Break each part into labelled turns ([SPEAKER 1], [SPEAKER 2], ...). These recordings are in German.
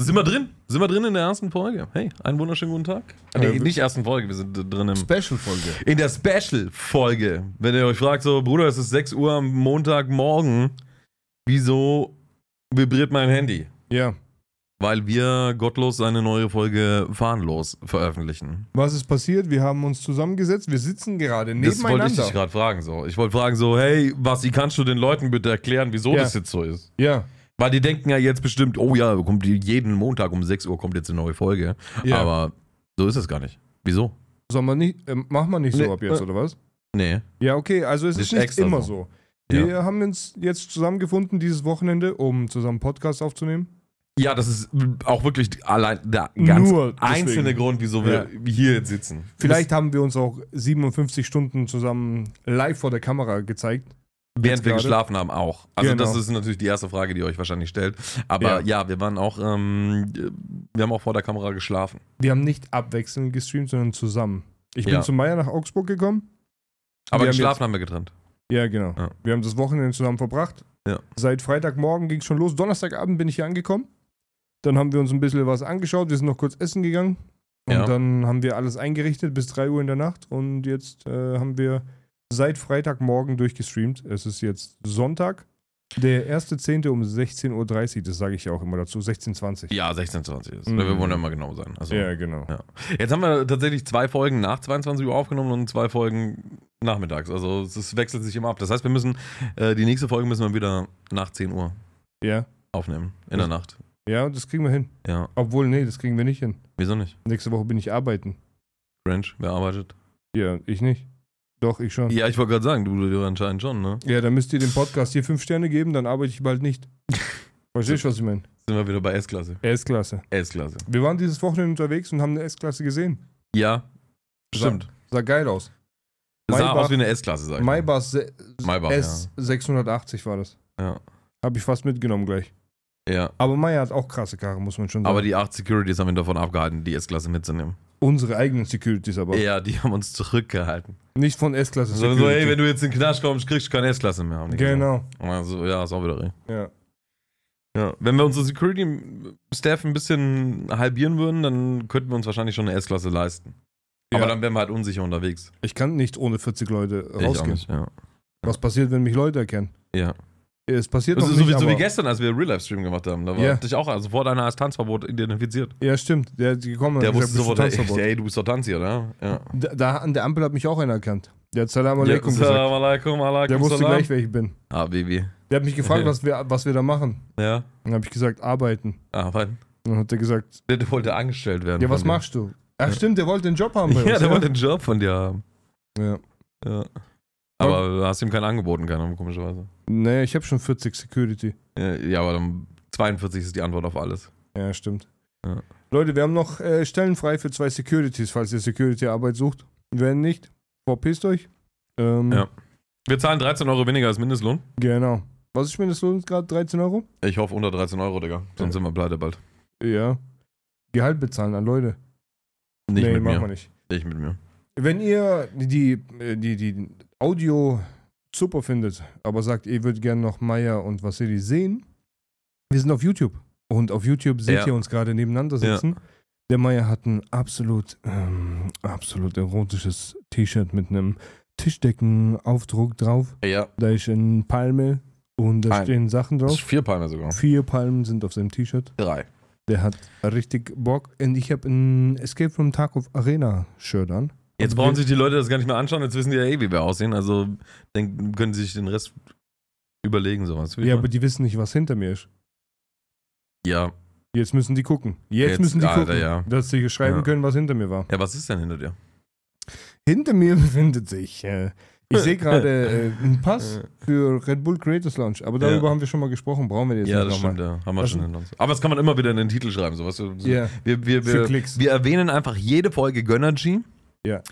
[SPEAKER 1] Sind wir drin? Sind wir drin in der ersten Folge? Hey, einen wunderschönen guten Tag. Ah, Nee,
[SPEAKER 2] Ja, wir-
[SPEAKER 1] nicht ersten Folge, wir sind drin im,
[SPEAKER 2] Special-Folge.
[SPEAKER 1] in der Special-Folge. Wenn ihr euch fragt, so, Bruder, es ist 6 Uhr am Montagmorgen, wieso vibriert mein Handy?
[SPEAKER 2] Ja.
[SPEAKER 1] Weil wir gottlos eine neue Folge Fahnenlos veröffentlichen.
[SPEAKER 2] Was ist passiert? Wir haben uns zusammengesetzt. Wir sitzen gerade
[SPEAKER 1] Das wollte ich
[SPEAKER 2] nebeneinander.
[SPEAKER 1] dich gerade fragen. So. Ich wollte fragen, so, hey, was, kannst du den Leuten bitte erklären, wieso
[SPEAKER 2] Ja.
[SPEAKER 1] das jetzt so ist?
[SPEAKER 2] ja.
[SPEAKER 1] Weil die denken ja jetzt bestimmt, oh ja, kommt die- jeden Montag um 6 Uhr kommt jetzt eine neue Folge.
[SPEAKER 2] ja.
[SPEAKER 1] Aber so ist es gar nicht. Wieso?
[SPEAKER 2] Soll man nicht, äh, machen wir nicht so
[SPEAKER 1] Nee,
[SPEAKER 2] ab jetzt,
[SPEAKER 1] äh,
[SPEAKER 2] oder was?
[SPEAKER 1] Nee.
[SPEAKER 2] Ja, okay. Also es
[SPEAKER 1] Nicht
[SPEAKER 2] ist nicht
[SPEAKER 1] extra
[SPEAKER 2] immer
[SPEAKER 1] so.
[SPEAKER 2] so.
[SPEAKER 1] Ja.
[SPEAKER 2] Wir haben uns jetzt zusammengefunden dieses Wochenende, um zusammen Podcast aufzunehmen.
[SPEAKER 1] Ja, das ist auch wirklich allein der ganz
[SPEAKER 2] Nur deswegen.
[SPEAKER 1] einzelne Grund, wieso wir hier jetzt sitzen.
[SPEAKER 2] Vielleicht haben wir uns auch 57 Stunden zusammen live vor der Kamera gezeigt.
[SPEAKER 1] Während
[SPEAKER 2] Jetzt
[SPEAKER 1] wir
[SPEAKER 2] gerade.
[SPEAKER 1] geschlafen haben auch. Also
[SPEAKER 2] Genau.
[SPEAKER 1] das ist natürlich die erste Frage, die ihr euch wahrscheinlich stellt. Aber ja, wir waren auch, ähm, wir haben auch vor der Kamera geschlafen.
[SPEAKER 2] Wir haben nicht abwechselnd gestreamt, sondern zusammen. Ich
[SPEAKER 1] Ja.
[SPEAKER 2] bin zu Meier nach Augsburg gekommen.
[SPEAKER 1] Aber
[SPEAKER 2] Wir haben
[SPEAKER 1] geschlafen haben wir getrennt.
[SPEAKER 2] Ja, genau.
[SPEAKER 1] Ja.
[SPEAKER 2] Wir haben das Wochenende zusammen verbracht.
[SPEAKER 1] Ja.
[SPEAKER 2] Seit Freitagmorgen ging es schon los. Donnerstagabend bin ich hier angekommen. Dann haben wir uns ein bisschen was angeschaut. Wir sind noch kurz essen gegangen. Und
[SPEAKER 1] Ja.
[SPEAKER 2] dann haben wir alles eingerichtet bis 3 Uhr in der Nacht. Und jetzt äh, haben wir seit Freitagmorgen durchgestreamt. Es ist jetzt Sonntag. Der 1.10. um 16.30 Uhr. Das sage ich ja auch immer dazu. 16.20 Uhr.
[SPEAKER 1] Ja, 16, 20 ist.
[SPEAKER 2] Mhm.
[SPEAKER 1] Wir wollen ja mal genau sein. Also,
[SPEAKER 2] genau.
[SPEAKER 1] Jetzt haben wir tatsächlich zwei Folgen nach 22 Uhr aufgenommen und zwei Folgen nachmittags. Also es ist- wechselt sich immer ab. Das heißt, wir müssen, äh, die nächste Folge müssen wir wieder nach 10 Uhr
[SPEAKER 2] Ja.
[SPEAKER 1] aufnehmen. In der Nacht.
[SPEAKER 2] ja, das kriegen wir hin.
[SPEAKER 1] Ja.
[SPEAKER 2] Obwohl, nee, das kriegen wir nicht hin.
[SPEAKER 1] Wieso nicht?
[SPEAKER 2] Nächste Woche bin ich arbeiten.
[SPEAKER 1] Cringe, wer arbeitet?
[SPEAKER 2] Ja, ich nicht. Doch, ich schon.
[SPEAKER 1] Ja, ich wollte gerade sagen, du, du anscheinend schon, ne?
[SPEAKER 2] Ja, dann müsst ihr dem Podcast hier fünf Sterne geben, dann arbeite ich bald nicht. Verstehst du, was ich meine?
[SPEAKER 1] Sind wir wieder bei S-Klasse.
[SPEAKER 2] S-Klasse.
[SPEAKER 1] S-Klasse.
[SPEAKER 2] Wir waren dieses Wochenende unterwegs und haben eine S-Klasse gesehen.
[SPEAKER 1] Ja, stimmt.
[SPEAKER 2] Sah geil aus.
[SPEAKER 1] Es sah
[SPEAKER 2] Maybach-
[SPEAKER 1] aus wie eine S-Klasse, sag ich. mal.
[SPEAKER 2] Maybach se-
[SPEAKER 1] Maybach,
[SPEAKER 2] S680 war das.
[SPEAKER 1] Ja.
[SPEAKER 2] Habe ich fast mitgenommen gleich.
[SPEAKER 1] Ja.
[SPEAKER 2] Aber Meier hat auch krasse Karre, muss man schon sagen.
[SPEAKER 1] Aber die 8 Securities haben ihn davon abgehalten, die S-Klasse mitzunehmen.
[SPEAKER 2] Unsere eigenen Securities aber.
[SPEAKER 1] Ja, die haben uns zurückgehalten.
[SPEAKER 2] Nicht von S-Klasse
[SPEAKER 1] So, so, hey, wenn
[SPEAKER 2] Security.
[SPEAKER 1] du jetzt in den Knast kommst, kriegst du keine S-Klasse mehr. haben die gesagt.
[SPEAKER 2] Genau.
[SPEAKER 1] Und dann so, ja, ist auch wieder recht.
[SPEAKER 2] Ja.
[SPEAKER 1] Ja, wenn wir unsere Security-Staff ein bisschen halbieren würden, dann könnten wir uns wahrscheinlich schon eine S-Klasse leisten. Aber
[SPEAKER 2] Ja.
[SPEAKER 1] dann wären wir halt unsicher unterwegs.
[SPEAKER 2] Ich kann nicht ohne 40 Leute
[SPEAKER 1] Ich auch
[SPEAKER 2] rausgehen.
[SPEAKER 1] nicht, ja.
[SPEAKER 2] Was passiert, wenn mich Leute erkennen?
[SPEAKER 1] Ja.
[SPEAKER 2] Es passiert
[SPEAKER 1] Das
[SPEAKER 2] noch
[SPEAKER 1] ist so,
[SPEAKER 2] nicht,
[SPEAKER 1] wie, so wie
[SPEAKER 2] aber-
[SPEAKER 1] gestern, als wir Real-Life-Stream gemacht haben. Da war
[SPEAKER 2] Ja.
[SPEAKER 1] dich auch also vor deiner als Tanzverbot identifiziert.
[SPEAKER 2] Ja, stimmt. Der ist gekommen und
[SPEAKER 1] Der
[SPEAKER 2] hat
[SPEAKER 1] wusste
[SPEAKER 2] gesagt, bist du
[SPEAKER 1] sofort, ey,
[SPEAKER 2] Tanzverbot?
[SPEAKER 1] ey, du bist doch Tanzi, oder? Ja.
[SPEAKER 2] Da, da an der Ampel hat mich auch einer erkannt. Der hat Salam
[SPEAKER 1] ja
[SPEAKER 2] alaikum gesagt.
[SPEAKER 1] Salam alaikum, alaikum,
[SPEAKER 2] Der wusste
[SPEAKER 1] salam.
[SPEAKER 2] gleich, wer ich bin.
[SPEAKER 1] Ah, Baby.
[SPEAKER 2] Der hat mich gefragt, was wir, was wir da machen.
[SPEAKER 1] Ja.
[SPEAKER 2] Dann habe ich gesagt, arbeiten.
[SPEAKER 1] Ah, weil
[SPEAKER 2] Und dann hat er gesagt,
[SPEAKER 1] der wollte angestellt werden.
[SPEAKER 2] ja, was
[SPEAKER 1] von dir.
[SPEAKER 2] machst du? Ach stimmt, der wollte den Job haben bei uns.
[SPEAKER 1] Ja, der wollte einen Job von dir haben.
[SPEAKER 2] ja.
[SPEAKER 1] Ja. Aber du hast ihm keinen angeboten, keiner, komischerweise.
[SPEAKER 2] Nee, ich habe schon 40 Security.
[SPEAKER 1] Ja, ja, aber dann 42 ist die Antwort auf alles.
[SPEAKER 2] Ja, stimmt.
[SPEAKER 1] Ja.
[SPEAKER 2] Leute, wir haben noch äh, Stellen frei für zwei Securities, falls ihr Security-Arbeit sucht. Wenn nicht, verpisst euch. Ähm,
[SPEAKER 1] Ja. Wir zahlen 13 Euro weniger als Mindestlohn.
[SPEAKER 2] Genau. Was ist Mindestlohn gerade? 13 Euro?
[SPEAKER 1] Ich hoffe unter 13 Euro, Digga. Sonst sind wir pleite bald.
[SPEAKER 2] Ja. Gehalt bezahlen an Leute.
[SPEAKER 1] Nicht
[SPEAKER 2] nee,
[SPEAKER 1] mit
[SPEAKER 2] machen wir
[SPEAKER 1] mir.
[SPEAKER 2] nicht.
[SPEAKER 1] Nicht mit mir.
[SPEAKER 2] Wenn ihr die, äh, die, die Audio super findet, aber sagt, ihr würdet gerne noch Meier und Vassili sehen, wir sind auf YouTube. Und auf YouTube seht
[SPEAKER 1] Ja.
[SPEAKER 2] ihr uns gerade nebeneinander
[SPEAKER 1] Ja.
[SPEAKER 2] sitzen. Der Meier hat ein absolut, ähm, absolut erotisches T-Shirt mit einem Tischdeckenaufdruck drauf.
[SPEAKER 1] Ja,
[SPEAKER 2] Da ist eine Palme und da
[SPEAKER 1] Palme.
[SPEAKER 2] stehen Sachen
[SPEAKER 1] das ist
[SPEAKER 2] drauf.
[SPEAKER 1] vier Palme sogar.
[SPEAKER 2] Vier Palmen sind auf seinem T-Shirt.
[SPEAKER 1] Drei.
[SPEAKER 2] Der hat richtig Bock. Und ich habe ein Escape from Tarkov Arena Shirt an.
[SPEAKER 1] Jetzt
[SPEAKER 2] Und
[SPEAKER 1] brauchen
[SPEAKER 2] wir-
[SPEAKER 1] sich die Leute das gar nicht mehr anschauen, jetzt wissen die ja eh, wie wir aussehen. Also dann können sie sich den Rest überlegen, sowas.
[SPEAKER 2] Ja, aber die wissen nicht, was hinter mir ist.
[SPEAKER 1] ja.
[SPEAKER 2] Jetzt müssen die gucken. Jetzt,
[SPEAKER 1] Jetzt,
[SPEAKER 2] müssen die
[SPEAKER 1] Alter,
[SPEAKER 2] gucken,
[SPEAKER 1] ja.
[SPEAKER 2] dass sie schreiben
[SPEAKER 1] Ja.
[SPEAKER 2] können, was hinter mir war.
[SPEAKER 1] ja, was ist denn hinter dir?
[SPEAKER 2] Hinter mir befindet sich, äh, ich sehe gerade äh, einen Pass für Red Bull Creators Launch, aber darüber
[SPEAKER 1] Ja.
[SPEAKER 2] haben wir schon mal gesprochen, brauchen wir jetzt
[SPEAKER 1] Ja,
[SPEAKER 2] nicht
[SPEAKER 1] das stimmt,
[SPEAKER 2] nochmal.
[SPEAKER 1] ja. Haben wir
[SPEAKER 2] Das
[SPEAKER 1] schon
[SPEAKER 2] sind-
[SPEAKER 1] hinter uns. Aber das kann man immer wieder in den Titel schreiben, sowas. Also,
[SPEAKER 2] Ja,
[SPEAKER 1] Wir, wir,
[SPEAKER 2] für
[SPEAKER 1] wir,
[SPEAKER 2] Klicks.
[SPEAKER 1] wir erwähnen einfach jede Folge Gönnergy.
[SPEAKER 2] Ja.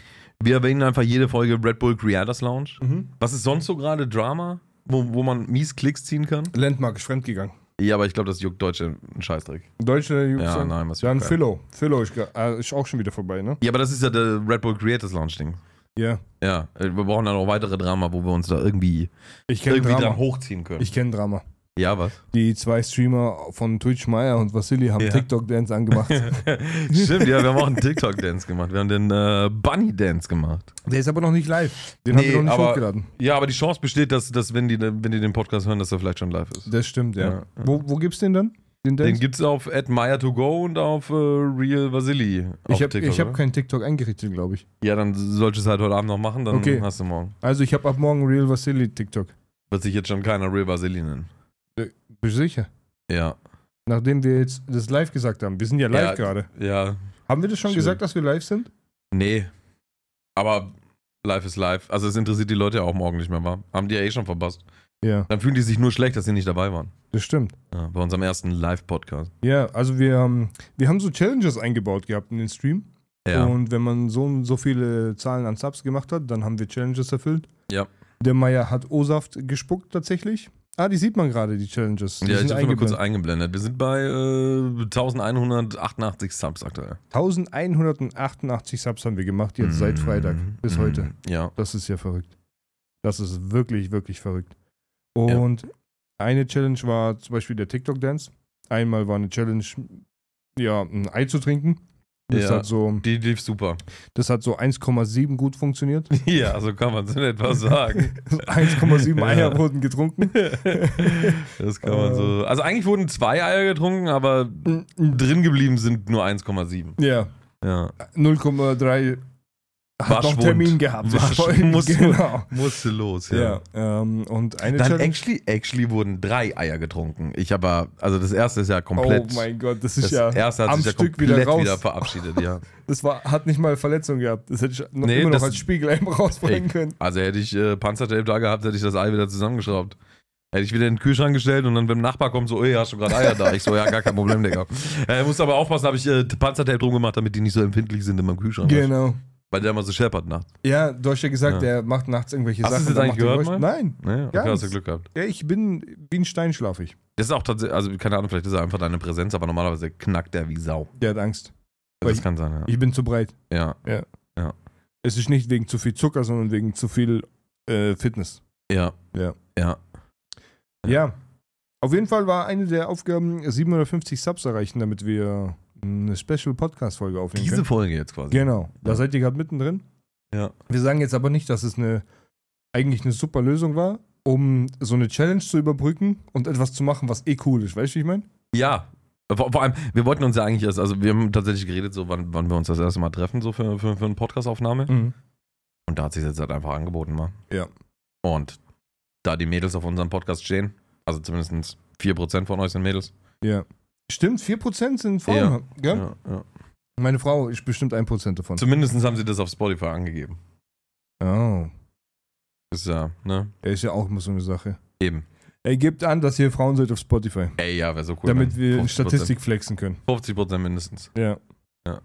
[SPEAKER 1] Wir erwähnen einfach jede Folge Red Bull Creators Lounge.
[SPEAKER 2] Mhm.
[SPEAKER 1] Was ist sonst so gerade Drama, wo, wo man mies Klicks ziehen kann?
[SPEAKER 2] Landmark ist fremdgegangen.
[SPEAKER 1] Ja, aber ich glaube, das juckt Deutsche einen Scheißdreck.
[SPEAKER 2] Deutsche
[SPEAKER 1] Ja,
[SPEAKER 2] Jugendlichen.
[SPEAKER 1] nein, was
[SPEAKER 2] Dann
[SPEAKER 1] juckt keinen.
[SPEAKER 2] Philo. Philo ist, ge- äh, ist auch schon wieder vorbei, ne?
[SPEAKER 1] Ja, aber das ist ja der Red Bull Creators Lounge Ding.
[SPEAKER 2] Ja.
[SPEAKER 1] Ja, äh, wir brauchen dann noch weitere Drama, wo wir uns da irgendwie,
[SPEAKER 2] Ich kenne
[SPEAKER 1] irgendwie dran
[SPEAKER 2] Drama.
[SPEAKER 1] hochziehen können.
[SPEAKER 2] Ich kenne Drama.
[SPEAKER 1] Ja, was?
[SPEAKER 2] Die zwei Streamer von Twitch Meyer und Vasili haben
[SPEAKER 1] Ja.
[SPEAKER 2] TikTok-Dance angemacht.
[SPEAKER 1] Stimmt, ja, wir haben auch einen TikTok-Dance gemacht. Wir haben den äh, Bunny-Dance gemacht.
[SPEAKER 2] Der ist aber noch nicht live. Den haben
[SPEAKER 1] Nee,
[SPEAKER 2] wir noch nicht
[SPEAKER 1] aber-
[SPEAKER 2] hochgeladen.
[SPEAKER 1] Ja, aber die Chance besteht, dass, dass wenn, die, wenn die den Podcast hören, dass er vielleicht schon live ist.
[SPEAKER 2] Das stimmt, ja.
[SPEAKER 1] Ja.
[SPEAKER 2] Wo, wo gibt's den dann?
[SPEAKER 1] Den
[SPEAKER 2] Den Dance?
[SPEAKER 1] gibt's auf @maya2go und auf äh, Real Vasili. auf
[SPEAKER 2] ich habe
[SPEAKER 1] TikTok,
[SPEAKER 2] hab
[SPEAKER 1] oder?
[SPEAKER 2] keinen TikTok eingerichtet, glaube ich.
[SPEAKER 1] Ja, dann solltest du es halt heute Abend noch machen, dann
[SPEAKER 2] Okay.
[SPEAKER 1] hast du morgen.
[SPEAKER 2] Also ich habe ab morgen Real Vasili TikTok.
[SPEAKER 1] Wird sich jetzt schon keiner Real Vasili nennen.
[SPEAKER 2] Bist du sicher?
[SPEAKER 1] Ja,
[SPEAKER 2] Nachdem wir jetzt das live gesagt haben. Wir sind ja live
[SPEAKER 1] Ja.
[SPEAKER 2] gerade.
[SPEAKER 1] ja.
[SPEAKER 2] Haben wir das schon
[SPEAKER 1] Schön.
[SPEAKER 2] gesagt, dass wir live sind?
[SPEAKER 1] Nee. Aber live ist live. Also es interessiert die Leute ja auch morgen nicht mehr, war. Haben die ja eh schon verpasst.
[SPEAKER 2] Ja,
[SPEAKER 1] Dann fühlen die sich nur schlecht, dass sie nicht dabei waren.
[SPEAKER 2] das stimmt.
[SPEAKER 1] Ja, bei unserem ersten Live-Podcast.
[SPEAKER 2] Ja, also wir, ähm, wir haben so Challenges eingebaut gehabt in den Stream.
[SPEAKER 1] Ja.
[SPEAKER 2] Und wenn man so und so viele Zahlen an Subs gemacht hat, dann haben wir Challenges erfüllt.
[SPEAKER 1] Ja.
[SPEAKER 2] Der Meier hat O-Saft gespuckt tatsächlich. Ah, die sieht man gerade, die Challenges. Die
[SPEAKER 1] ja, ich
[SPEAKER 2] sind
[SPEAKER 1] habe mal kurz
[SPEAKER 2] eingeblendet.
[SPEAKER 1] eingeblendet. Wir sind bei äh, 1188 Subs aktuell.
[SPEAKER 2] 1188 Subs haben wir gemacht, jetzt seit
[SPEAKER 1] Mm,
[SPEAKER 2] Freitag bis
[SPEAKER 1] mm,
[SPEAKER 2] heute.
[SPEAKER 1] Ja.
[SPEAKER 2] Das ist ja verrückt. Das ist wirklich, wirklich verrückt. Und eine Challenge war zum Beispiel der TikTok-Dance. Einmal war eine Challenge, ja, ein Ei zu trinken. Das,
[SPEAKER 1] Ja.
[SPEAKER 2] hat, so,
[SPEAKER 1] Die lief super.
[SPEAKER 2] das hat so 1,7 gut funktioniert.
[SPEAKER 1] Ja, so kann man es in etwa sagen.
[SPEAKER 2] 1,7
[SPEAKER 1] Ja.
[SPEAKER 2] Eier wurden getrunken.
[SPEAKER 1] Das kann man so. Also eigentlich wurden zwei Eier getrunken, aber drin geblieben sind nur 1,7.
[SPEAKER 2] Ja,
[SPEAKER 1] Ja.
[SPEAKER 2] 0,3 hat
[SPEAKER 1] War
[SPEAKER 2] noch
[SPEAKER 1] Schwund.
[SPEAKER 2] Termin gehabt.
[SPEAKER 1] War
[SPEAKER 2] Schwund,
[SPEAKER 1] Schwund, muss-
[SPEAKER 2] genau.
[SPEAKER 1] Musste los,
[SPEAKER 2] Ja, ähm, und eine
[SPEAKER 1] Dann
[SPEAKER 2] Challenge.
[SPEAKER 1] actually, actually wurden drei Eier getrunken. Ich habe, also das erste ist ja
[SPEAKER 2] Oh
[SPEAKER 1] komplett.
[SPEAKER 2] mein Gott, das
[SPEAKER 1] das
[SPEAKER 2] ist ja
[SPEAKER 1] erste hat
[SPEAKER 2] am
[SPEAKER 1] sich ja
[SPEAKER 2] Stück
[SPEAKER 1] komplett
[SPEAKER 2] wieder
[SPEAKER 1] wieder,
[SPEAKER 2] raus.
[SPEAKER 1] verabschiedet, ja.
[SPEAKER 2] Das war, hat nicht mal Verletzung gehabt. Das hätte ich noch,
[SPEAKER 1] Nee,
[SPEAKER 2] immer noch
[SPEAKER 1] das-
[SPEAKER 2] als Spiegel einfach rausbringen
[SPEAKER 1] Ey,
[SPEAKER 2] können.
[SPEAKER 1] Also hätte ich äh, Panzertape da gehabt, hätte ich das Ei wieder zusammengeschraubt. Hätte ich wieder in den Kühlschrank gestellt und dann, wenn ein Nachbar kommt, so, ey, hast du gerade Eier da? Ich so, ja, gar kein Problem, Digga. Äh, musst aber aufpassen, habe ich äh, Panzertape drum gemacht, damit die nicht so empfindlich sind in meinem Kühlschrank. weißt du?
[SPEAKER 2] Genau.
[SPEAKER 1] Weil der immer so scheppert nachts.
[SPEAKER 2] Ja, du hast ja gesagt,
[SPEAKER 1] Ja.
[SPEAKER 2] der macht nachts irgendwelche
[SPEAKER 1] Hast du
[SPEAKER 2] Sachen.
[SPEAKER 1] das jetzt
[SPEAKER 2] dann
[SPEAKER 1] eigentlich
[SPEAKER 2] macht
[SPEAKER 1] gehört
[SPEAKER 2] er Geräusche. Nein,
[SPEAKER 1] Ne? Okay,
[SPEAKER 2] Ganz.
[SPEAKER 1] hast du Glück gehabt.
[SPEAKER 2] ja, ich bin wie ein Stein schlafig.
[SPEAKER 1] Das ist auch tatsächlich, also keine Ahnung, vielleicht ist er einfach deine Präsenz, aber normalerweise knackt der wie Sau. Also,
[SPEAKER 2] Der hat Angst. Weil
[SPEAKER 1] Das
[SPEAKER 2] ich-
[SPEAKER 1] kann sein,
[SPEAKER 2] Ich bin zu breit.
[SPEAKER 1] ja. Ja,
[SPEAKER 2] Es ist nicht wegen zu viel Zucker, sondern wegen zu viel äh, Fitness.
[SPEAKER 1] ja.
[SPEAKER 2] Ja.
[SPEAKER 1] Ja.
[SPEAKER 2] Ja. Auf jeden Fall war eine der Aufgaben 750 Subs erreichen, damit wir eine Special Podcast Folge aufnehmen
[SPEAKER 1] Diese
[SPEAKER 2] können.
[SPEAKER 1] Folge jetzt quasi.
[SPEAKER 2] Genau. Da
[SPEAKER 1] Ja.
[SPEAKER 2] seid ihr gerade mittendrin.
[SPEAKER 1] Ja.
[SPEAKER 2] Wir sagen jetzt aber nicht, dass es eine eigentlich eine super Lösung war, um so eine Challenge zu überbrücken und etwas zu machen, was eh cool ist. Weißt du, wie ich meine?
[SPEAKER 1] Ja. Vor, vor allem, wir wollten uns ja eigentlich erst, also wir haben tatsächlich geredet, so wann, wann wir uns das erste Mal treffen, so für, für, für eine Podcastaufnahme. Und da hat sich jetzt halt einfach angeboten mal.
[SPEAKER 2] Ja.
[SPEAKER 1] Und da die Mädels auf unserem Podcast stehen, also zumindest 4% von euch sind Mädels.
[SPEAKER 2] Stimmt, 4% sind Frauen.
[SPEAKER 1] Ja.
[SPEAKER 2] Gell?
[SPEAKER 1] ja.
[SPEAKER 2] Meine Frau ist bestimmt 1% davon.
[SPEAKER 1] Zumindest haben sie das auf Spotify angegeben.
[SPEAKER 2] Oh,
[SPEAKER 1] Ist ja, ne?
[SPEAKER 2] er ist ja auch immer so eine Sache.
[SPEAKER 1] Eben.
[SPEAKER 2] Er gibt an, dass ihr Frauen seid auf Spotify,
[SPEAKER 1] Ey, ja, wäre so cool.
[SPEAKER 2] damit
[SPEAKER 1] wenn
[SPEAKER 2] wir in
[SPEAKER 1] 50%.
[SPEAKER 2] Statistik flexen können.
[SPEAKER 1] 50% mindestens.
[SPEAKER 2] Ja.
[SPEAKER 1] Ja.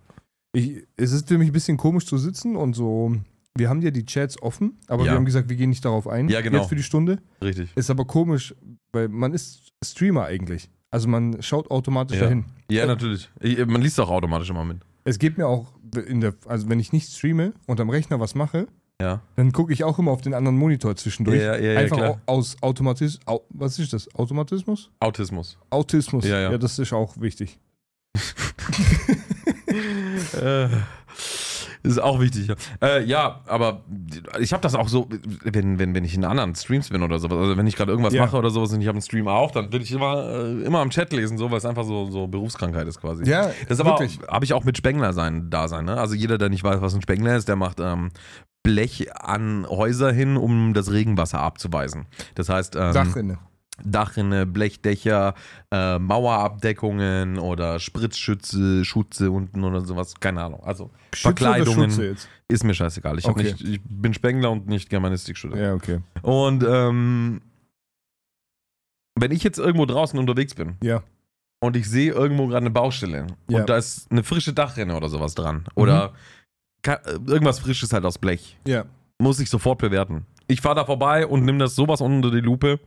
[SPEAKER 2] Ich, es ist für mich ein bisschen komisch zu sitzen und so. Wir haben ja die Chats offen, aber
[SPEAKER 1] Ja.
[SPEAKER 2] wir haben gesagt, wir gehen nicht darauf ein.
[SPEAKER 1] Ja, genau.
[SPEAKER 2] Jetzt für die Stunde.
[SPEAKER 1] Richtig.
[SPEAKER 2] Ist aber komisch, weil man ist Streamer eigentlich. Also man schaut automatisch
[SPEAKER 1] Ja.
[SPEAKER 2] dahin.
[SPEAKER 1] Ja,
[SPEAKER 2] Äh,
[SPEAKER 1] natürlich. Ich, man liest auch automatisch immer mit.
[SPEAKER 2] Es geht mir auch in der, also wenn ich nicht streame und am Rechner was mache,
[SPEAKER 1] Ja.
[SPEAKER 2] dann gucke ich auch immer auf den anderen Monitor zwischendurch.
[SPEAKER 1] Ja, ja, ja,
[SPEAKER 2] Einfach
[SPEAKER 1] klar.
[SPEAKER 2] au- aus Automatismus. Au, was ist das? Automatismus?
[SPEAKER 1] Autismus.
[SPEAKER 2] Autismus.
[SPEAKER 1] Ja, ja.
[SPEAKER 2] ja das ist auch wichtig.
[SPEAKER 1] Äh, ist auch wichtig. Ja, äh, ja aber ich habe das auch so, wenn, wenn, wenn ich in anderen Streams bin oder sowas, also wenn ich gerade irgendwas
[SPEAKER 2] Ja.
[SPEAKER 1] mache oder sowas und ich habe einen Stream auf, dann will ich immer, äh, immer am Chat lesen, so, weil es einfach so, so Berufskrankheit ist quasi.
[SPEAKER 2] Ja,
[SPEAKER 1] Das aber habe ich auch mit Spengler sein Dasein. Ne? Also jeder, der nicht weiß, was ein Spengler ist, der macht ähm, Blech an Häuser hin, um das Regenwasser abzuweisen. Das heißt, ähm,
[SPEAKER 2] Dachrinne.
[SPEAKER 1] Dachrinne, Blechdächer, äh, Mauerabdeckungen oder Spritzschütze, Schutze unten oder sowas, keine Ahnung. Also
[SPEAKER 2] Schütze oder
[SPEAKER 1] Verkleidungen.
[SPEAKER 2] Schutze jetzt?
[SPEAKER 1] ist mir scheißegal. Ich, hab
[SPEAKER 2] Okay.
[SPEAKER 1] nicht, ich bin Spengler und nicht Germanistikstudent.
[SPEAKER 2] Ja, okay.
[SPEAKER 1] Und ähm, wenn ich jetzt irgendwo draußen unterwegs bin
[SPEAKER 2] Ja.
[SPEAKER 1] und ich sehe irgendwo gerade eine Baustelle
[SPEAKER 2] Ja. Mhm.
[SPEAKER 1] und da ist eine frische Dachrinne oder sowas dran oder ka- äh, irgendwas Frisches halt aus Blech,
[SPEAKER 2] Ja.
[SPEAKER 1] muss ich sofort bewerten. Ich fahre da vorbei und nehme das sowas unter die Lupe,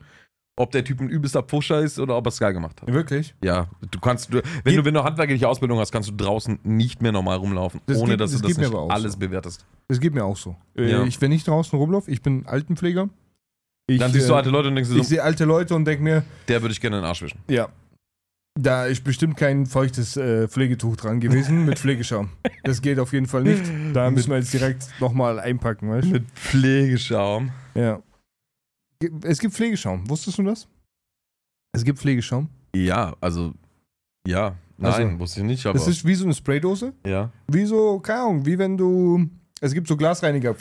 [SPEAKER 1] ob der Typ ein übelster Pfuscher ist oder ob er es geil gemacht hat.
[SPEAKER 2] Wirklich?
[SPEAKER 1] Ja, du kannst, du, wenn du wenn du handwerkliche Ausbildung hast, kannst du draußen nicht mehr normal rumlaufen,
[SPEAKER 2] Das
[SPEAKER 1] ohne
[SPEAKER 2] geht-
[SPEAKER 1] dass
[SPEAKER 2] das
[SPEAKER 1] du
[SPEAKER 2] geht
[SPEAKER 1] das
[SPEAKER 2] mir
[SPEAKER 1] nicht
[SPEAKER 2] aber auch
[SPEAKER 1] alles
[SPEAKER 2] so.
[SPEAKER 1] bewertest.
[SPEAKER 2] Das geht mir auch so. Äh,
[SPEAKER 1] Ja.
[SPEAKER 2] Ich, wenn ich draußen rumlaufe, ich bin Altenpfleger. Ich,
[SPEAKER 1] Dann siehst du
[SPEAKER 2] äh,
[SPEAKER 1] alte Leute und denkst dir
[SPEAKER 2] ich
[SPEAKER 1] so,
[SPEAKER 2] sehe alte Leute und denke mir,
[SPEAKER 1] der würde ich gerne in den Arsch wischen.
[SPEAKER 2] ja, da ist bestimmt kein feuchtes äh, Pflegetuch dran gewesen mit Pflegeschaum. Das geht auf jeden Fall nicht. Da müssen wir jetzt direkt nochmal einpacken, weißt
[SPEAKER 1] Mit Pflegeschaum.
[SPEAKER 2] du? Ja. Ge- Es gibt Pflegeschaum. Wusstest du das? Es gibt Pflegeschaum.
[SPEAKER 1] Ja, also, ja.
[SPEAKER 2] Also,
[SPEAKER 1] Nein, wusste ich nicht, aber.
[SPEAKER 2] Das ist wie so eine Spraydose.
[SPEAKER 1] ja.
[SPEAKER 2] Wie so, keine Ahnung, wie wenn du. Es gibt so Glasreiniger.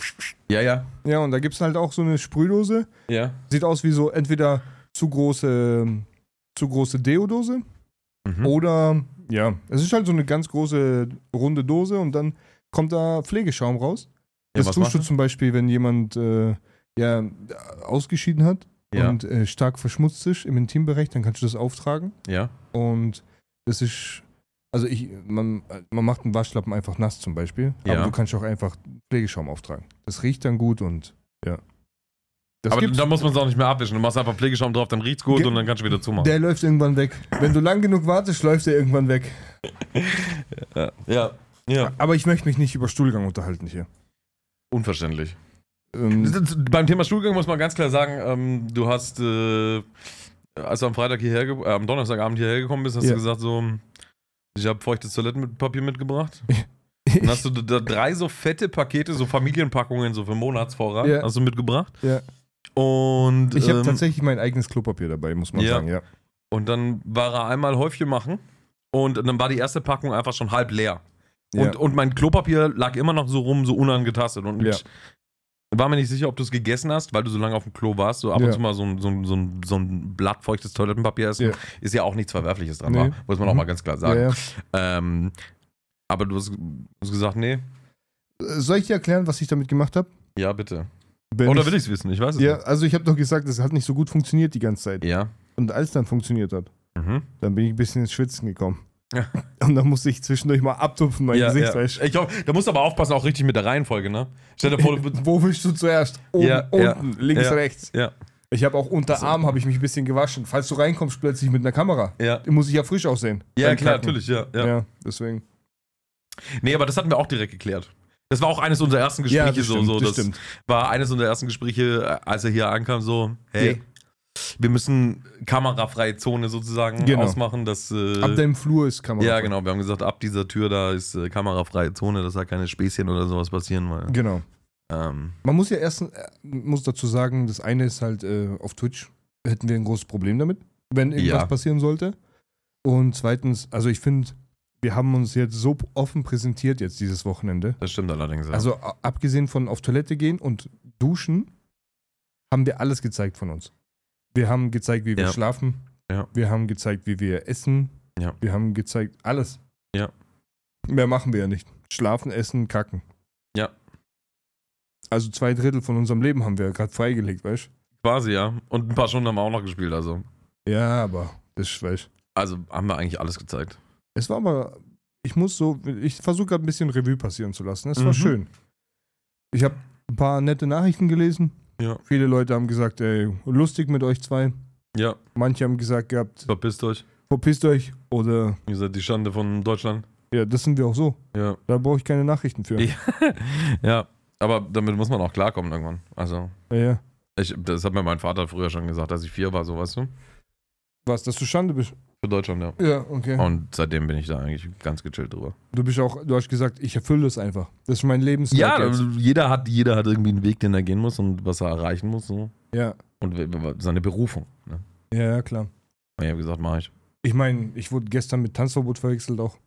[SPEAKER 1] Ja, ja.
[SPEAKER 2] Ja, und da gibt es halt auch so eine Sprühdose.
[SPEAKER 1] Ja.
[SPEAKER 2] Sieht aus wie so entweder zu große, zu große Deodose
[SPEAKER 1] Mhm.
[SPEAKER 2] Oh, oder ja, es ist halt so eine ganz große runde Dose und dann kommt da Pflegeschaum raus.
[SPEAKER 1] ja
[SPEAKER 2] Das
[SPEAKER 1] was
[SPEAKER 2] tust
[SPEAKER 1] machst
[SPEAKER 2] du zum Beispiel, wenn jemand äh, ja, ausgeschieden hat
[SPEAKER 1] du? Ja.
[SPEAKER 2] und äh, stark verschmutzt ist im Intimbereich, dann kannst du das auftragen.
[SPEAKER 1] ja.
[SPEAKER 2] Und das ist, also ich, man, man macht einen Waschlappen einfach nass zum Beispiel,
[SPEAKER 1] Ja.
[SPEAKER 2] aber du kannst auch einfach Pflegeschaum auftragen. Das riecht dann gut und ja. Das
[SPEAKER 1] aber
[SPEAKER 2] gibt's.
[SPEAKER 1] da muss man es auch nicht mehr abwischen. Du machst einfach Pflegeschaum drauf, dann riecht's gut
[SPEAKER 2] Ge-
[SPEAKER 1] und dann kannst du wieder zumachen.
[SPEAKER 2] der läuft irgendwann weg. Wenn du lang genug wartest, läuft er irgendwann weg.
[SPEAKER 1] Ja. ja. Ja.
[SPEAKER 2] Aber ich möchte mich nicht über Stuhlgang unterhalten hier.
[SPEAKER 1] Unverständlich.
[SPEAKER 2] Ähm,
[SPEAKER 1] Beim Thema Schulgang muss man ganz klar sagen, ähm, du hast, äh, als du am Freitag hierher, ge- äh, am Donnerstagabend hierher gekommen bist, hast
[SPEAKER 2] Ja.
[SPEAKER 1] du gesagt so, ich habe feuchtes Toilettenpapier mitgebracht. Dann hast du da drei so fette Pakete, so Familienpackungen, so für Monatsvorrat,
[SPEAKER 2] Ja.
[SPEAKER 1] hast du mitgebracht.
[SPEAKER 2] ja.
[SPEAKER 1] Und,
[SPEAKER 2] Ich habe
[SPEAKER 1] ähm,
[SPEAKER 2] tatsächlich mein eigenes Klopapier dabei, muss man
[SPEAKER 1] Ja.
[SPEAKER 2] sagen, ja.
[SPEAKER 1] und dann war er einmal Häufchen machen und dann war die erste Packung einfach schon halb leer.
[SPEAKER 2] Ja.
[SPEAKER 1] Und, und mein Klopapier lag immer noch so rum, so unangetastet. Und
[SPEAKER 2] Ja.
[SPEAKER 1] ich war mir nicht sicher, ob du es gegessen hast, weil du so lange auf dem Klo warst. So ab und
[SPEAKER 2] Ja.
[SPEAKER 1] zu mal so ein, so, ein, so, ein, so ein Blatt feuchtes Toilettenpapier essen.
[SPEAKER 2] Ja.
[SPEAKER 1] Ist ja auch nichts Verwerfliches dran,
[SPEAKER 2] Nee.
[SPEAKER 1] war, muss man auch
[SPEAKER 2] Mhm.
[SPEAKER 1] mal ganz klar
[SPEAKER 2] Ja,
[SPEAKER 1] sagen.
[SPEAKER 2] ja.
[SPEAKER 1] Ähm, aber du hast, du hast gesagt, nee,
[SPEAKER 2] Äh, Soll ich dir erklären, was ich damit gemacht habe?
[SPEAKER 1] ja, bitte. Oder will ich es wissen? Ich weiß es
[SPEAKER 2] Ja,
[SPEAKER 1] nicht.
[SPEAKER 2] also ich habe doch gesagt, es hat nicht so gut funktioniert die ganze Zeit.
[SPEAKER 1] Ja.
[SPEAKER 2] Und als dann funktioniert hat,
[SPEAKER 1] Mhm.
[SPEAKER 2] Dann bin ich ein bisschen ins Schwitzen gekommen.
[SPEAKER 1] Ja.
[SPEAKER 2] Und dann musste ich zwischendurch mal abtupfen, mein
[SPEAKER 1] ja,
[SPEAKER 2] Gesicht.
[SPEAKER 1] ja.
[SPEAKER 2] Weißt du?
[SPEAKER 1] Ich glaub, da musst du aber aufpassen, auch richtig mit der Reihenfolge, ne? Stell dir vor, du.
[SPEAKER 2] Wo wischst du zuerst? Oben,
[SPEAKER 1] Ja, ja,
[SPEAKER 2] unten, links,
[SPEAKER 1] ja.
[SPEAKER 2] rechts.
[SPEAKER 1] Ja,
[SPEAKER 2] Ich habe auch unter Arm habe ich mich ein bisschen gewaschen. Falls du reinkommst plötzlich mit einer Kamera,
[SPEAKER 1] ja.
[SPEAKER 2] muss ich ja frisch aussehen.
[SPEAKER 1] Ja,
[SPEAKER 2] Beim
[SPEAKER 1] klar,
[SPEAKER 2] Kacken.
[SPEAKER 1] natürlich, ja, ja.
[SPEAKER 2] Ja. deswegen.
[SPEAKER 1] Nee, aber das hatten wir auch direkt geklärt. Das war auch eines unserer ersten Gespräche, so, so.
[SPEAKER 2] das
[SPEAKER 1] das-
[SPEAKER 2] stimmt.
[SPEAKER 1] war eines unserer ersten Gespräche, äh, als er hier ankam, so, hey,
[SPEAKER 2] Ja.
[SPEAKER 1] wir müssen kamerafreie Zone sozusagen
[SPEAKER 2] Genau.
[SPEAKER 1] ausmachen, dass... Äh,
[SPEAKER 2] Ab deinem Flur ist Kamera.
[SPEAKER 1] ja, genau, wir haben gesagt, ab dieser Tür da ist äh, kamerafreie Zone, dass da keine Späßchen oder sowas passieren, weil...
[SPEAKER 2] Genau.
[SPEAKER 1] Ähm,
[SPEAKER 2] Man muss ja erst, äh, muss dazu sagen, das eine ist halt äh, auf Twitch hätten wir ein großes Problem damit, wenn irgendwas
[SPEAKER 1] Ja.
[SPEAKER 2] passieren sollte. Und zweitens, also ich finde, wir haben uns jetzt so offen präsentiert jetzt dieses Wochenende.
[SPEAKER 1] das stimmt allerdings, ja.
[SPEAKER 2] Also a- abgesehen von auf Toilette gehen und duschen, haben wir alles gezeigt von uns. Wir haben gezeigt, wie wir
[SPEAKER 1] Ja.
[SPEAKER 2] schlafen.
[SPEAKER 1] Ja.
[SPEAKER 2] Wir haben gezeigt, wie wir essen.
[SPEAKER 1] Ja.
[SPEAKER 2] Wir haben gezeigt, alles.
[SPEAKER 1] Ja.
[SPEAKER 2] Mehr machen wir ja nicht. Schlafen, essen, kacken.
[SPEAKER 1] Ja.
[SPEAKER 2] Also zwei Drittel von unserem Leben haben wir ja gerade freigelegt, weißt
[SPEAKER 1] quasi, ja. Und ein paar Stunden haben wir auch noch gespielt, also.
[SPEAKER 2] du? Ja, aber das ist, weißt du.
[SPEAKER 1] Also haben wir eigentlich alles gezeigt.
[SPEAKER 2] Es war aber, ich muss so, ich versuche gerade ein bisschen Revue passieren zu lassen. Es
[SPEAKER 1] Mhm.
[SPEAKER 2] war schön. Ich habe ein paar nette Nachrichten gelesen.
[SPEAKER 1] Ja.
[SPEAKER 2] Viele Leute haben gesagt, ey, lustig mit euch zwei.
[SPEAKER 1] Ja,
[SPEAKER 2] Manche haben gesagt gehabt,
[SPEAKER 1] verpisst euch.
[SPEAKER 2] verpisst euch. Oder,
[SPEAKER 1] Ihr seid die Schande von Deutschland.
[SPEAKER 2] ja, das sind wir auch so.
[SPEAKER 1] Ja.
[SPEAKER 2] Da brauche ich keine Nachrichten für.
[SPEAKER 1] Ja. Ja, aber damit muss man auch klarkommen irgendwann. Also,
[SPEAKER 2] Ja, ja.
[SPEAKER 1] ich, das hat mir mein Vater früher schon gesagt, als ich vier war, so, weißt du?
[SPEAKER 2] Was, dass du Schande bist?
[SPEAKER 1] Für Deutschland, ja.
[SPEAKER 2] Ja, okay.
[SPEAKER 1] Und seitdem bin ich da eigentlich ganz gechillt drüber.
[SPEAKER 2] Du bist auch, du hast gesagt, ich erfülle das einfach. Das ist mein Lebenswerk.
[SPEAKER 1] Ja,
[SPEAKER 2] jetzt.
[SPEAKER 1] also jeder hat, jeder hat irgendwie einen Weg, den er gehen muss und was er erreichen muss. So.
[SPEAKER 2] ja.
[SPEAKER 1] Und we- we- seine Berufung. Ne?
[SPEAKER 2] Ja, ja, klar.
[SPEAKER 1] Und ich habe gesagt, mach ich. Ist
[SPEAKER 2] Ich meine, ich wurde gestern mit Tanzverbot verwechselt auch.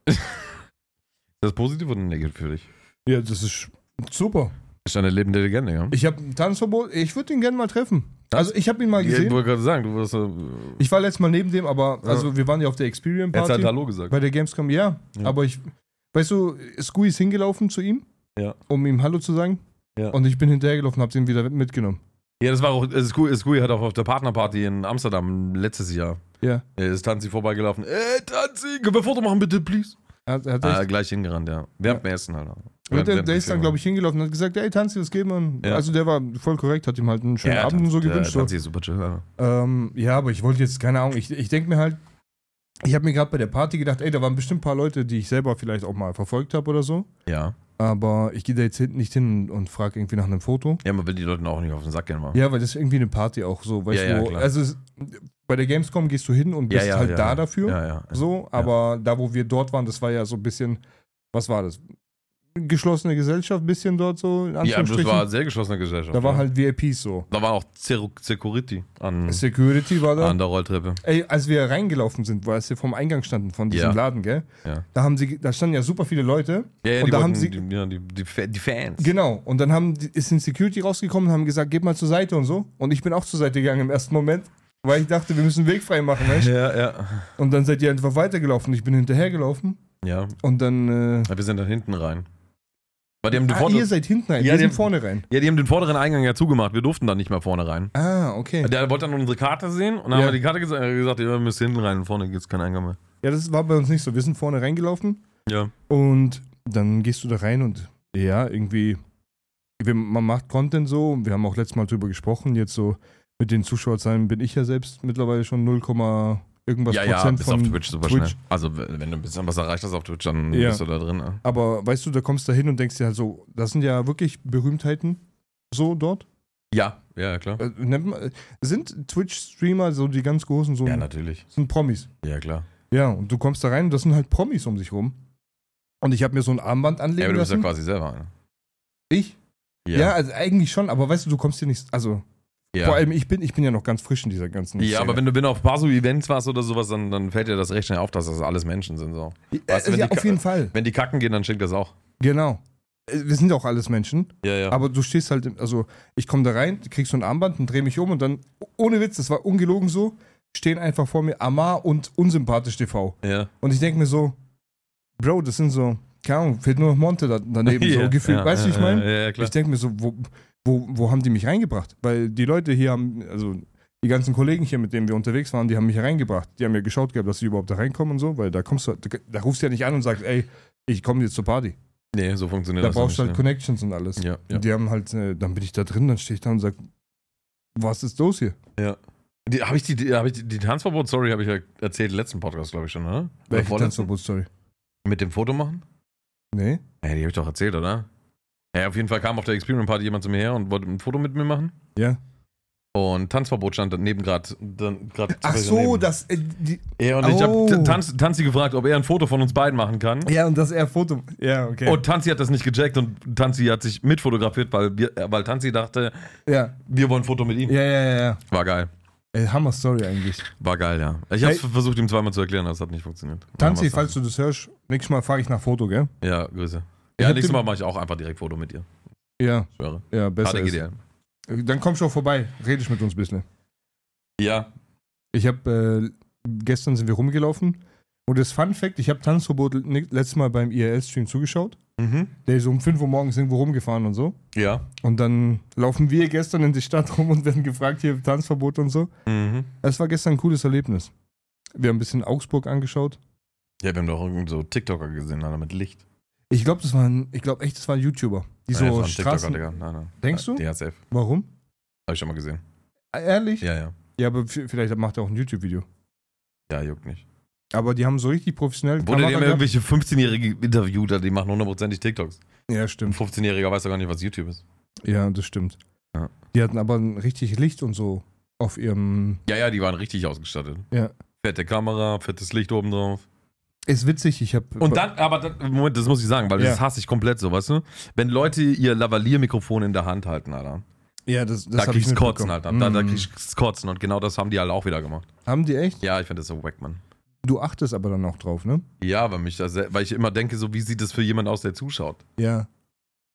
[SPEAKER 1] das positiv oder negativ für dich?
[SPEAKER 2] Ja, das ist super.
[SPEAKER 1] Ist deine lebende Legende, ja?
[SPEAKER 2] Ich habe ein Tanzverbot. Ich würde ihn gerne mal treffen.
[SPEAKER 1] Tanz-
[SPEAKER 2] Also ich habe ihn mal
[SPEAKER 1] Ich
[SPEAKER 2] gesehen.
[SPEAKER 1] wollte gerade sagen, du wirst. Äh,
[SPEAKER 2] Ich war letztes Mal neben dem, aber also wir waren ja auf der Experience
[SPEAKER 1] hättest halt
[SPEAKER 2] Party
[SPEAKER 1] Hallo gesagt.
[SPEAKER 2] bei der Gamescom. Ja,
[SPEAKER 1] Ja.
[SPEAKER 2] aber ich, weißt du, Scooby ist hingelaufen zu ihm,
[SPEAKER 1] Ja.
[SPEAKER 2] um ihm Hallo zu sagen.
[SPEAKER 1] Ja.
[SPEAKER 2] Und ich bin hinterhergelaufen, habe den wieder mitgenommen.
[SPEAKER 1] Ja, das war auch. äh, Skui Skui hat auch auf der Partnerparty in Amsterdam letztes Jahr.
[SPEAKER 2] Ja.
[SPEAKER 1] äh, Ist Tanzi vorbeigelaufen. Äh, Tanzi, können wir Foto machen bitte, please?
[SPEAKER 2] Er hat, er hat
[SPEAKER 1] Ah,
[SPEAKER 2] echt,
[SPEAKER 1] gleich hingerannt, ja. Wir haben Essen halt.
[SPEAKER 2] und der, der ist dann, glaube ich, hingelaufen und hat gesagt, ey, Tanzi, was geht man?
[SPEAKER 1] Ja.
[SPEAKER 2] Also der war voll korrekt, hat ihm halt einen schönen
[SPEAKER 1] ja,
[SPEAKER 2] Abend und so
[SPEAKER 1] Tanzi-
[SPEAKER 2] gewünscht.
[SPEAKER 1] Ja,
[SPEAKER 2] so.
[SPEAKER 1] Tanzi ist super chill, ja.
[SPEAKER 2] Ähm, ja, aber ich wollte jetzt, keine Ahnung, ich, ich denke mir halt, ich habe mir gerade bei der Party gedacht, ey, da waren bestimmt ein paar Leute, die ich selber vielleicht auch mal verfolgt habe oder so.
[SPEAKER 1] Ja.
[SPEAKER 2] Aber ich gehe da jetzt hinten nicht hin und frage irgendwie nach einem Foto.
[SPEAKER 1] Ja, man will die Leute auch nicht auf den Sack gehen machen.
[SPEAKER 2] Ja, weil das ist irgendwie eine Party auch so. Weißt
[SPEAKER 1] Ja,
[SPEAKER 2] du,
[SPEAKER 1] ja,
[SPEAKER 2] wo-
[SPEAKER 1] klar.
[SPEAKER 2] also es, bei der Gamescom gehst du hin und
[SPEAKER 1] Ja,
[SPEAKER 2] bist
[SPEAKER 1] ja,
[SPEAKER 2] halt
[SPEAKER 1] ja,
[SPEAKER 2] da
[SPEAKER 1] ja.
[SPEAKER 2] dafür.
[SPEAKER 1] ja, ja.
[SPEAKER 2] So, aber da, wo wir dort waren, das war ja so ein bisschen, was war das? Geschlossene Gesellschaft, bisschen dort so,
[SPEAKER 1] ja,
[SPEAKER 2] in
[SPEAKER 1] das
[SPEAKER 2] Anführungsstrichen.
[SPEAKER 1] war sehr geschlossene Gesellschaft.
[SPEAKER 2] da waren
[SPEAKER 1] ja.
[SPEAKER 2] halt VIPs so.
[SPEAKER 1] da war auch Cer- Security an,
[SPEAKER 2] Security war da.
[SPEAKER 1] an der Rolltreppe.
[SPEAKER 2] Ey, als wir reingelaufen sind, weil wir vom Eingang standen von diesem
[SPEAKER 1] Ja.
[SPEAKER 2] Laden, gell?
[SPEAKER 1] Ja.
[SPEAKER 2] Da haben sie, da standen ja super viele Leute.
[SPEAKER 1] Ja, ja,
[SPEAKER 2] und
[SPEAKER 1] die,
[SPEAKER 2] da haben
[SPEAKER 1] wollten-
[SPEAKER 2] sie,
[SPEAKER 1] die, ja, die, die, Fa- die Fans.
[SPEAKER 2] genau. Und dann haben, die- ist ein Security rausgekommen und haben gesagt, geht mal zur Seite und so. Und ich bin auch zur Seite gegangen im ersten Moment, weil ich dachte, wir müssen Weg frei machen, weißt? du?
[SPEAKER 1] Ja, ja.
[SPEAKER 2] Und dann seid ihr einfach weitergelaufen. Ich bin hinterhergelaufen
[SPEAKER 1] Ja,
[SPEAKER 2] und dann. Äh,
[SPEAKER 1] aber wir sind dann hinten rein. Weil die haben den
[SPEAKER 2] ah,
[SPEAKER 1] vorderen-
[SPEAKER 2] ihr seid hinten rein,
[SPEAKER 1] Ja,
[SPEAKER 2] wir
[SPEAKER 1] die
[SPEAKER 2] sind
[SPEAKER 1] haben-
[SPEAKER 2] vorne rein.
[SPEAKER 1] ja, die haben den vorderen Eingang ja zugemacht. Wir durften da nicht mehr vorne rein.
[SPEAKER 2] Ah, okay.
[SPEAKER 1] Der wollte dann unsere Karte sehen und dann
[SPEAKER 2] Ja.
[SPEAKER 1] haben wir die Karte gesa- äh, gesagt, ihr müsst hinten rein und vorne gibt's keinen Eingang mehr.
[SPEAKER 2] Ja, das war bei uns nicht so. Wir sind vorne reingelaufen
[SPEAKER 1] Ja.
[SPEAKER 2] Und dann gehst du da rein und ja, irgendwie, wir, man macht Content so. Wir haben auch letztes Mal drüber gesprochen. Jetzt so mit den Zuschauerzahlen bin ich ja selbst mittlerweile schon 0, irgendwas
[SPEAKER 1] ja, ja,
[SPEAKER 2] Prozent
[SPEAKER 1] bist auf
[SPEAKER 2] von.
[SPEAKER 1] Twitch super
[SPEAKER 2] Twitch.
[SPEAKER 1] schnell. Also, w- wenn du ein bisschen was erreicht hast auf Twitch, dann
[SPEAKER 2] Ja.
[SPEAKER 1] bist du da drin. Ne?
[SPEAKER 2] aber weißt du, da kommst du hin und denkst dir halt so, das sind ja wirklich Berühmtheiten so dort.
[SPEAKER 1] Ja, ja, klar.
[SPEAKER 2] Äh, nennt man- äh, Sind Twitch-Streamer so die ganz großen, so
[SPEAKER 1] Ja, natürlich.
[SPEAKER 2] sind Promis.
[SPEAKER 1] Ja, klar.
[SPEAKER 2] Ja, und du kommst da rein und das sind halt Promis um sich rum. Und ich habe mir so ein Armband
[SPEAKER 1] Ja,
[SPEAKER 2] anlegen
[SPEAKER 1] aber du bist ja
[SPEAKER 2] lassen.
[SPEAKER 1] quasi selber ne? einer.
[SPEAKER 2] ich? Ja. also eigentlich schon, aber weißt du, du kommst hier nicht, also
[SPEAKER 1] ja.
[SPEAKER 2] Vor allem, ich bin, ich bin ja noch ganz frisch in dieser ganzen
[SPEAKER 1] Ja, aber wenn du wenn du auf ein paar so Events warst oder sowas, dann, dann fällt dir das recht schnell auf, dass das alles Menschen sind. So. weißt du,
[SPEAKER 2] äh,
[SPEAKER 1] wenn
[SPEAKER 2] ja,
[SPEAKER 1] die
[SPEAKER 2] auf
[SPEAKER 1] Ka-
[SPEAKER 2] jeden Fall.
[SPEAKER 1] Wenn die kacken gehen, dann schickt das auch.
[SPEAKER 2] Genau. Äh, Wir sind ja auch alles Menschen,
[SPEAKER 1] Ja, ja.
[SPEAKER 2] aber du stehst halt, im- also ich komme da rein, krieg so ein Armband und drehe mich um und dann, ohne Witz, das war ungelogen so, stehen einfach vor mir Amar und Unsympathisch TV.
[SPEAKER 1] ja.
[SPEAKER 2] Und ich denke mir so, Bro, das sind so, keine Ahnung, fehlt nur noch Monte da, daneben,
[SPEAKER 1] Ja,
[SPEAKER 2] so gefühlt,
[SPEAKER 1] ja,
[SPEAKER 2] weißt du, wie ich meine?
[SPEAKER 1] Ja, ja, klar.
[SPEAKER 2] Ich denke mir so, wo, wo, wo haben die mich reingebracht? Weil die Leute hier haben, also die ganzen Kollegen hier, mit denen wir unterwegs waren, die haben mich hier reingebracht. Die haben ja geschaut gehabt, dass sie überhaupt da reinkommen und so, weil da kommst du, da, da rufst du ja nicht an und sagst, ey, ich komme jetzt zur Party.
[SPEAKER 1] Nee, so funktioniert
[SPEAKER 2] Da
[SPEAKER 1] das
[SPEAKER 2] brauchst du halt
[SPEAKER 1] nicht.
[SPEAKER 2] Connections und alles.
[SPEAKER 1] ne? ja, ja.
[SPEAKER 2] Und Die haben halt, äh, dann bin ich da drin, dann stehe ich da und sag, was ist los hier?
[SPEAKER 1] Die, hab ich die, die, hab ich die, die Tanzverbot-Story habe ich ja erzählt im letzten Podcast, glaube ich schon, ne? oder? Oder
[SPEAKER 2] Welche
[SPEAKER 1] vorletzten?
[SPEAKER 2] Tanzverbotstory?
[SPEAKER 1] Mit dem Foto machen?
[SPEAKER 2] Nee?
[SPEAKER 1] Ja, die habe ich doch erzählt, oder? Ja, auf jeden Fall kam auf der Experiment Party jemand zu mir her und wollte ein Foto mit mir machen.
[SPEAKER 2] Ja.
[SPEAKER 1] Und Tanzverbot stand daneben gerade.
[SPEAKER 2] Ach so, das, äh, die,
[SPEAKER 1] Ja, und ich
[SPEAKER 2] Oh.
[SPEAKER 1] habe Tanz, Tanzi gefragt, ob er ein Foto von uns beiden machen kann.
[SPEAKER 2] ja, und das eher Foto. Ja, okay.
[SPEAKER 1] Und Tanzi hat das nicht gecheckt und Tanzi hat sich mitfotografiert, weil, wir, äh, weil Tanzi dachte,
[SPEAKER 2] ja,
[SPEAKER 1] wir wollen ein Foto mit ihm.
[SPEAKER 2] ja, ja, ja. ja.
[SPEAKER 1] War geil.
[SPEAKER 2] Ey, Hammer-Story eigentlich.
[SPEAKER 1] War geil, ja. Ich habe
[SPEAKER 2] Hey.
[SPEAKER 1] versucht, ihm zweimal zu erklären, aber es hat nicht funktioniert.
[SPEAKER 2] Tanzi,
[SPEAKER 1] Ja, was-
[SPEAKER 2] falls du das hörst, nächstes Mal fahre ich nach Foto, gell?
[SPEAKER 1] Ja, Grüße.
[SPEAKER 2] Ich
[SPEAKER 1] Ja,
[SPEAKER 2] hab
[SPEAKER 1] nächstes
[SPEAKER 2] dem-
[SPEAKER 1] Mal mache ich auch einfach direkt Foto mit ihr.
[SPEAKER 2] Ja,
[SPEAKER 1] Ich schwöre.
[SPEAKER 2] ja, besser.
[SPEAKER 1] Harte
[SPEAKER 2] ist. Äh,
[SPEAKER 1] GDL.
[SPEAKER 2] Dann komm schon vorbei, redest mit uns ein bisschen.
[SPEAKER 1] Ja.
[SPEAKER 2] Ich habe, äh, gestern sind wir rumgelaufen und das Fun Fact, ich habe Tanzverbot ni- letztes Mal beim IRL-Stream zugeschaut.
[SPEAKER 1] Mhm.
[SPEAKER 2] Der ist um 5 Uhr morgens irgendwo rumgefahren und so.
[SPEAKER 1] Ja.
[SPEAKER 2] Und dann laufen wir gestern in die Stadt rum und werden gefragt, hier Tanzverbot und so.
[SPEAKER 1] Mhm.
[SPEAKER 2] Es war gestern ein cooles Erlebnis. Wir haben ein bisschen Augsburg angeschaut.
[SPEAKER 1] Ja, wir haben doch irgend so TikToker gesehen, Alter, mit Licht.
[SPEAKER 2] Ich glaube, das waren, ich glaube echt, das waren YouTuber. Die so
[SPEAKER 1] das war ein
[SPEAKER 2] Straßen.
[SPEAKER 1] Digga. Nein, nein.
[SPEAKER 2] Denkst du?
[SPEAKER 1] Ja, safe.
[SPEAKER 2] Warum?
[SPEAKER 1] Hab ich schon mal gesehen.
[SPEAKER 2] Ehrlich?
[SPEAKER 1] Ja, ja.
[SPEAKER 2] Ja, aber v- vielleicht macht er auch ein YouTube-Video.
[SPEAKER 1] Ja, juckt nicht.
[SPEAKER 2] Aber die haben so richtig professionell.
[SPEAKER 1] Wurde die
[SPEAKER 2] Kamera
[SPEAKER 1] haben
[SPEAKER 2] gehabt.
[SPEAKER 1] irgendwelche 15-Jährige interviewt, Alter, die machen hundertprozentig TikToks.
[SPEAKER 2] ja,
[SPEAKER 1] Ein
[SPEAKER 2] stimmt.
[SPEAKER 1] 15-Jähriger weiß doch gar nicht, was YouTube ist.
[SPEAKER 2] Ja, das stimmt.
[SPEAKER 1] Ja.
[SPEAKER 2] Die hatten aber ein richtig Licht und so auf ihrem.
[SPEAKER 1] Ja, ja, die waren richtig ausgestattet.
[SPEAKER 2] Ja.
[SPEAKER 1] Fette Kamera, fettes Licht oben drauf.
[SPEAKER 2] Ist witzig, ich habe.
[SPEAKER 1] Und dann, aber dann, Moment, das muss ich sagen, weil
[SPEAKER 2] Ja.
[SPEAKER 1] das hasse ich komplett so, weißt du? Wenn Leute ihr Lavalier-Mikrofon in der Hand halten, Alter,
[SPEAKER 2] Ja, das, das
[SPEAKER 1] da
[SPEAKER 2] hab
[SPEAKER 1] krieg ich's Kotzen,
[SPEAKER 2] mitbekommen.
[SPEAKER 1] Alter. Da, da
[SPEAKER 2] Mm.
[SPEAKER 1] krieg ich's Kotzen und genau das haben die halt auch wieder gemacht.
[SPEAKER 2] Haben die echt?
[SPEAKER 1] Ja, ich finde das so wack, Mann.
[SPEAKER 2] Du achtest aber dann auch drauf, ne?
[SPEAKER 1] Ja, weil, mich das, weil ich immer denke, so wie sieht das für jemand aus, der zuschaut?
[SPEAKER 2] Ja.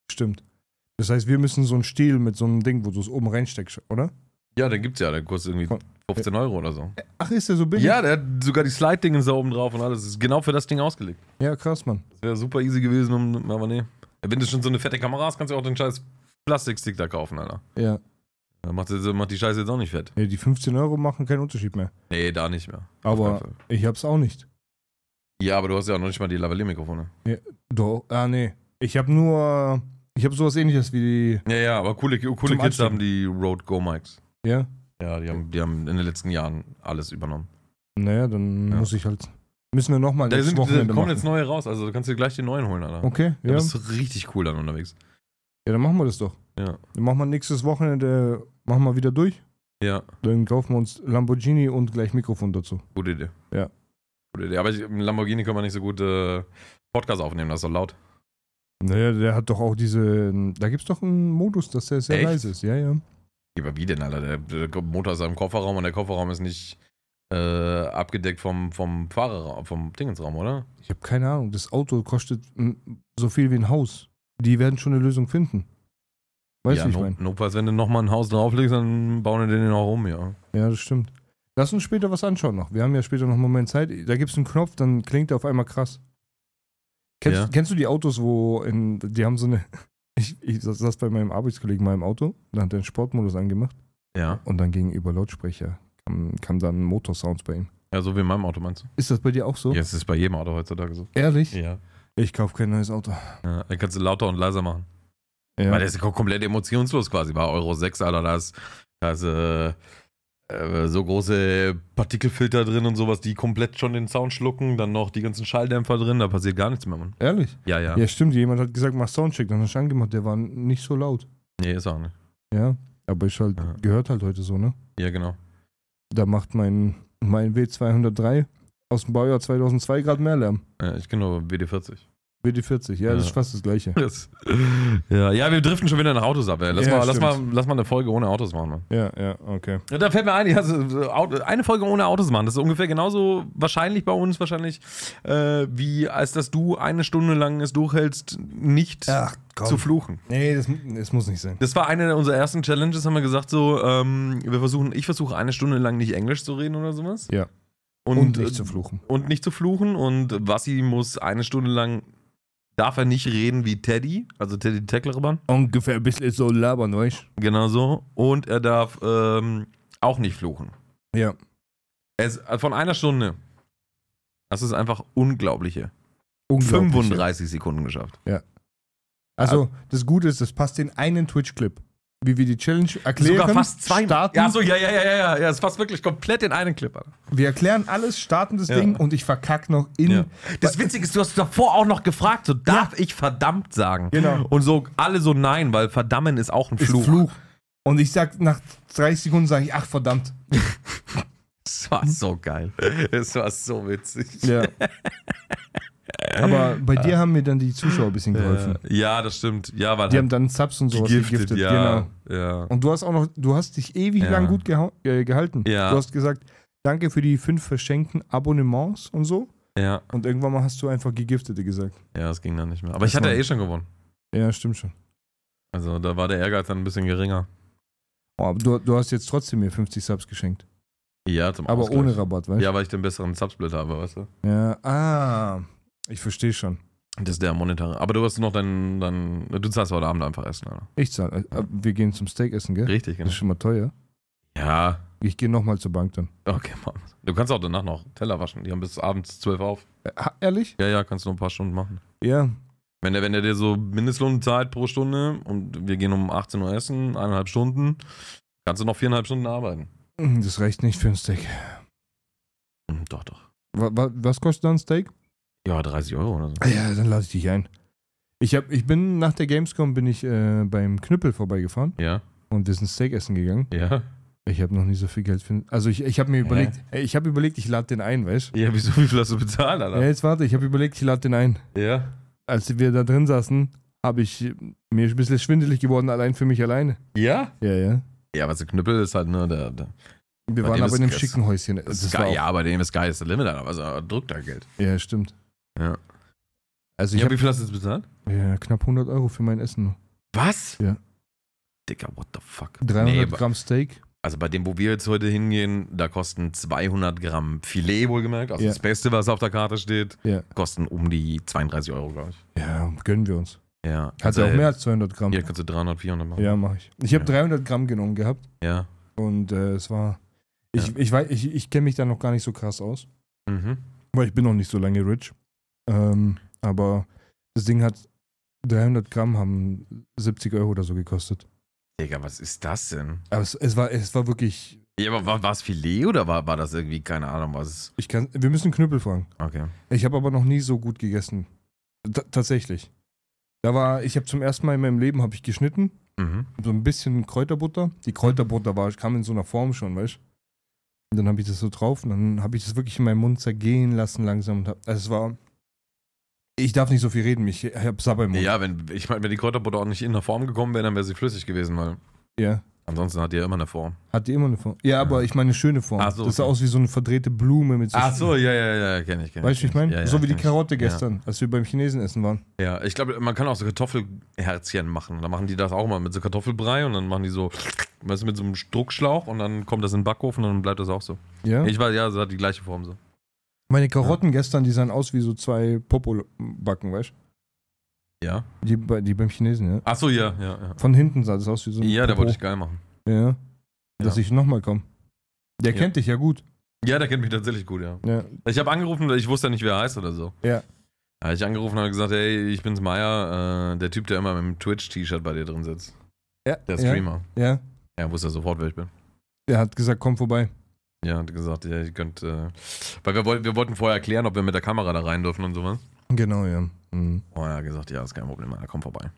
[SPEAKER 2] Stimmt. Das heißt, wir müssen so einen Stiel mit so einem Ding, wo du es oben reinsteckst, oder?
[SPEAKER 1] Ja, den gibt's ja, der kostet irgendwie
[SPEAKER 2] Von-
[SPEAKER 1] 15 Euro oder so.
[SPEAKER 2] Ach, ist der so billig?
[SPEAKER 1] Ja, der hat sogar die Slide-Dingens da oben drauf und alles. Ist genau für das Ding ausgelegt.
[SPEAKER 2] Ja, krass, Mann.
[SPEAKER 1] Das wäre super easy gewesen, um, aber nee. Wenn du schon so eine fette Kamera hast, kannst du auch den scheiß Plastikstick da kaufen, Alter.
[SPEAKER 2] Ja.
[SPEAKER 1] Dann macht, das- macht die Scheiße jetzt auch nicht fett.
[SPEAKER 2] ja. Die 15 Euro machen keinen Unterschied mehr.
[SPEAKER 1] Nee, da nicht mehr. Auf keinen
[SPEAKER 2] Aber
[SPEAKER 1] Fall.
[SPEAKER 2] ich hab's auch nicht.
[SPEAKER 1] Ja, aber du hast ja auch noch nicht mal die Lavalier-Mikrofone.
[SPEAKER 2] Doch. Ah, nee. Ich hab nur. Ich hab sowas ähnliches wie
[SPEAKER 1] Ja, ja, aber coole, coole
[SPEAKER 2] Zum
[SPEAKER 1] Kids
[SPEAKER 2] Anstecken.
[SPEAKER 1] haben die Rode Go Mics.
[SPEAKER 2] die. Ja.
[SPEAKER 1] Ja, die haben, die haben in den letzten Jahren alles übernommen.
[SPEAKER 2] Naja, dann
[SPEAKER 1] Ja.
[SPEAKER 2] muss ich halt Müssen wir nochmal
[SPEAKER 1] Da,
[SPEAKER 2] nächstes
[SPEAKER 1] sind, da
[SPEAKER 2] Wochenende
[SPEAKER 1] kommen
[SPEAKER 2] machen.
[SPEAKER 1] jetzt neue raus, also du kannst dir gleich den neuen holen, Alter.
[SPEAKER 2] okay,
[SPEAKER 1] Da
[SPEAKER 2] ja.
[SPEAKER 1] bist du richtig cool dann unterwegs.
[SPEAKER 2] ja, dann machen wir das doch.
[SPEAKER 1] Ja.
[SPEAKER 2] Dann machen wir nächstes Wochenende, äh, machen wir wieder durch.
[SPEAKER 1] Ja,
[SPEAKER 2] Dann kaufen wir uns Lamborghini und gleich Mikrofon dazu.
[SPEAKER 1] gute Idee.
[SPEAKER 2] Ja.
[SPEAKER 1] Gute Idee. Aber ich, im Lamborghini können wir nicht so gut äh, Podcast aufnehmen, das ist so laut.
[SPEAKER 2] Naja, der hat doch auch diese, ähm, da gibt's doch einen Modus, dass der sehr
[SPEAKER 1] Echt?
[SPEAKER 2] leise ist. Ja, ja.
[SPEAKER 1] Ja, Aber wie denn, Alter? Der, der Motor ist im Kofferraum und der Kofferraum ist nicht äh, abgedeckt vom, vom Fahrerraum, vom Dingensraum, oder?
[SPEAKER 2] Ich habe keine Ahnung. Das Auto kostet mm, so viel wie ein Haus. Die werden schon eine Lösung finden.
[SPEAKER 1] ja,
[SPEAKER 2] Weißt du, wie ich meine?
[SPEAKER 1] notfalls, wenn du nochmal ein Haus drauflegst, dann bauen wir den auch um, ja.
[SPEAKER 2] Ja, das stimmt. Lass uns später was anschauen noch. Wir haben ja später noch einen Moment Zeit. Da gibt es einen Knopf, dann klingt der auf einmal krass. Kennst,
[SPEAKER 1] Ja.
[SPEAKER 2] kennst du die Autos, wo in, die haben so eine. Ich, ich saß- saß bei meinem Arbeitskollegen mal im Auto, dann hat er den Sportmodus angemacht
[SPEAKER 1] Ja.
[SPEAKER 2] und dann ging über Lautsprecher, kam, kam dann Motorsounds bei ihm.
[SPEAKER 1] Ja, so wie in meinem Auto meinst du?
[SPEAKER 2] Ist das bei dir auch so?
[SPEAKER 1] Ja, es ist bei jedem Auto heutzutage so.
[SPEAKER 2] Ehrlich?
[SPEAKER 1] Ja.
[SPEAKER 2] Ich kaufe kein neues Auto.
[SPEAKER 1] ja. Dann kannst du lauter und leiser machen.
[SPEAKER 2] Ja.
[SPEAKER 1] Weil der ist kom- komplett emotionslos quasi. Bei Euro 6, Alter, da ist, da ist äh, äh, so große Partikelfilter drin und sowas, die komplett schon den Sound schlucken. Dann noch die ganzen Schalldämpfer drin, da passiert gar nichts mehr, Mann.
[SPEAKER 2] Ehrlich?
[SPEAKER 1] Ja, ja.
[SPEAKER 2] Ja. stimmt. Jemand hat gesagt, mach Soundcheck. Dann hast du angemacht, der war nicht so laut.
[SPEAKER 1] Nee, ist auch nicht.
[SPEAKER 2] Ja, aber ich halt,
[SPEAKER 1] Ja.
[SPEAKER 2] gehört halt heute so, ne?
[SPEAKER 1] Ja, genau.
[SPEAKER 2] Da macht mein, mein W203 aus dem Baujahr 2002 gerade mehr Lärm.
[SPEAKER 1] Ja, ich kenne nur WD40.
[SPEAKER 2] WD40, ja, das
[SPEAKER 1] Ja.
[SPEAKER 2] ist fast das gleiche.
[SPEAKER 1] Das, ja, ja, wir driften schon wieder nach Autos ab. Ey. Lass,
[SPEAKER 2] Ja,
[SPEAKER 1] mal, lass, mal,
[SPEAKER 2] stimmt.
[SPEAKER 1] lass mal eine Folge ohne Autos machen. Mann.
[SPEAKER 2] Ja, ja, okay.
[SPEAKER 1] Ja, Da fällt mir ein, ja, so- so Auto- eine Folge ohne Autos machen. Das ist ungefähr genauso wahrscheinlich bei uns wahrscheinlich, äh, wie als dass du eine Stunde lang es durchhältst, nicht zu fluchen.
[SPEAKER 2] Nee, das, das muss nicht sein.
[SPEAKER 1] Das war eine unserer ersten Challenges, haben wir gesagt, so, ähm, wir versuchen, ich versuche eine Stunde lang nicht Englisch zu reden oder sowas.
[SPEAKER 2] Ja.
[SPEAKER 1] Und,
[SPEAKER 2] Und,
[SPEAKER 1] äh,
[SPEAKER 2] nicht zu fluchen.
[SPEAKER 1] und nicht zu fluchen. Und Wassi muss eine Stunde lang, darf er nicht reden wie Teddy, also Teddy Tacklerbahn,
[SPEAKER 2] Ungefähr ein bisschen so labern, weißt
[SPEAKER 1] genau so. Und er darf ähm, auch nicht fluchen.
[SPEAKER 2] Ja.
[SPEAKER 1] Es, von einer Stunde. Das ist einfach unglaubliche.
[SPEAKER 2] Unglaublich,
[SPEAKER 1] 35 Sekunden geschafft.
[SPEAKER 2] Ja. Also, das Gute ist, das passt in einen Twitch-Clip. Wie wir die Challenge erklären.
[SPEAKER 1] Sogar fast zwei.
[SPEAKER 2] starten,
[SPEAKER 1] Ja, so, ja, ja, ja, ja, ja. Ja, es passt wirklich komplett in einen Clip. Alter.
[SPEAKER 2] Wir erklären alles, starten das
[SPEAKER 1] Ja.
[SPEAKER 2] Ding und ich verkack noch in.
[SPEAKER 1] Ja. Mhm. Das Witzige ist, du hast davor auch noch gefragt, so darf ich verdammt sagen?
[SPEAKER 2] Genau.
[SPEAKER 1] Und so alle so nein, weil verdammen ist auch ein
[SPEAKER 2] Ist
[SPEAKER 1] Fluch.
[SPEAKER 2] Fluch. Und ich sag, nach 30 Sekunden sage ich, ach verdammt.
[SPEAKER 1] Das war so geil. Das war so witzig.
[SPEAKER 2] Ja. Aber bei dir haben mir dann die Zuschauer ein bisschen geholfen.
[SPEAKER 1] Äh, ja, das stimmt. Ja, weil halt
[SPEAKER 2] Die haben dann Subs und sowas gegiftet.
[SPEAKER 1] ja.
[SPEAKER 2] Genau.
[SPEAKER 1] ja.
[SPEAKER 2] Und du hast auch noch, du hast dich ewig
[SPEAKER 1] Ja.
[SPEAKER 2] lang gut geha- äh, gehalten.
[SPEAKER 1] Ja.
[SPEAKER 2] Du hast gesagt, danke für die fünf verschenkten Abonnements und so.
[SPEAKER 1] ja.
[SPEAKER 2] Und irgendwann mal hast du einfach Gegiftete gesagt.
[SPEAKER 1] Ja, das ging dann nicht mehr. Aber ich hatte
[SPEAKER 2] war-
[SPEAKER 1] ja eh schon gewonnen.
[SPEAKER 2] Ja, stimmt schon.
[SPEAKER 1] Also da war der Ehrgeiz dann ein bisschen geringer.
[SPEAKER 2] Oh, aber du, du hast jetzt trotzdem mir 50 Subs geschenkt.
[SPEAKER 1] Ja, zum
[SPEAKER 2] Aber
[SPEAKER 1] Ausgleich.
[SPEAKER 2] ohne Rabatt, ne? weißt du?
[SPEAKER 1] Ja, weil ich den besseren Subsplit habe, weißt du?
[SPEAKER 2] Ja. Ah, ich verstehe schon.
[SPEAKER 1] Das ist der monetäre. Aber du hast noch deinen. Dein, du zahlst heute Abend einfach essen, Alter.
[SPEAKER 2] Ich zahle. Äh, Wir gehen zum Steak essen, gell?
[SPEAKER 1] Richtig,
[SPEAKER 2] Das
[SPEAKER 1] genau.
[SPEAKER 2] ist schon mal teuer.
[SPEAKER 1] Ja,
[SPEAKER 2] Ich gehe nochmal zur Bank dann.
[SPEAKER 1] okay, Mann. Du kannst auch danach noch Teller waschen. Die haben bis abends 12 auf.
[SPEAKER 2] Äh, ha- ehrlich?
[SPEAKER 1] Ja, ja, kannst du noch ein paar Stunden machen.
[SPEAKER 2] Ja.
[SPEAKER 1] Wenn der, wenn der dir so Mindestlohn zahlt pro Stunde und wir gehen um 18 Uhr essen, eineinhalb Stunden, kannst du noch viereinhalb Stunden arbeiten.
[SPEAKER 2] Das reicht nicht für ein Steak.
[SPEAKER 1] Hm, Doch, doch.
[SPEAKER 2] Wa- wa- Was kostet da ein Steak?
[SPEAKER 1] Ja, 30 Euro oder so.
[SPEAKER 2] Ah Ja, dann lasse ich dich ein. Ich, hab, ich bin nach der Gamescom bin ich äh, beim Knüppel vorbeigefahren
[SPEAKER 1] Ja,
[SPEAKER 2] und wir sind Steak essen gegangen.
[SPEAKER 1] ja.
[SPEAKER 2] Ich habe noch nie so viel Geld für. Also ich, ich habe mir überlegt, äh, ich habe überlegt, ich lade den ein, weißt?
[SPEAKER 1] Ja, wieso, wie viel hast du bezahlt,
[SPEAKER 2] Ja,
[SPEAKER 1] Alter?
[SPEAKER 2] jetzt warte, ich habe überlegt, ich lade den ein.
[SPEAKER 1] Ja.
[SPEAKER 2] Als wir da drin saßen, habe ich äh, mir ist ein bisschen schwindelig geworden, allein für mich alleine.
[SPEAKER 1] Ja?
[SPEAKER 2] Ja, ja.
[SPEAKER 1] Ja, aber so Knüppel ist halt, ne, der, der
[SPEAKER 2] Wir
[SPEAKER 1] Bei
[SPEAKER 2] waren
[SPEAKER 1] dem
[SPEAKER 2] aber
[SPEAKER 1] ist
[SPEAKER 2] in einem
[SPEAKER 1] krass.
[SPEAKER 2] schicken Häuschen. Das
[SPEAKER 1] Sky,
[SPEAKER 2] war auch,
[SPEAKER 1] ja, aber dem ist Sky ist der Limit, aber also drückt da Geld.
[SPEAKER 2] ja, stimmt.
[SPEAKER 1] Ja.
[SPEAKER 2] Also ich
[SPEAKER 1] ja,
[SPEAKER 2] habe
[SPEAKER 1] wie viel hast du jetzt bezahlt?
[SPEAKER 2] ja, knapp 100 Euro für mein Essen.
[SPEAKER 1] Was?
[SPEAKER 2] Ja.
[SPEAKER 1] Dicker, what the fuck?
[SPEAKER 2] 300
[SPEAKER 1] Nee, aber-
[SPEAKER 2] Gramm Steak.
[SPEAKER 1] also bei dem, wo wir jetzt heute hingehen, da kosten 200 Gramm Filet wohlgemerkt, also
[SPEAKER 2] Ja.
[SPEAKER 1] das Beste, was auf der Karte steht,
[SPEAKER 2] Ja.
[SPEAKER 1] kosten um die 32 Euro, glaube ich.
[SPEAKER 2] Ja, gönnen wir uns.
[SPEAKER 1] Ja.
[SPEAKER 2] Hat
[SPEAKER 1] Kannst du,
[SPEAKER 2] ja auch
[SPEAKER 1] äh,
[SPEAKER 2] mehr als 200 Gramm.
[SPEAKER 1] Ja, kannst du 300, 400 machen.
[SPEAKER 2] Ja, mache ich. Ich habe
[SPEAKER 1] Ja.
[SPEAKER 2] 300 Gramm genommen gehabt
[SPEAKER 1] Ja.
[SPEAKER 2] und äh, es war. Ich, ich weiß, ich, ich kenne mich da noch gar nicht so krass aus,
[SPEAKER 1] Mhm.
[SPEAKER 2] weil ich bin noch nicht so lange rich. Ähm, aber das Ding hat 300 Gramm haben 70 Euro oder so gekostet.
[SPEAKER 1] Digga, was ist das denn?
[SPEAKER 2] Aber es, es, war, es war wirklich.
[SPEAKER 1] Ja, aber war, war es Filet oder war, war das irgendwie, keine Ahnung, was?
[SPEAKER 2] Ich kann, wir müssen Knüppel fragen.
[SPEAKER 1] Okay.
[SPEAKER 2] Ich habe aber noch nie so gut gegessen. Ta- tatsächlich. Da war, ich habe zum ersten Mal in meinem Leben habe ich geschnitten,
[SPEAKER 1] Mhm.
[SPEAKER 2] so ein bisschen Kräuterbutter. Die Kräuterbutter war, kam in so einer Form schon, weißt du? Und dann habe ich das so drauf und dann habe ich das wirklich in meinem Mund zergehen lassen langsam. Und hab, also es war. Ich darf nicht so viel reden, ich habe Sabber im Mund.
[SPEAKER 1] Ja, wenn, ich meine, wenn die Kräuterbutter auch nicht in der Form gekommen wäre, dann wäre sie flüssig gewesen, weil
[SPEAKER 2] Ja.
[SPEAKER 1] ansonsten hat die ja immer eine Form.
[SPEAKER 2] Hat die immer eine Form. Ja, aber ich meine eine schöne Form.
[SPEAKER 1] Ach so,
[SPEAKER 2] das sah
[SPEAKER 1] okay.
[SPEAKER 2] aus wie so eine verdrehte Blume mit so.
[SPEAKER 1] Ach so, ja, ja, ja, kenne ich, kenne ich.
[SPEAKER 2] Weißt du, wie ich
[SPEAKER 1] kenn
[SPEAKER 2] meine?
[SPEAKER 1] ich. Ja, ja,
[SPEAKER 2] so wie die
[SPEAKER 1] kenn ich.
[SPEAKER 2] Karotte
[SPEAKER 1] Ja.
[SPEAKER 2] gestern, als wir beim Chinesen essen waren.
[SPEAKER 1] Ja, ich glaube, man kann auch so Kartoffelherzchen machen. Da machen die das auch mal mit so Kartoffelbrei und dann machen die so, weißt du, mit so einem Druckschlauch und dann kommt das in den Backofen und dann bleibt das auch so.
[SPEAKER 2] Ja?
[SPEAKER 1] Ich weiß, ja, es hat die gleiche Form so.
[SPEAKER 2] Meine Karotten gestern, die sahen aus wie so zwei Popo-Backen, weißt
[SPEAKER 1] Ja.
[SPEAKER 2] du? Die, bei- die beim Chinesen, ja.
[SPEAKER 1] Ach so, ja, ja, ja.
[SPEAKER 2] Von hinten sah das aus wie so ein
[SPEAKER 1] Ja, da
[SPEAKER 2] Popo.
[SPEAKER 1] wollte ich geil machen.
[SPEAKER 2] Ja. Dass
[SPEAKER 1] Ja.
[SPEAKER 2] ich nochmal komme. Der
[SPEAKER 1] Ja.
[SPEAKER 2] kennt dich ja gut.
[SPEAKER 1] Ja, der kennt mich tatsächlich gut, ja.
[SPEAKER 2] Ja.
[SPEAKER 1] Ich habe angerufen, ich wusste ja nicht, wer er heißt oder so.
[SPEAKER 2] Ja.
[SPEAKER 1] Da hab ich angerufen und hab gesagt, hey, ich bin's Meier, äh, der Typ, der immer mit dem Twitch-T-Shirt bei dir drin sitzt.
[SPEAKER 2] Ja.
[SPEAKER 1] Der
[SPEAKER 2] ja.
[SPEAKER 1] Streamer.
[SPEAKER 2] ja.
[SPEAKER 1] Er wusste sofort, wer ich bin.
[SPEAKER 2] Der hat gesagt, komm vorbei.
[SPEAKER 1] Ja, hat gesagt, ja, ihr könnt, äh, weil wir, woll- wir wollten vorher erklären, ob wir mit der Kamera da rein dürfen und sowas.
[SPEAKER 2] Genau, ja. Mhm.
[SPEAKER 1] Und er hat gesagt, ja, ist kein Problem, er kommt vorbei.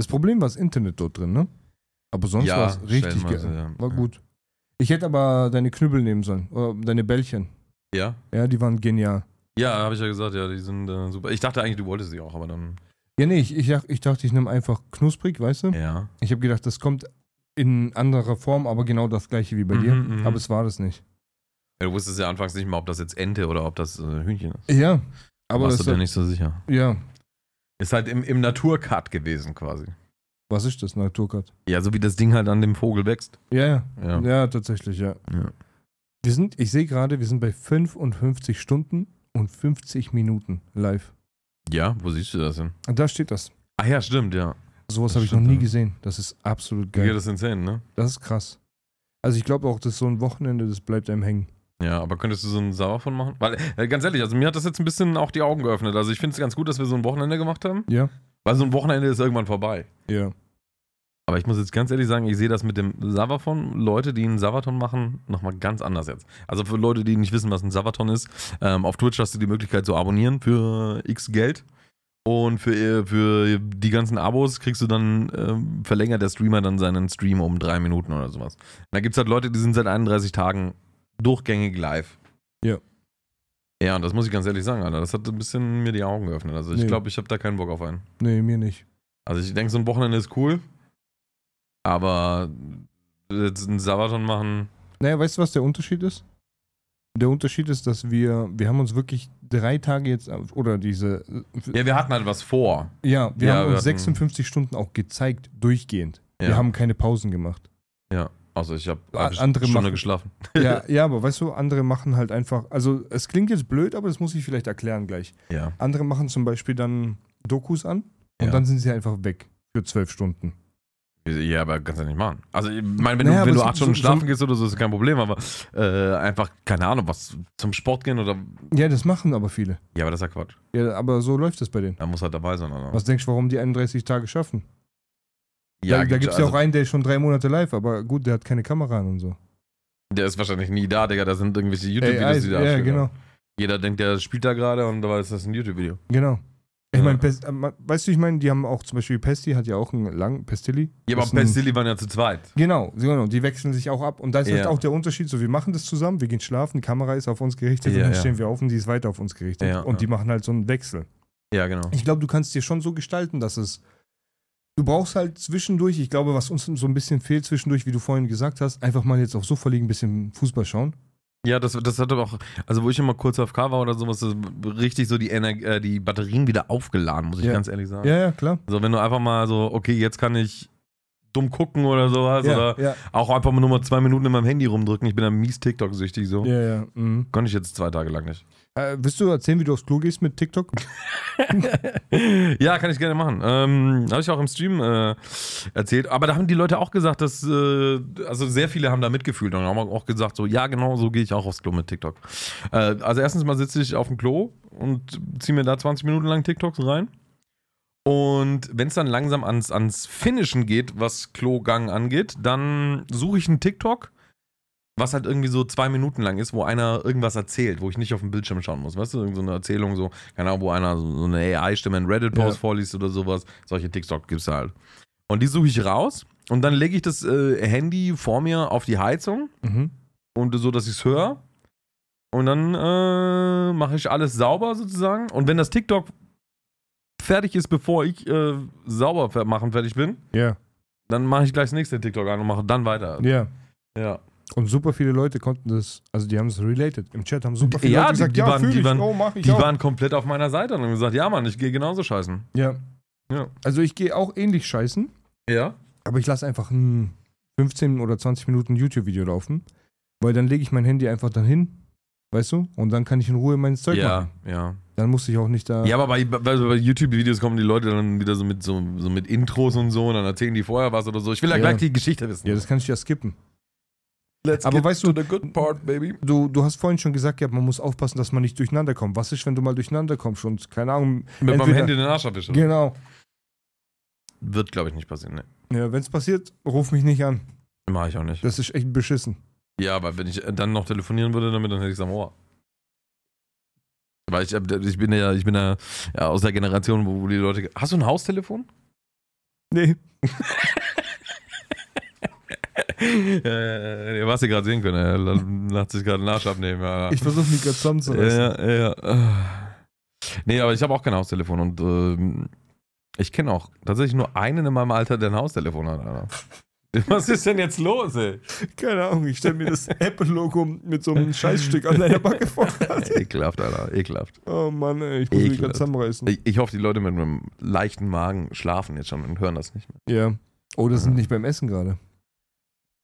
[SPEAKER 2] Das Problem war das Internet dort drin, ne? Aber sonst
[SPEAKER 1] Ja,
[SPEAKER 2] war es richtig
[SPEAKER 1] stellenweise,
[SPEAKER 2] geil.
[SPEAKER 1] ja.
[SPEAKER 2] War
[SPEAKER 1] Ja.
[SPEAKER 2] gut. Ich hätte aber deine Knüppel nehmen sollen. Oder deine Bällchen.
[SPEAKER 1] Ja?
[SPEAKER 2] Ja, die waren genial.
[SPEAKER 1] Ja, habe ich ja gesagt, ja, die sind äh, super. Ich dachte eigentlich, du wolltest sie auch, aber dann.
[SPEAKER 2] Ja, nee, ich, ich, dach- ich dachte, ich nehme einfach knusprig, weißt du?
[SPEAKER 1] Ja.
[SPEAKER 2] Ich habe gedacht, das kommt in anderer Form, aber genau das gleiche wie bei
[SPEAKER 1] Mhm,
[SPEAKER 2] dir.
[SPEAKER 1] mhm.
[SPEAKER 2] Aber es war das nicht.
[SPEAKER 1] Ja, Du wusstest ja anfangs nicht mal, ob das jetzt Ente oder ob das äh, Hühnchen ist.
[SPEAKER 2] Ja, aber
[SPEAKER 1] Warst
[SPEAKER 2] das
[SPEAKER 1] du dir
[SPEAKER 2] hat-
[SPEAKER 1] nicht so sicher?
[SPEAKER 2] ja,
[SPEAKER 1] Ist halt im, im Naturcut gewesen quasi.
[SPEAKER 2] was ist das, Naturkat?
[SPEAKER 1] Ja, so wie das Ding halt an dem Vogel wächst.
[SPEAKER 2] Ja, ja,
[SPEAKER 1] Ja.
[SPEAKER 2] ja, tatsächlich, ja.
[SPEAKER 1] Ja.
[SPEAKER 2] Wir sind, ich sehe gerade, wir sind bei 55 Stunden und 50 Minuten live.
[SPEAKER 1] Ja, wo siehst du das denn?
[SPEAKER 2] Und da steht das.
[SPEAKER 1] Ach Ah ja, stimmt, ja.
[SPEAKER 2] Sowas
[SPEAKER 1] Das
[SPEAKER 2] habe ich noch
[SPEAKER 1] stimmt,
[SPEAKER 2] nie
[SPEAKER 1] ja.
[SPEAKER 2] gesehen. Das ist absolut
[SPEAKER 1] Ja,
[SPEAKER 2] geil.
[SPEAKER 1] das ist insane, ne?
[SPEAKER 2] Das ist krass. Also ich glaube auch, dass so ein Wochenende, das bleibt einem hängen.
[SPEAKER 1] Ja, aber könntest du so einen Sauer von machen? Weil, äh, ganz ehrlich, also mir hat das jetzt ein bisschen auch die Augen geöffnet. Also ich finde es ganz gut, dass wir so ein Wochenende gemacht haben.
[SPEAKER 2] Ja.
[SPEAKER 1] Weil so ein Wochenende ist irgendwann vorbei.
[SPEAKER 2] Ja.
[SPEAKER 1] Aber ich muss jetzt ganz ehrlich sagen, ich sehe das mit dem Savathon, Leute, die einen Savathon machen, nochmal ganz anders jetzt. Also für Leute, die nicht wissen, was ein Savathon ist, ähm, auf Twitch hast du die Möglichkeit zu abonnieren für x Geld. Und für, äh, für die ganzen Abos kriegst du dann, ähm, verlängert der Streamer dann seinen Stream um drei Minuten oder sowas. Und da gibt es halt Leute, die sind seit 31 Tagen durchgängig live.
[SPEAKER 2] Ja.
[SPEAKER 1] Ja, und das muss ich ganz ehrlich sagen, Alter. Das hat ein bisschen mir die Augen geöffnet. Also ich
[SPEAKER 2] Nee.
[SPEAKER 1] glaube, ich habe da keinen Bock auf einen.
[SPEAKER 2] Nee, mir nicht.
[SPEAKER 1] Also ich denke, so ein Wochenende ist cool, aber jetzt einen Sabaton machen.
[SPEAKER 2] Naja, weißt du, was der Unterschied ist? Der Unterschied ist, dass wir, wir haben uns wirklich drei Tage jetzt, oder diese,
[SPEAKER 1] Ja, wir hatten halt was vor.
[SPEAKER 2] ja, wir
[SPEAKER 1] Ja, wir
[SPEAKER 2] haben
[SPEAKER 1] hatten-
[SPEAKER 2] uns 56 Stunden auch gezeigt, durchgehend.
[SPEAKER 1] Ja.
[SPEAKER 2] Wir haben keine Pausen gemacht.
[SPEAKER 1] Ja, also ich habe
[SPEAKER 2] A- andere
[SPEAKER 1] Stunde
[SPEAKER 2] machen-
[SPEAKER 1] geschlafen.
[SPEAKER 2] ja, ja, aber weißt du, andere machen halt einfach, also es klingt jetzt blöd, aber das muss ich vielleicht erklären gleich.
[SPEAKER 1] Ja.
[SPEAKER 2] Andere machen zum Beispiel dann Dokus an und
[SPEAKER 1] Ja.
[SPEAKER 2] dann sind sie einfach weg für zwölf Stunden.
[SPEAKER 1] Ja, aber kannst du nicht machen. Also, ich meine, wenn
[SPEAKER 2] Naja,
[SPEAKER 1] du,
[SPEAKER 2] aber
[SPEAKER 1] wenn du acht
[SPEAKER 2] es gibt so-
[SPEAKER 1] Stunden
[SPEAKER 2] so-
[SPEAKER 1] schlafen gehst oder so, ist kein Problem, aber äh, einfach, keine Ahnung, was zum Sport gehen oder.
[SPEAKER 2] Ja, das machen aber viele.
[SPEAKER 1] Ja, aber das ist ja Quatsch.
[SPEAKER 2] Ja, aber so läuft es bei denen.
[SPEAKER 1] Da muss halt dabei sein, oder?
[SPEAKER 2] Was denkst du, warum die 31 Tage schaffen?
[SPEAKER 1] Ja,
[SPEAKER 2] da da gibt es
[SPEAKER 1] gibt's- also
[SPEAKER 2] ja auch einen, der ist schon drei Monate live, aber gut, der hat keine Kamera an und so.
[SPEAKER 1] Der ist wahrscheinlich nie da, Digga. Da sind irgendwelche
[SPEAKER 2] AI,
[SPEAKER 1] YouTube-Videos, die da
[SPEAKER 2] ja,
[SPEAKER 1] abspielen.
[SPEAKER 2] genau,
[SPEAKER 1] Jeder denkt, der spielt da gerade und dabei ist das ein YouTube-Video.
[SPEAKER 2] genau. Ich
[SPEAKER 1] Ja.
[SPEAKER 2] meine, Pest, äh, ma- weißt du, ich meine, die haben auch zum Beispiel Pesti hat ja auch einen langen Pestilli.
[SPEAKER 1] Ja, aber
[SPEAKER 2] Das ist ein-
[SPEAKER 1] Pestilli waren ja zu zweit.
[SPEAKER 2] Genau, genau, die wechseln sich auch ab. Und da ist halt
[SPEAKER 1] Ja.
[SPEAKER 2] auch der Unterschied, so wir machen das zusammen, wir gehen schlafen, die Kamera ist auf uns gerichtet
[SPEAKER 1] Ja,
[SPEAKER 2] und dann
[SPEAKER 1] ja.
[SPEAKER 2] stehen wir auf und die ist weiter auf uns gerichtet.
[SPEAKER 1] Ja,
[SPEAKER 2] und die machen halt so einen Wechsel.
[SPEAKER 1] Ja, genau.
[SPEAKER 2] Ich glaube, du kannst dir schon so gestalten, dass es. Du brauchst halt zwischendurch, ich glaube, was uns so ein bisschen fehlt zwischendurch, wie du vorhin gesagt hast, einfach mal jetzt auf Sofa liegen, ein bisschen Fußball schauen.
[SPEAKER 1] Ja, das, das hat aber auch, also wo ich immer kurz auf K war oder sowas, das richtig so die, Ener äh, die Batterien wieder aufgeladen, muss ich
[SPEAKER 2] Ja.
[SPEAKER 1] ganz ehrlich sagen.
[SPEAKER 2] Ja, ja, klar.
[SPEAKER 1] Also wenn du einfach mal so, okay, jetzt kann ich dumm gucken oder sowas
[SPEAKER 2] Ja,
[SPEAKER 1] oder
[SPEAKER 2] ja,
[SPEAKER 1] auch einfach mal nur mal zwei Minuten in meinem Handy rumdrücken, ich bin ja mies TikTok-süchtig so.
[SPEAKER 2] ja, ja. Mhm.
[SPEAKER 1] Konnte ich jetzt zwei Tage lang nicht.
[SPEAKER 2] Äh, willst du erzählen, wie du aufs Klo gehst mit TikTok?
[SPEAKER 1] ja, kann ich gerne machen. Ähm, Habe ich auch im Stream äh, erzählt. Aber da haben die Leute auch gesagt, dass, äh, also sehr viele haben da mitgefühlt und haben auch gesagt, so, ja, genau, so gehe ich auch aufs Klo mit TikTok. Äh, also, erstens mal sitze ich auf dem Klo und ziehe mir da 20 Minuten lang TikToks rein. Und wenn es dann langsam ans, ans Finishen geht, was Klogang angeht, dann suche ich einen TikTok, was halt irgendwie so zwei Minuten lang ist, wo einer irgendwas erzählt, wo ich nicht auf den Bildschirm schauen muss. Weißt du, irgend so eine Erzählung, so, keine Ahnung, wo einer so so eine AI-Stimme in Reddit-Post
[SPEAKER 2] Ja.
[SPEAKER 1] vorliest oder sowas. Solche TikTok gibt's halt. Und die suche ich raus und dann lege ich das äh, Handy vor mir auf die Heizung
[SPEAKER 2] Mhm.
[SPEAKER 1] und so, dass ich es höre. Und dann äh, mache ich alles sauber sozusagen. Und wenn das TikTok fertig ist, bevor ich äh, sauber fer- machen fertig bin,
[SPEAKER 2] Ja,
[SPEAKER 1] dann mache ich gleich das nächste TikTok an und mache dann weiter.
[SPEAKER 2] ja.
[SPEAKER 1] Ja.
[SPEAKER 2] Und super viele Leute konnten das, also die haben es related. Im Chat haben super viele
[SPEAKER 1] Ja,
[SPEAKER 2] Leute
[SPEAKER 1] die-
[SPEAKER 2] gesagt,
[SPEAKER 1] die
[SPEAKER 2] ja,
[SPEAKER 1] waren-
[SPEAKER 2] fühl
[SPEAKER 1] die
[SPEAKER 2] ich,
[SPEAKER 1] waren-
[SPEAKER 2] oh, mach ich
[SPEAKER 1] Die
[SPEAKER 2] auch.
[SPEAKER 1] waren komplett auf meiner Seite und haben gesagt, ja Mann, ich gehe genauso scheißen.
[SPEAKER 2] ja.
[SPEAKER 1] Ja.
[SPEAKER 2] Also ich gehe auch ähnlich scheißen,
[SPEAKER 1] Ja.
[SPEAKER 2] aber ich lasse einfach ein 15 oder 20 Minuten YouTube-Video laufen, weil dann lege ich mein Handy einfach dann hin, weißt du, und dann kann ich in Ruhe mein Zeug
[SPEAKER 1] Ja,
[SPEAKER 2] machen.
[SPEAKER 1] ja.
[SPEAKER 2] Dann muss ich auch nicht da...
[SPEAKER 1] Ja, aber bei, bei, also bei YouTube-Videos kommen die Leute dann wieder so mit so, so mit Intros und so und dann erzählen die vorher was oder so. Ich will ja,
[SPEAKER 2] Ja.
[SPEAKER 1] gleich die Geschichte wissen.
[SPEAKER 2] ja, das kann ich ja skippen.
[SPEAKER 1] Let's
[SPEAKER 2] aber
[SPEAKER 1] get
[SPEAKER 2] weißt
[SPEAKER 1] to
[SPEAKER 2] du-
[SPEAKER 1] the good part, baby.
[SPEAKER 2] Du, du hast vorhin schon gesagt, ja, man muss aufpassen, dass man nicht durcheinander kommt. Was ist, wenn du mal durcheinander kommst und, keine Ahnung,
[SPEAKER 1] Mit meinem
[SPEAKER 2] Entweder-
[SPEAKER 1] Handy in den Arsch erwische.
[SPEAKER 2] genau.
[SPEAKER 1] Wird, glaube ich, nicht passieren, ne.
[SPEAKER 2] Ja, wenn es passiert, ruf mich nicht an.
[SPEAKER 1] Mache ich auch nicht.
[SPEAKER 2] Das ist echt beschissen.
[SPEAKER 1] Ja, aber wenn ich äh, dann noch telefonieren würde damit, dann hätte ich es am Ohr. Weil ich, äh, ich bin ja, ich bin ja, ja aus der Generation, wo wo die Leute. Hast du ein Haustelefon?
[SPEAKER 2] Nee.
[SPEAKER 1] äh, was ihr gerade sehen könnt, er lacht sich gerade einen Arsch abnehmen. Ja.
[SPEAKER 2] Ich versuche mich gerade zusammenzureißen.
[SPEAKER 1] ja, ja, ja. Nee, aber ich habe auch kein Haustelefon und ähm, ich kenne auch tatsächlich nur einen in meinem Alter, der ein Haustelefon hat, Alter. Was ist denn jetzt los, ey?
[SPEAKER 2] Keine Ahnung, ich stelle mir das Apple-Logo mit so einem Scheißstück an deiner Backe vor.
[SPEAKER 1] Ekelhaft, Alter, ekelhaft.
[SPEAKER 2] Oh Mann, ey, ich muss mich gerade
[SPEAKER 1] Ekelhaft.
[SPEAKER 2] zusammenreißen.
[SPEAKER 1] Ich, ich hoffe, die Leute mit einem leichten Magen schlafen jetzt schon und hören das nicht
[SPEAKER 2] Ja. Oh, das sind nicht beim Essen gerade.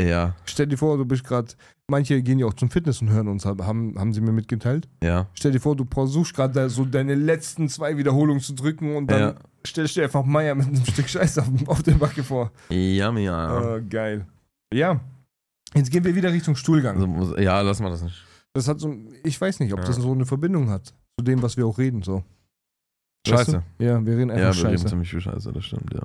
[SPEAKER 1] mehr. Ja,
[SPEAKER 2] Stell dir vor, du bist gerade. Manche gehen ja auch zum Fitness und hören uns, hab- haben, haben sie mir mitgeteilt.
[SPEAKER 1] ja.
[SPEAKER 2] Stell dir vor, du versuchst gerade so deine letzten zwei Wiederholungen zu drücken und dann
[SPEAKER 1] Ja.
[SPEAKER 2] stellst du dir einfach Meier mit einem Stück Scheiß auf, auf der Backe vor.
[SPEAKER 1] Yummy, ja.
[SPEAKER 2] Oh, geil. Ja. Jetzt gehen wir wieder Richtung Stuhlgang.
[SPEAKER 1] Also, muss- ja, lass mal das nicht.
[SPEAKER 2] Das hat so, ein- ich weiß nicht, ob
[SPEAKER 1] Ja.
[SPEAKER 2] das so eine Verbindung hat zu dem, was wir auch reden. So. Weißt
[SPEAKER 1] Scheiße.
[SPEAKER 2] du? Ja, wir reden einfach
[SPEAKER 1] Ja, wir reden
[SPEAKER 2] Scheiße.
[SPEAKER 1] ziemlich viel Scheiße, das stimmt, ja.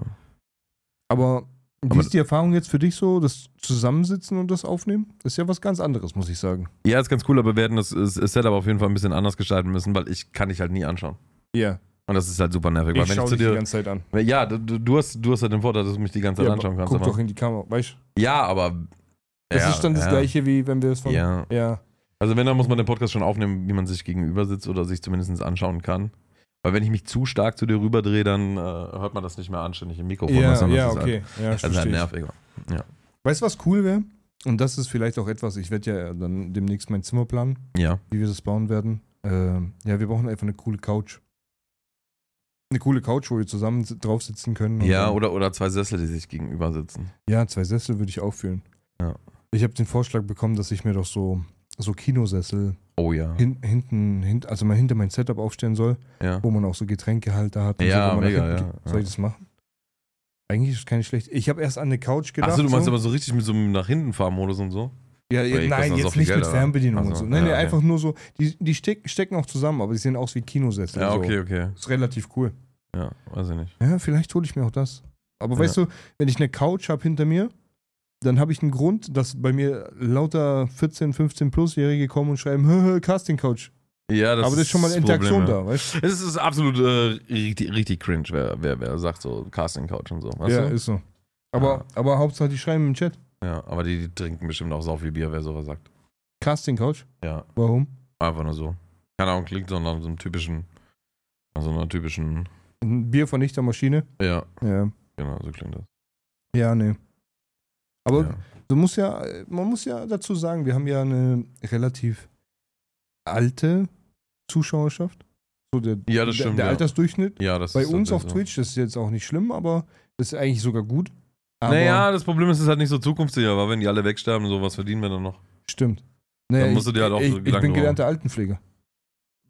[SPEAKER 2] Aber wie
[SPEAKER 1] Aber-
[SPEAKER 2] ist die Erfahrung jetzt für dich so, das Zusammensitzen und das Aufnehmen? Ist ja was ganz anderes, muss ich sagen.
[SPEAKER 1] Ja, ist ganz cool, aber wir hätten das, das Setup auf jeden Fall ein bisschen anders gestalten müssen, weil ich kann dich halt nie anschauen.
[SPEAKER 2] Ja,
[SPEAKER 1] Und das ist halt super nervig, weil
[SPEAKER 2] ich
[SPEAKER 1] wenn ich
[SPEAKER 2] schaue
[SPEAKER 1] zu
[SPEAKER 2] dich die
[SPEAKER 1] dir.
[SPEAKER 2] ganze Zeit an.
[SPEAKER 1] Ja, du- du, du, hast, du hast halt den Vorteil, dass du mich die ganze Zeit
[SPEAKER 2] Ja,
[SPEAKER 1] anschauen kannst.
[SPEAKER 2] guck
[SPEAKER 1] aber-
[SPEAKER 2] doch in die Kamera, weißt du?
[SPEAKER 1] Ja, aber.
[SPEAKER 2] Das
[SPEAKER 1] ja,
[SPEAKER 2] ist dann das
[SPEAKER 1] ja,
[SPEAKER 2] Gleiche, wie wenn wir es von...
[SPEAKER 1] Ja.
[SPEAKER 2] ja.
[SPEAKER 1] Also wenn, dann muss man den Podcast schon aufnehmen, wie man sich gegenüber sitzt oder sich zumindest anschauen kann. Weil wenn ich mich zu stark zu dir rüberdrehe, dann äh, hört man das nicht mehr anständig im Mikrofon.
[SPEAKER 2] Ja,
[SPEAKER 1] sondern
[SPEAKER 2] ja,
[SPEAKER 1] das ist
[SPEAKER 2] okay. Ja,
[SPEAKER 1] Halt, das ist halt
[SPEAKER 2] verstehe ich.
[SPEAKER 1] nerviger.
[SPEAKER 2] Weißt du, was cool wäre? Und das ist vielleicht auch etwas, ich werde ja dann demnächst mein Zimmer planen,
[SPEAKER 1] Ja.
[SPEAKER 2] wie wir das bauen werden. Ähm, ja, wir brauchen einfach eine coole Couch. Eine coole Couch, wo wir zusammen si- drauf sitzen können. und
[SPEAKER 1] Ja,
[SPEAKER 2] dann-
[SPEAKER 1] oder, oder zwei Sessel, die sich gegenüber sitzen.
[SPEAKER 2] Ja, zwei Sessel würde ich aufführen.
[SPEAKER 1] Ja.
[SPEAKER 2] Ich habe den Vorschlag bekommen, dass ich mir doch so, so Kinosessel
[SPEAKER 1] Oh ja.
[SPEAKER 2] hin, hinten, hint, also mal hinter mein Setup aufstellen soll,
[SPEAKER 1] Ja.
[SPEAKER 2] wo man auch so Getränkehalter hat.
[SPEAKER 1] Ja,
[SPEAKER 2] so, wo man nach
[SPEAKER 1] mega,
[SPEAKER 2] hinten
[SPEAKER 1] ja,
[SPEAKER 2] geht. Soll ich das machen? Eigentlich ist es keine schlechte. Ich habe erst an eine Couch gedacht.
[SPEAKER 1] Achso, du meinst
[SPEAKER 2] so.
[SPEAKER 1] aber so richtig mit so einem nach hinten fahren Modus und so?
[SPEAKER 2] Ja,
[SPEAKER 1] Weil
[SPEAKER 2] ja
[SPEAKER 1] die kosten
[SPEAKER 2] nein,
[SPEAKER 1] so
[SPEAKER 2] jetzt
[SPEAKER 1] viel
[SPEAKER 2] nicht
[SPEAKER 1] Geld,
[SPEAKER 2] mit
[SPEAKER 1] aber-
[SPEAKER 2] Fernbedienung und
[SPEAKER 1] Also,
[SPEAKER 2] so. Nein,
[SPEAKER 1] ja,
[SPEAKER 2] nee,
[SPEAKER 1] okay.
[SPEAKER 2] einfach nur so. Die, die steck, stecken auch zusammen, aber die sehen aus wie Kinosessel.
[SPEAKER 1] Ja,
[SPEAKER 2] so.
[SPEAKER 1] okay, okay.
[SPEAKER 2] Ist relativ cool.
[SPEAKER 1] Ja, weiß ich nicht.
[SPEAKER 2] Ja, vielleicht hole ich mir auch das. Aber
[SPEAKER 1] Ja.
[SPEAKER 2] weißt du, wenn ich eine Couch habe hinter mir, dann habe ich einen Grund, dass bei mir lauter 14, 15 Plusjährige kommen und schreiben, hö, hö, Casting Couch.
[SPEAKER 1] Ja, das
[SPEAKER 2] Aber das ist schon mal eine Interaktion da, weißt
[SPEAKER 1] da. Es ist absolut äh, richtig, richtig cringe, wer, wer, wer sagt so Casting Couch und so.
[SPEAKER 2] du?
[SPEAKER 1] Weißt
[SPEAKER 2] ja,
[SPEAKER 1] du?
[SPEAKER 2] ist so. Aber, aber Hauptsache, die schreiben im Chat.
[SPEAKER 1] ja, aber die, die trinken bestimmt auch sau viel Bier, wer sowas sagt.
[SPEAKER 2] Casting Couch.
[SPEAKER 1] Ja,
[SPEAKER 2] Warum?
[SPEAKER 1] Einfach nur so. Keine Ahnung, klingt so nach so einem typischen, nach so einer typischen,
[SPEAKER 2] Ein Bier von nichter Maschine.
[SPEAKER 1] ja,
[SPEAKER 2] Ja.
[SPEAKER 1] genau, so klingt das.
[SPEAKER 2] Ja, nee. Aber
[SPEAKER 1] ja.
[SPEAKER 2] Du musst ja, äh, man muss ja dazu sagen, wir haben ja eine relativ alte Zuschauerschaft. So der,
[SPEAKER 1] Ja, das stimmt,
[SPEAKER 2] Der, der
[SPEAKER 1] ja.
[SPEAKER 2] Altersdurchschnitt.
[SPEAKER 1] ja, das
[SPEAKER 2] Bei
[SPEAKER 1] ist
[SPEAKER 2] uns auf
[SPEAKER 1] tatsächlich
[SPEAKER 2] Twitch, das ist jetzt auch nicht schlimm, aber das ist eigentlich sogar gut.
[SPEAKER 1] so.
[SPEAKER 2] Aber
[SPEAKER 1] Naja, das Problem ist, es ist halt nicht so zukunftssicher, weil wenn die alle wegsterben, so was verdienen wir dann noch.
[SPEAKER 2] stimmt. Naja,
[SPEAKER 1] Dann musst du dir halt auch
[SPEAKER 2] ich,
[SPEAKER 1] so
[SPEAKER 2] ich
[SPEAKER 1] Gedanken
[SPEAKER 2] bin
[SPEAKER 1] machen.
[SPEAKER 2] gelernter Altenpfleger.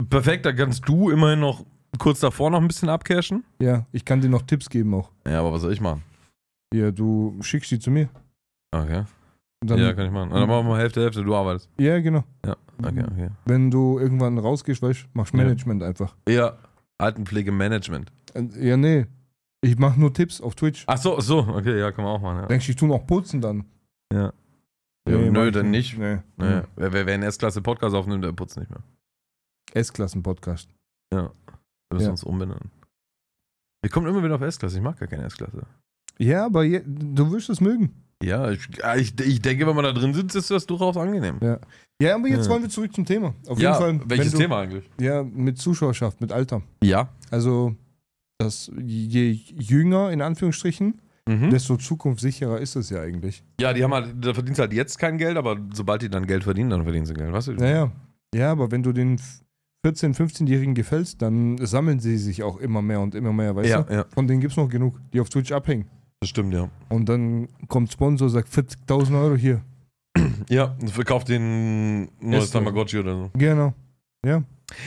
[SPEAKER 1] Perfekt, da kannst du immerhin noch kurz davor noch ein bisschen abcashen.
[SPEAKER 2] Ja, ich kann dir noch Tipps geben auch.
[SPEAKER 1] Ja, aber was soll ich machen?
[SPEAKER 2] Ja, du schickst die zu mir.
[SPEAKER 1] Okay.
[SPEAKER 2] Und dann, hm.
[SPEAKER 1] ja,
[SPEAKER 2] ja,
[SPEAKER 1] kann ich machen. Dann machen wir Hälfte, Hälfte, du arbeitest.
[SPEAKER 2] genau.
[SPEAKER 1] Okay, okay.
[SPEAKER 2] Wenn du irgendwann rausgehst, weißt du, machst
[SPEAKER 1] Ja.
[SPEAKER 2] Management einfach.
[SPEAKER 1] Ja, Altenpflegemanagement.
[SPEAKER 2] Äh, Ja, nee. Ich mache nur Tipps auf Twitch.
[SPEAKER 1] Ach so, so, okay, ja, kann man auch machen. Ja.
[SPEAKER 2] Denkst du, ich tue noch putzen dann?
[SPEAKER 1] Ja,
[SPEAKER 2] Nee, mach
[SPEAKER 1] nö,
[SPEAKER 2] ich
[SPEAKER 1] dann nicht.
[SPEAKER 2] Nee. Mhm.
[SPEAKER 1] Naja, wer, wer, wer einen S-Klasse Podcast aufnimmt, der putzt nicht mehr.
[SPEAKER 2] S-Klassen-Podcast.
[SPEAKER 1] Wir müssen
[SPEAKER 2] Ja.
[SPEAKER 1] uns umbenennen. Wir kommen immer wieder auf S-Klasse. Ich mag gar keine S-Klasse.
[SPEAKER 2] Ja, aber je, du wirst es mögen.
[SPEAKER 1] Ja, ich, ich, ich denke, wenn man da drin sitzt, ist das durchaus angenehm.
[SPEAKER 2] Ja, aber jetzt
[SPEAKER 1] Ja.
[SPEAKER 2] wollen wir zurück zum Thema. Auf
[SPEAKER 1] ja,
[SPEAKER 2] jeden Fall.
[SPEAKER 1] welches
[SPEAKER 2] wenn du,
[SPEAKER 1] Thema eigentlich?
[SPEAKER 2] Ja, mit Zuschauerschaft, mit Alter.
[SPEAKER 1] Ja.
[SPEAKER 2] Also, dass je jünger, in Anführungsstrichen,
[SPEAKER 1] Hm? Mhm.
[SPEAKER 2] desto zukunftssicherer ist es ja eigentlich.
[SPEAKER 1] Ja, die haben halt, da verdienst du halt jetzt kein Geld, aber sobald die dann Geld verdienen, dann verdienen sie Geld. Weißt du?
[SPEAKER 2] Naja. Ja, aber wenn du den f- 14-, 15-Jährigen gefällst, dann sammeln sie sich auch immer mehr und immer mehr, weißt
[SPEAKER 1] ja,
[SPEAKER 2] du?
[SPEAKER 1] ja,
[SPEAKER 2] Von denen gibt es noch genug, die auf Twitch abhängen.
[SPEAKER 1] das stimmt, ja.
[SPEAKER 2] Und dann kommt Sponsor, sagt 40.000 Euro hier.
[SPEAKER 1] Ja, und verkauft den neues
[SPEAKER 2] Ist so.
[SPEAKER 1] Tamagotchi oder so.
[SPEAKER 2] Genau.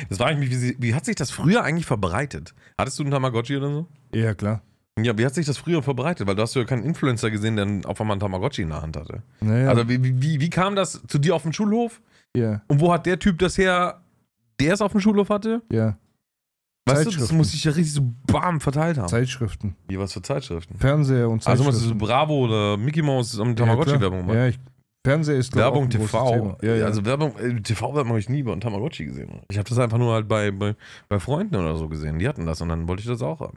[SPEAKER 1] Das frage ich mich, wie, sie, wie hat sich das früher eigentlich verbreitet? Hattest du einen Tamagotchi oder so?
[SPEAKER 2] Ja, klar.
[SPEAKER 1] Ja, wie hat sich das früher verbreitet? Weil du hast ja keinen Influencer gesehen, der auf einmal einen Tamagotchi in der Hand hatte.
[SPEAKER 2] Naja.
[SPEAKER 1] Also wie, wie- wie, wie kam das zu dir auf dem Schulhof?
[SPEAKER 2] ja,
[SPEAKER 1] Und wo hat der Typ das her, der es auf dem Schulhof hatte?
[SPEAKER 2] ja.
[SPEAKER 1] Weißt du, das
[SPEAKER 2] Zeitschriften.
[SPEAKER 1] muss ich ja richtig so bam verteilt haben.
[SPEAKER 2] Zeitschriften.
[SPEAKER 1] Wie, was für Zeitschriften?
[SPEAKER 2] Fernseher und
[SPEAKER 1] Also
[SPEAKER 2] Zeitschriften.
[SPEAKER 1] machst du so Bravo oder Mickey Mouse am Tamagotchi-Werbung
[SPEAKER 2] Ja,
[SPEAKER 1] gemacht?
[SPEAKER 2] klar. ja ich, Fernseher ist glaub,
[SPEAKER 1] Werbung
[SPEAKER 2] auch ein großes
[SPEAKER 1] TV.
[SPEAKER 2] Thema. Ja, ja.
[SPEAKER 1] Also Werbung, äh, TV-Werbung habe ich nie bei einem Tamagotchi gesehen. Ich habe das einfach nur halt bei, bei, bei Freunden oder so gesehen. Die hatten das und dann wollte ich das auch haben.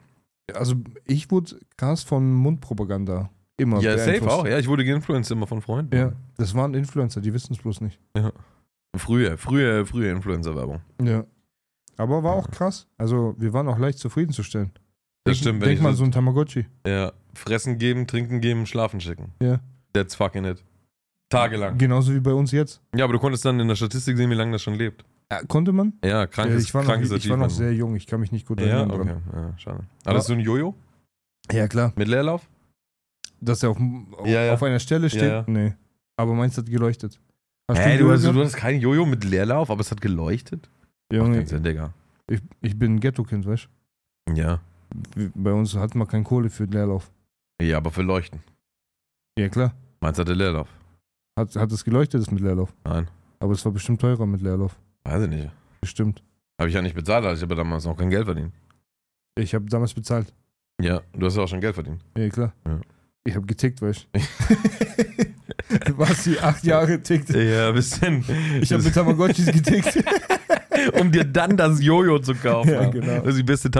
[SPEAKER 2] also ich wurde krass von Mundpropaganda immer
[SPEAKER 1] ja, safe
[SPEAKER 2] beeinflusst.
[SPEAKER 1] auch. Ja, ich wurde geinfluenced immer von Freunden.
[SPEAKER 2] Ja, das waren Influencer, die wissen es bloß nicht.
[SPEAKER 1] Frühe, frühe, frühe Influencer-Werbung.
[SPEAKER 2] Ja. Aber war auch krass. Also wir waren auch leicht zufriedenzustellen.
[SPEAKER 1] Das
[SPEAKER 2] Denk-
[SPEAKER 1] stimmt, wenn
[SPEAKER 2] Denk
[SPEAKER 1] ich
[SPEAKER 2] mal
[SPEAKER 1] das-
[SPEAKER 2] so ein Tamagotchi.
[SPEAKER 1] Ja, fressen geben, trinken geben, schlafen schicken.
[SPEAKER 2] Ja.
[SPEAKER 1] That's fucking it. Tagelang.
[SPEAKER 2] Genauso wie bei uns jetzt.
[SPEAKER 1] Ja, aber du konntest dann in der Statistik sehen, wie lange das schon lebt.
[SPEAKER 2] Ja, konnte man?
[SPEAKER 1] Ja, krankes,
[SPEAKER 2] ja, ich war, noch,
[SPEAKER 1] krankes
[SPEAKER 2] ich war noch
[SPEAKER 1] Achievement.
[SPEAKER 2] sehr jung, ich kann mich nicht gut
[SPEAKER 1] Ja,
[SPEAKER 2] erinnern. dran.
[SPEAKER 1] okay. Ja, schade. Hattest du ein Jojo
[SPEAKER 2] ja klar.
[SPEAKER 1] mit Leerlauf?
[SPEAKER 2] Dass er auf, auf,
[SPEAKER 1] Ja, ja.
[SPEAKER 2] auf einer Stelle steht?
[SPEAKER 1] Ja, ja.
[SPEAKER 2] Nee. Aber meins hat geleuchtet. Hast
[SPEAKER 1] Hä,
[SPEAKER 2] ein
[SPEAKER 1] du,
[SPEAKER 2] Jojo
[SPEAKER 1] hast, du
[SPEAKER 2] gehabt?
[SPEAKER 1] hast kein Jojo mit Leerlauf, aber es hat geleuchtet?
[SPEAKER 2] Junge,
[SPEAKER 1] Kein Sinn, Digga.
[SPEAKER 2] ich, ich bin ein Ghetto-Kind, weißt
[SPEAKER 1] Ja.
[SPEAKER 2] du? Bei uns hat man keine Kohle für den Leerlauf.
[SPEAKER 1] Ja, aber für Leuchten.
[SPEAKER 2] Ja, klar.
[SPEAKER 1] Meins hatte Leerlauf.
[SPEAKER 2] Hat, hat es geleuchtet, das mit Leerlauf?
[SPEAKER 1] Nein.
[SPEAKER 2] Aber es war bestimmt teurer mit Leerlauf.
[SPEAKER 1] Weiß ich nicht.
[SPEAKER 2] Bestimmt.
[SPEAKER 1] Habe ich ja nicht bezahlt, also ich habe damals noch kein Geld verdient.
[SPEAKER 2] Ich habe damals bezahlt.
[SPEAKER 1] Ja, du hast ja auch schon Geld verdient.
[SPEAKER 2] Ja, klar.
[SPEAKER 1] Ja.
[SPEAKER 2] Ich habe getickt, weißt du? Was die acht Jahre tickt.
[SPEAKER 1] Ja, bis denn.
[SPEAKER 2] Ich habe mit Tamagotchis getickt.
[SPEAKER 1] um dir dann das Jojo zu kaufen.
[SPEAKER 2] Ja, genau.
[SPEAKER 1] Das ist die beste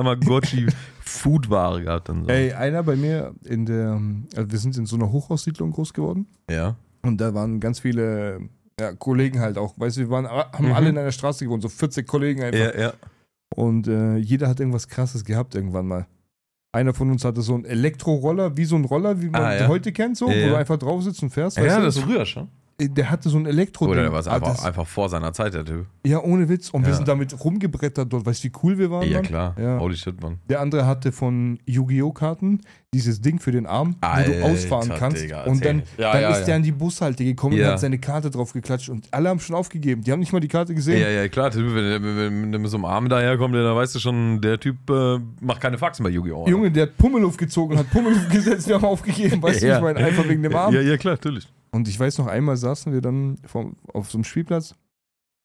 [SPEAKER 1] Tamagotchi-Foodware gehabt. Und so.
[SPEAKER 2] Ey, einer bei mir in der, also wir sind in so einer Hochhaussiedlung groß geworden
[SPEAKER 1] Ja.
[SPEAKER 2] und da waren ganz viele ja, Kollegen halt auch. Weißt du, wir waren, haben
[SPEAKER 1] Mhm.
[SPEAKER 2] alle in einer Straße gewohnt, so 40 Kollegen einfach.
[SPEAKER 1] ja, ja.
[SPEAKER 2] Und äh, jeder hat irgendwas Krasses gehabt irgendwann mal. Einer von uns hatte so einen Elektroroller, wie so ein Roller, wie man
[SPEAKER 1] Ah, ja.
[SPEAKER 2] heute kennt, so,
[SPEAKER 1] Ja,
[SPEAKER 2] wo
[SPEAKER 1] ja.
[SPEAKER 2] du einfach drauf sitzt und fährst.
[SPEAKER 1] Ja,
[SPEAKER 2] weißt du? äh,
[SPEAKER 1] das früher schon.
[SPEAKER 2] der hatte so ein Elektro.
[SPEAKER 1] Oder der war es
[SPEAKER 2] Ah,
[SPEAKER 1] einfach,
[SPEAKER 2] das-
[SPEAKER 1] einfach vor seiner Zeit, der Typ.
[SPEAKER 2] Ja, ohne Witz. Und wir
[SPEAKER 1] Ja.
[SPEAKER 2] sind damit rumgebrettert dort. Weißt du, wie cool wir waren?
[SPEAKER 1] Ja,
[SPEAKER 2] Mann?
[SPEAKER 1] klar.
[SPEAKER 2] Ja.
[SPEAKER 1] Holy shit, Mann.
[SPEAKER 2] Der andere hatte von Yu-Gi-Oh! Karten dieses Ding für den Arm, wo du
[SPEAKER 1] Alter,
[SPEAKER 2] ausfahren kannst.
[SPEAKER 1] Digga,
[SPEAKER 2] und dann,
[SPEAKER 1] erzähl. Ja,
[SPEAKER 2] dann
[SPEAKER 1] ja,
[SPEAKER 2] ist
[SPEAKER 1] ja.
[SPEAKER 2] der an die Bushalte gekommen
[SPEAKER 1] Ja.
[SPEAKER 2] und hat seine Karte drauf geklatscht. Und alle haben schon aufgegeben. Die haben nicht mal die Karte gesehen.
[SPEAKER 1] Ja, ja, klar. Typ, wenn, wenn, wenn, wenn mit so einem Arm daherkommt, dann weißt du schon, der Typ äh, macht keine Faxen bei Yu-Gi-Oh!
[SPEAKER 2] Junge, der hat Pummeluft gezogen und hat Pummeluft gesetzt. Wir haben aufgegeben. Weißt du,
[SPEAKER 1] Ja.
[SPEAKER 2] ich meine, einfach wegen dem Arm.
[SPEAKER 1] Ja, ja, klar, natürlich.
[SPEAKER 2] Und ich weiß noch, einmal saßen wir dann vom, auf so einem Spielplatz.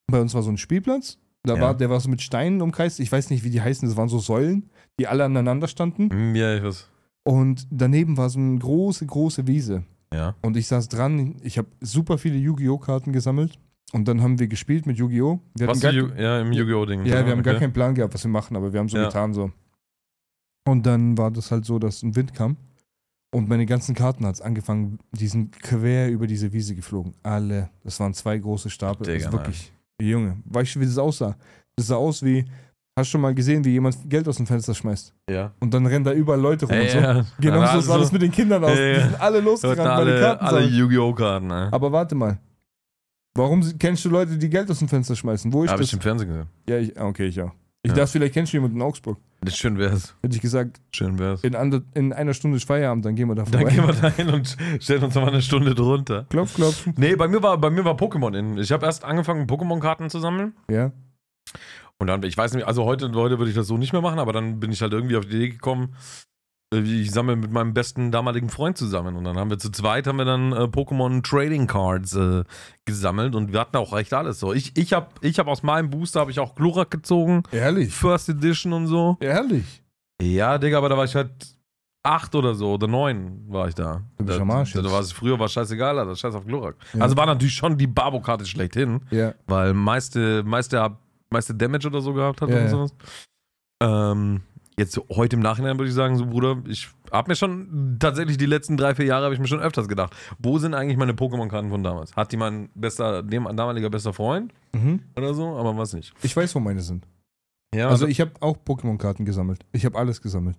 [SPEAKER 2] Bei uns war so ein Spielplatz. Da
[SPEAKER 1] Ja.
[SPEAKER 2] war, der war so mit Steinen umkreist. Ich weiß nicht, wie die heißen. Das waren so Säulen, die alle aneinander standen.
[SPEAKER 1] Hm, Ja, ich weiß.
[SPEAKER 2] Und daneben war so eine große, große Wiese.
[SPEAKER 1] Ja.
[SPEAKER 2] Und ich saß dran. Ich habe super viele Yu-Gi-Oh! Karten gesammelt. Und dann haben wir gespielt mit Yu-Gi-Oh! Wir hatten
[SPEAKER 1] Was
[SPEAKER 2] gar,
[SPEAKER 1] du, Yu- ja, im Yu-Gi-Oh!-Ding.
[SPEAKER 2] ja, wir haben gar keinen Plan gehabt, was wir machen, aber wir haben so
[SPEAKER 1] Ja.
[SPEAKER 2] getan so. Und dann war das halt so, dass ein Wind kam und meine ganzen Karten hat es angefangen, die sind quer über diese Wiese geflogen. Alle. Das waren zwei große Stapel.
[SPEAKER 1] Digga,
[SPEAKER 2] das ist wirklich. Junge, weißt du, wie das aussah? Das sah aus wie, hast du schon mal gesehen, wie jemand Geld aus dem Fenster schmeißt?
[SPEAKER 1] Ja.
[SPEAKER 2] Und dann rennen da überall Leute rum
[SPEAKER 1] Ja,
[SPEAKER 2] und so.
[SPEAKER 1] ja.
[SPEAKER 2] Genau
[SPEAKER 1] Ja,
[SPEAKER 2] so
[SPEAKER 1] also
[SPEAKER 2] sah das mit den Kindern aus.
[SPEAKER 1] Ja, ja.
[SPEAKER 2] Die sind alle
[SPEAKER 1] hörten
[SPEAKER 2] losgerannt, weil die
[SPEAKER 1] alle,
[SPEAKER 2] Karten
[SPEAKER 1] alle
[SPEAKER 2] sammeln.
[SPEAKER 1] Yu-Gi-Oh!-Karten, ne?
[SPEAKER 2] Aber warte mal. Warum sie- kennst du Leute, die Geld aus dem Fenster schmeißen? Wo ist
[SPEAKER 1] Habe
[SPEAKER 2] das?
[SPEAKER 1] ich im Fernsehen gesehen.
[SPEAKER 2] Ja, ich, ah, okay, ich auch. Ich
[SPEAKER 1] Ja.
[SPEAKER 2] dachte, vielleicht kennst du jemanden in Augsburg.
[SPEAKER 1] Das schön wär's.
[SPEAKER 2] Hätte ich gesagt,
[SPEAKER 1] Schön wär's.
[SPEAKER 2] in, ander, in einer Stunde ist Feierabend, dann gehen wir da vorbei.
[SPEAKER 1] Dann gehen wir da hin und stellen uns nochmal eine Stunde drunter.
[SPEAKER 2] klopf, klopf.
[SPEAKER 1] Nee, bei mir war, bei mir war Pokémon in. Ich habe erst angefangen, Pokémon-Karten zu sammeln.
[SPEAKER 2] Ja.
[SPEAKER 1] Und dann, ich weiß nicht, also heute, heute würde ich das so nicht mehr machen, aber dann bin ich halt irgendwie auf die Idee gekommen, äh, ich sammle mit meinem besten damaligen Freund zusammen. Und dann haben wir zu zweit, haben wir dann äh, Pokémon Trading Cards äh, gesammelt und wir hatten auch recht alles so. Ich, ich habe ich hab aus meinem Booster, habe ich auch Glurak gezogen,
[SPEAKER 2] Ehrlich.
[SPEAKER 1] First Edition und so.
[SPEAKER 2] Ehrlich.
[SPEAKER 1] Ja, Digga, aber da war ich halt acht oder so oder neun war ich da.
[SPEAKER 2] Du bist
[SPEAKER 1] da,
[SPEAKER 2] am Arsch
[SPEAKER 1] da, da
[SPEAKER 2] jetzt.
[SPEAKER 1] war es früher war scheißegal, Alter, scheiß auf Glorak.
[SPEAKER 2] Ja.
[SPEAKER 1] Also war natürlich schon die Babo-Karte schlechthin,
[SPEAKER 2] Ja.
[SPEAKER 1] weil meiste, meiste, meiste Damage oder so gehabt hat
[SPEAKER 2] Ja,
[SPEAKER 1] und
[SPEAKER 2] ja.
[SPEAKER 1] sowas. Ähm, jetzt so heute im Nachhinein würde ich sagen, so Bruder, ich habe mir schon tatsächlich die letzten drei, vier Jahre habe ich mir schon öfters gedacht, wo sind eigentlich meine Pokémon-Karten von damals? Hat die mein bester, dem, damaliger bester Freund
[SPEAKER 2] Mhm.
[SPEAKER 1] oder so? Aber was nicht.
[SPEAKER 2] Ich weiß, wo meine sind.
[SPEAKER 1] Ja,
[SPEAKER 2] Also ich habe auch Pokémon-Karten gesammelt. Ich habe alles gesammelt.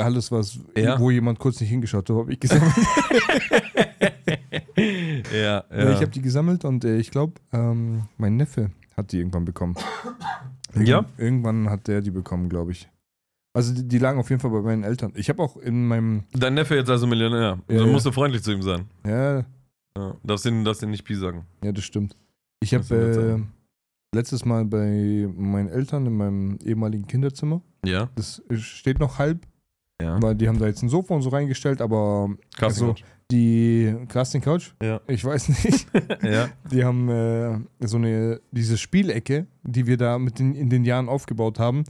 [SPEAKER 2] Alles, was
[SPEAKER 1] Ja.
[SPEAKER 2] wo jemand kurz nicht hingeschaut hat, habe ich gesammelt.
[SPEAKER 1] ja,
[SPEAKER 2] Ja,
[SPEAKER 1] ja.
[SPEAKER 2] Ich habe die gesammelt und äh, ich glaube, ähm, mein Neffe hat die irgendwann bekommen. Irgendwann-
[SPEAKER 1] Ja?
[SPEAKER 2] Irgendwann hat der die bekommen, glaube ich. Also die, die lagen auf jeden Fall bei meinen Eltern. Ich habe auch in meinem,
[SPEAKER 1] Dein Neffe jetzt also Millionär.
[SPEAKER 2] Ja,
[SPEAKER 1] du
[SPEAKER 2] ja.
[SPEAKER 1] musst du freundlich zu ihm sein.
[SPEAKER 2] ja,
[SPEAKER 1] Ja. Darfst den, darfst den nicht Pi sagen.
[SPEAKER 2] ja, das stimmt. Ich
[SPEAKER 1] Das soll das
[SPEAKER 2] habe
[SPEAKER 1] sein.
[SPEAKER 2] äh, letztes Mal bei meinen Eltern in meinem ehemaligen Kinderzimmer,
[SPEAKER 1] Ja.
[SPEAKER 2] das steht noch halb,
[SPEAKER 1] Ja.
[SPEAKER 2] weil die also haben da jetzt ein Sofa und so reingestellt, aber
[SPEAKER 1] Casting
[SPEAKER 2] die Casting Couch,
[SPEAKER 1] Ja.
[SPEAKER 2] ich weiß nicht,
[SPEAKER 1] ja.
[SPEAKER 2] Die haben äh, so eine, diese Spielecke, die wir da mit den, in den Jahren aufgebaut haben.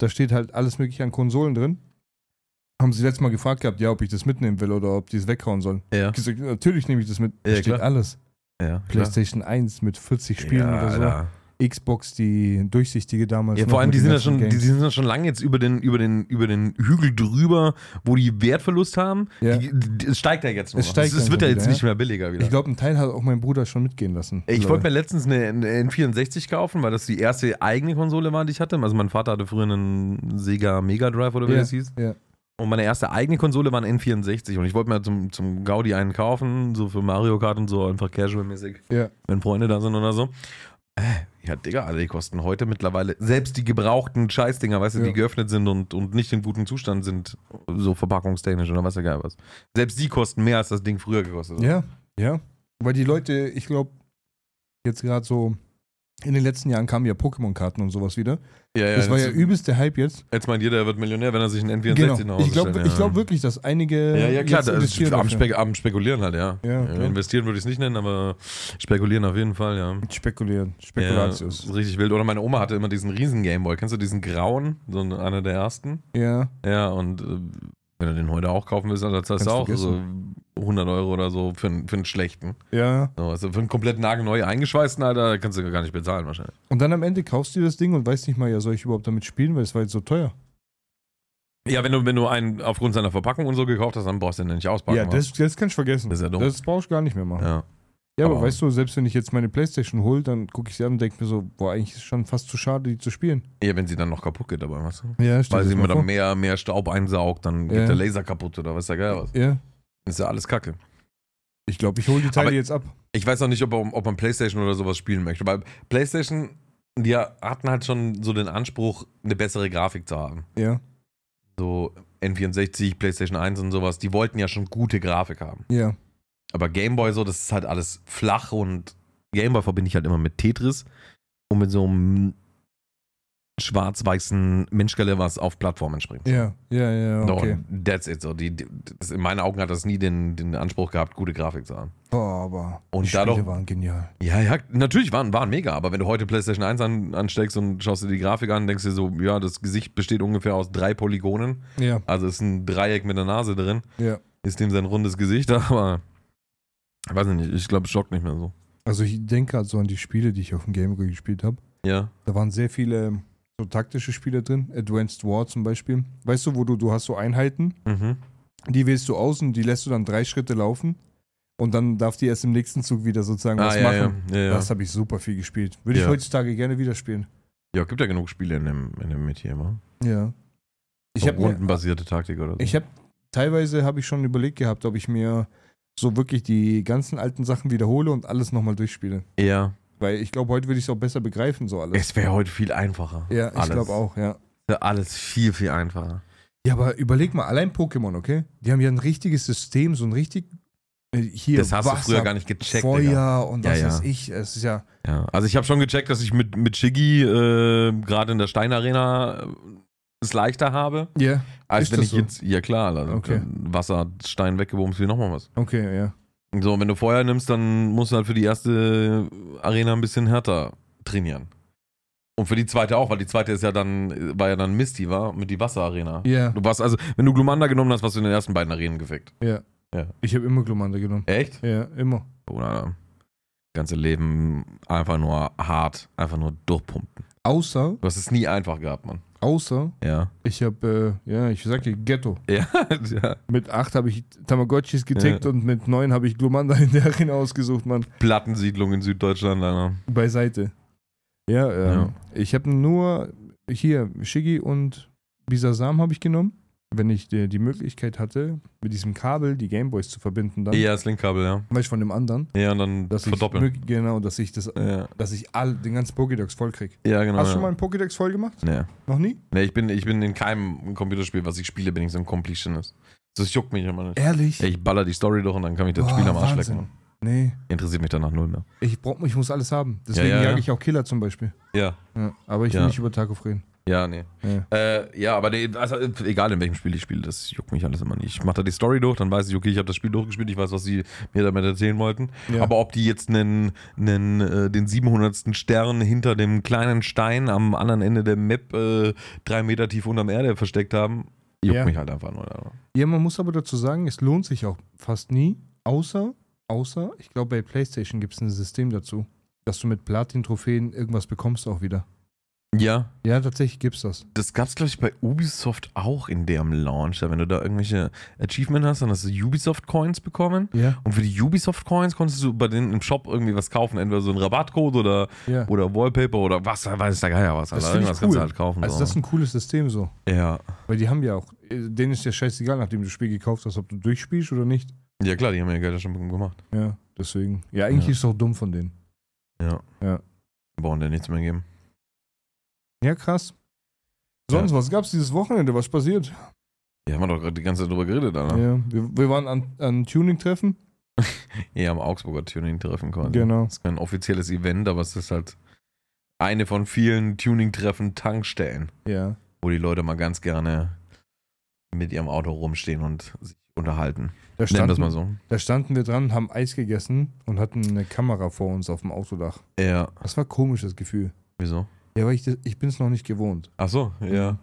[SPEAKER 2] Da steht halt alles mögliche an Konsolen drin. Haben sie letztes Mal gefragt gehabt, ja, ob ich das mitnehmen will oder ob die es weghauen sollen.
[SPEAKER 1] Ja.
[SPEAKER 2] Ich gesagt, natürlich nehme ich das mit. Da
[SPEAKER 1] Ja,
[SPEAKER 2] steht
[SPEAKER 1] klar.
[SPEAKER 2] alles.
[SPEAKER 1] Ja. Klar.
[SPEAKER 2] PlayStation 1 mit 40 Spielen
[SPEAKER 1] ja,
[SPEAKER 2] oder so.
[SPEAKER 1] Alter.
[SPEAKER 2] Xbox, die durchsichtige damals.
[SPEAKER 1] Ja,
[SPEAKER 2] noch
[SPEAKER 1] vor allem,
[SPEAKER 2] mit
[SPEAKER 1] die
[SPEAKER 2] den
[SPEAKER 1] sind ja
[SPEAKER 2] ganzen
[SPEAKER 1] schon, die, die
[SPEAKER 2] Games.
[SPEAKER 1] sind ja schon lange jetzt über den, über, den, über den Hügel drüber, wo die Wertverlust haben.
[SPEAKER 2] Ja.
[SPEAKER 1] Die, die, es steigt ja jetzt noch.
[SPEAKER 2] Es steigt
[SPEAKER 1] es, es wird
[SPEAKER 2] langsam
[SPEAKER 1] ja jetzt
[SPEAKER 2] wieder,
[SPEAKER 1] nicht
[SPEAKER 2] ja.
[SPEAKER 1] mehr billiger wieder.
[SPEAKER 2] ich glaube, einen Teil hat auch mein Bruder schon mitgehen lassen.
[SPEAKER 1] Ey, Ich
[SPEAKER 2] glaub
[SPEAKER 1] wollte mir letztens eine, eine N64 kaufen, weil das die erste eigene Konsole war, die ich hatte. Also mein Vater hatte früher einen Sega Mega Drive oder wie
[SPEAKER 2] ja,
[SPEAKER 1] das hieß.
[SPEAKER 2] Ja.
[SPEAKER 1] Und meine erste eigene Konsole war ein N64 und ich wollte mir zum, zum Gaudi einen kaufen, so für Mario Kart und so, einfach casual-mäßig,
[SPEAKER 2] Ja.
[SPEAKER 1] wenn Freunde da sind oder so. Äh, ja, Digga, alle die kosten heute mittlerweile, selbst die gebrauchten Scheißdinger, weißt du,
[SPEAKER 2] Ja.
[SPEAKER 1] die geöffnet sind und, und nicht in gutem Zustand sind, so verpackungstechnisch oder was ja geil was. Selbst die kosten mehr, als das Ding früher gekostet hat.
[SPEAKER 2] Äh, Ja, ja. Weil die Leute, ich glaube, jetzt gerade so in den letzten Jahren kamen ja Pokémon-Karten und sowas wieder.
[SPEAKER 1] ja,
[SPEAKER 2] das war ja übelste Hype jetzt. Genau.
[SPEAKER 1] Jetzt meint jeder, er wird Millionär, wenn er sich einen N64 nach Hause
[SPEAKER 2] Ich glaube
[SPEAKER 1] stellt,
[SPEAKER 2] ich glaub wirklich, dass einige.
[SPEAKER 1] Ja, ja, klar, das
[SPEAKER 2] jetzt
[SPEAKER 1] ist
[SPEAKER 2] investieren
[SPEAKER 1] am,
[SPEAKER 2] dafür.
[SPEAKER 1] Spek am Spekulieren halt, ja.
[SPEAKER 2] Ja, klar.
[SPEAKER 1] Investieren würde ich es nicht nennen, aber spekulieren auf jeden Fall, ja.
[SPEAKER 2] Spekulieren.
[SPEAKER 1] Ja,
[SPEAKER 2] Spekulatius.
[SPEAKER 1] ist richtig wild. Oder meine Oma hatte immer diesen riesen Gameboy. Kennst du diesen grauen? So einen- einer der ersten.
[SPEAKER 2] Ja.
[SPEAKER 1] Ja, und äh, wenn du den heute auch kaufen willst, dann zahlst du auch
[SPEAKER 2] Kannst
[SPEAKER 1] so 100 Euro oder so für, einen- für einen schlechten.
[SPEAKER 2] ja.
[SPEAKER 1] So, also für einen komplett nagelneu eingeschweißten, Alter, kannst du gar nicht bezahlen wahrscheinlich.
[SPEAKER 2] Und dann am Ende kaufst du dir das Ding und weißt nicht mal, ja, soll ich überhaupt damit spielen, weil es war jetzt so teuer.
[SPEAKER 1] Ja, wenn du, wenn du einen aufgrund seiner Verpackung und so gekauft hast, dann brauchst du den nicht auspacken. wa?
[SPEAKER 2] das kannst du vergessen.
[SPEAKER 1] Das ist ja dumm.
[SPEAKER 2] Das brauchst du gar nicht mehr machen. Ja,
[SPEAKER 1] ja.
[SPEAKER 2] aber,
[SPEAKER 1] aber-
[SPEAKER 2] weißt du, selbst wenn ich jetzt meine Playstation hole, dann gucke ich sie an und denke mir so, boah, eigentlich ist schon fast zu schade, die zu spielen.
[SPEAKER 1] ja, wenn sie dann noch kaputt geht dabei, weißt du?
[SPEAKER 2] Ja, stell
[SPEAKER 1] Weil
[SPEAKER 2] dir
[SPEAKER 1] sie
[SPEAKER 2] das mal
[SPEAKER 1] immer
[SPEAKER 2] vor.
[SPEAKER 1] dann mehr, mehr Staub einsaugt, dann
[SPEAKER 2] Ja.
[SPEAKER 1] geht der Laser kaputt oder was ja geil was.
[SPEAKER 2] Ja.
[SPEAKER 1] Ist ja alles Kacke.
[SPEAKER 2] Ich glaube, ich hole die Teile
[SPEAKER 1] Aber-
[SPEAKER 2] jetzt ab.
[SPEAKER 1] Ich weiß noch nicht, ob, ob man PlayStation oder sowas spielen möchte, weil PlayStation, die hatten halt schon so den Anspruch, eine bessere Grafik zu haben.
[SPEAKER 2] Ja.
[SPEAKER 1] So N64, PlayStation 1 und sowas, die wollten ja schon gute Grafik haben.
[SPEAKER 2] Ja.
[SPEAKER 1] Aber Gameboy so, das ist halt alles flach und Gameboy verbinde ich halt immer mit Tetris und mit so einem schwarz-weißen Menschgelle, was auf Plattformen entspringt.
[SPEAKER 2] Ja. Ja, ja,
[SPEAKER 1] No,
[SPEAKER 2] okay.
[SPEAKER 1] that's it. So, die, die, das, in meinen Augen hat das nie den, den Anspruch gehabt, gute Grafik zu haben.
[SPEAKER 2] Boah, aber
[SPEAKER 1] Und
[SPEAKER 2] die
[SPEAKER 1] dadurch-
[SPEAKER 2] Spiele waren genial.
[SPEAKER 1] Ja, ja, natürlich waren, waren mega, aber wenn du heute PlayStation 1 an, ansteckst und schaust dir die Grafik an, denkst du dir so, ja, das Gesicht besteht ungefähr aus drei Polygonen.
[SPEAKER 2] Ja,
[SPEAKER 1] Also ist ein Dreieck mit der Nase drin.
[SPEAKER 2] ja.
[SPEAKER 1] Ist dem sein rundes Gesicht, aber ich weiß nicht, ich glaube, es schockt nicht mehr so.
[SPEAKER 2] Also ich denke gerade so an die Spiele, die ich auf dem Gameboy gespielt habe.
[SPEAKER 1] Ja.
[SPEAKER 2] Da waren sehr viele ähm, so taktische Spiele drin. Advanced War zum Beispiel. Weißt du, wo du, du hast so Einheiten,
[SPEAKER 1] Mhm.
[SPEAKER 2] die wählst du aus und die lässt du dann drei Schritte laufen und dann darf die erst im nächsten Zug wieder sozusagen
[SPEAKER 1] Ah,
[SPEAKER 2] was
[SPEAKER 1] ja,
[SPEAKER 2] machen.
[SPEAKER 1] ja, ja, ja.
[SPEAKER 2] Das habe ich super viel gespielt. Würde
[SPEAKER 1] Ja.
[SPEAKER 2] ich heutzutage gerne wieder spielen.
[SPEAKER 1] ja, gibt ja genug Spiele in dem, in dem Metier, immer.
[SPEAKER 2] Ja. Ich
[SPEAKER 1] So
[SPEAKER 2] habe mir
[SPEAKER 1] rundenbasierte Taktik oder so.
[SPEAKER 2] Ich habe teilweise habe ich schon überlegt gehabt, ob ich mir so wirklich die ganzen alten Sachen wiederhole und alles nochmal durchspiele.
[SPEAKER 1] ja.
[SPEAKER 2] Weil ich glaube, heute würde ich es auch besser begreifen, so alles.
[SPEAKER 1] Es wäre heute viel einfacher.
[SPEAKER 2] ja, ich
[SPEAKER 1] Alles.
[SPEAKER 2] glaube auch, ja.
[SPEAKER 1] Wäre Alles viel, viel einfacher.
[SPEAKER 2] Ja, aber überleg mal, allein Pokémon, okay? Die haben ja ein richtiges System, so ein richtig. äh, Hier,
[SPEAKER 1] Das hast du
[SPEAKER 2] Wasser,
[SPEAKER 1] früher gar nicht gecheckt,
[SPEAKER 2] Feuer
[SPEAKER 1] Digga.
[SPEAKER 2] und
[SPEAKER 1] Ja,
[SPEAKER 2] was
[SPEAKER 1] ja.
[SPEAKER 2] weiß ich. Es ist ja.
[SPEAKER 1] Ja, also ich habe schon gecheckt, dass ich mit, mit Shiggy äh, gerade in der Steinarena äh, es leichter habe,
[SPEAKER 2] Ja.
[SPEAKER 1] als
[SPEAKER 2] Ist
[SPEAKER 1] wenn
[SPEAKER 2] das
[SPEAKER 1] ich
[SPEAKER 2] so?
[SPEAKER 1] jetzt, ja klar, also
[SPEAKER 2] Okay.
[SPEAKER 1] Wasser, Stein weggebumst, wie nochmal was.
[SPEAKER 2] Okay, ja.
[SPEAKER 1] So, und wenn du Feuer nimmst, dann musst du halt für die erste Arena ein bisschen härter trainieren. Und für die zweite auch, weil die zweite ist ja dann, war ja dann Misty, war mit die Wasserarena.
[SPEAKER 2] Ja,
[SPEAKER 1] Du warst also, wenn du Glumanda genommen hast, warst du in den ersten beiden Arenen gefickt.
[SPEAKER 2] ja.
[SPEAKER 1] Ja.
[SPEAKER 2] Ich habe immer Glomande genommen.
[SPEAKER 1] Echt?
[SPEAKER 2] Ja, immer.
[SPEAKER 1] Bruder, ganze Leben einfach nur hart, einfach nur durchpumpen.
[SPEAKER 2] Außer,
[SPEAKER 1] Du hast es nie einfach gehabt, Mann.
[SPEAKER 2] außer,
[SPEAKER 1] Ja.
[SPEAKER 2] ich habe, äh, ja, ich sag dir, Ghetto.
[SPEAKER 1] Ja, ja.
[SPEAKER 2] Mit 8 habe ich Tamagotchis getickt und mit 9 habe ich Glomanda in der Arena ausgesucht, Mann.
[SPEAKER 1] Plattensiedlung in Süddeutschland, Alter.
[SPEAKER 2] Beiseite. Ja, ähm, ich habe nur hier Shiggy und Bisasam habe ich genommen. Wenn ich die, die Möglichkeit hatte, mit diesem Kabel die Gameboys zu verbinden, dann
[SPEAKER 1] Ja, das Linkkabel, ja.
[SPEAKER 2] weiß ich von dem anderen,
[SPEAKER 1] Ja, und dann
[SPEAKER 2] dass
[SPEAKER 1] verdoppeln.
[SPEAKER 2] ich mög- genau, dass ich das,
[SPEAKER 1] Ja.
[SPEAKER 2] dass ich all, den ganzen Pokédex voll krieg.
[SPEAKER 1] ja, genau.
[SPEAKER 2] Hast du
[SPEAKER 1] ja.
[SPEAKER 2] schon mal einen Pokédex voll gemacht?
[SPEAKER 1] Nee.
[SPEAKER 2] Noch nie?
[SPEAKER 1] Nee, ich bin, ich bin in keinem Computerspiel, was ich spiele, bin ich so ein Completionist. Das juckt mich immer nicht.
[SPEAKER 2] Ehrlich?
[SPEAKER 1] Ich baller die Story durch und dann kann mich das
[SPEAKER 2] Boah,
[SPEAKER 1] Spiel am Arsch
[SPEAKER 2] Wahnsinn.
[SPEAKER 1] lecken. Mann.
[SPEAKER 2] Nee,
[SPEAKER 1] Interessiert mich danach null mehr.
[SPEAKER 2] ich, brauch, ich muss alles haben. Deswegen
[SPEAKER 1] ja,
[SPEAKER 2] jage
[SPEAKER 1] ja.
[SPEAKER 2] ich auch Killer zum Beispiel.
[SPEAKER 1] Ja.
[SPEAKER 2] Ja, aber ich will
[SPEAKER 1] Ja.
[SPEAKER 2] nicht über Tarkov reden.
[SPEAKER 1] Ja, nee.
[SPEAKER 2] Ja.
[SPEAKER 1] Äh, ja, aber nee, also, äh, egal in welchem Spiel ich spiele, das juckt mich alles immer nicht. Ich mache da die Story durch, dann weiß ich, okay, ich habe das Spiel durchgespielt, ich weiß, was sie mir damit erzählen wollten.
[SPEAKER 2] Ja.
[SPEAKER 1] Aber ob die jetzt einen, einen, äh, den 700. Stern hinter dem kleinen Stein am anderen Ende der Map äh, drei Meter tief unterm Erde versteckt haben, juckt
[SPEAKER 2] Ja.
[SPEAKER 1] mich halt einfach nur. Alter.
[SPEAKER 2] Ja, man muss aber dazu sagen, es lohnt sich auch fast nie, außer, außer, ich glaube, bei PlayStation gibt es ein System dazu, dass du mit Platin-Trophäen irgendwas bekommst auch wieder.
[SPEAKER 1] Ja,
[SPEAKER 2] Ja, tatsächlich gibt's das.
[SPEAKER 1] das gab's glaube ich bei Ubisoft auch in deren Launch. Ja, Wenn du da irgendwelche Achievement hast, dann hast du Ubisoft Coins bekommen.
[SPEAKER 2] Ja,
[SPEAKER 1] Und für die Ubisoft Coins konntest du bei denen im Shop irgendwie was kaufen, entweder so einen Rabattcode oder
[SPEAKER 2] ja.
[SPEAKER 1] Oder Wallpaper oder was, weiß der Geier was. Alter.
[SPEAKER 2] Das find ich
[SPEAKER 1] Irgendwas kannst du
[SPEAKER 2] cool.
[SPEAKER 1] halt kaufen.
[SPEAKER 2] Also
[SPEAKER 1] so.
[SPEAKER 2] das ist ein cooles System so.
[SPEAKER 1] ja.
[SPEAKER 2] Weil die haben ja auch, äh, denen ist ja scheißegal, nachdem du das Spiel gekauft hast, ob du durchspielst oder nicht.
[SPEAKER 1] ja, klar, die haben ja Geld ja schon gemacht.
[SPEAKER 2] Ja, deswegen. Ja, eigentlich
[SPEAKER 1] Ja.
[SPEAKER 2] ist es auch dumm von denen.
[SPEAKER 1] Wir brauchen dir nichts mehr geben.
[SPEAKER 2] Ja, krass. Sonst, was gab's dieses Wochenende? Was passiert?
[SPEAKER 1] Ja, haben wir doch gerade die ganze Zeit drüber geredet,
[SPEAKER 2] Ja,
[SPEAKER 1] Alter.
[SPEAKER 2] wir, wir waren an, an Tuning-Treffen.
[SPEAKER 1] Ja, am Augsburger Tuning-Treffen quasi.
[SPEAKER 2] Genau.
[SPEAKER 1] Das ist kein offizielles Event, aber es ist halt eine von vielen Tuning-Treffen Tankstellen,
[SPEAKER 2] Ja.
[SPEAKER 1] wo die Leute mal ganz gerne mit ihrem Auto rumstehen und sich unterhalten.
[SPEAKER 2] Da
[SPEAKER 1] Nennen wir es
[SPEAKER 2] standen-
[SPEAKER 1] mal so.
[SPEAKER 2] Da standen wir dran, haben Eis gegessen und hatten eine Kamera vor uns auf dem Autodach.
[SPEAKER 1] Ja,
[SPEAKER 2] Das war ein komisches Gefühl.
[SPEAKER 1] wieso?
[SPEAKER 2] Ja, weil ich, das- ich bin es noch nicht gewohnt.
[SPEAKER 1] Ach so, ja.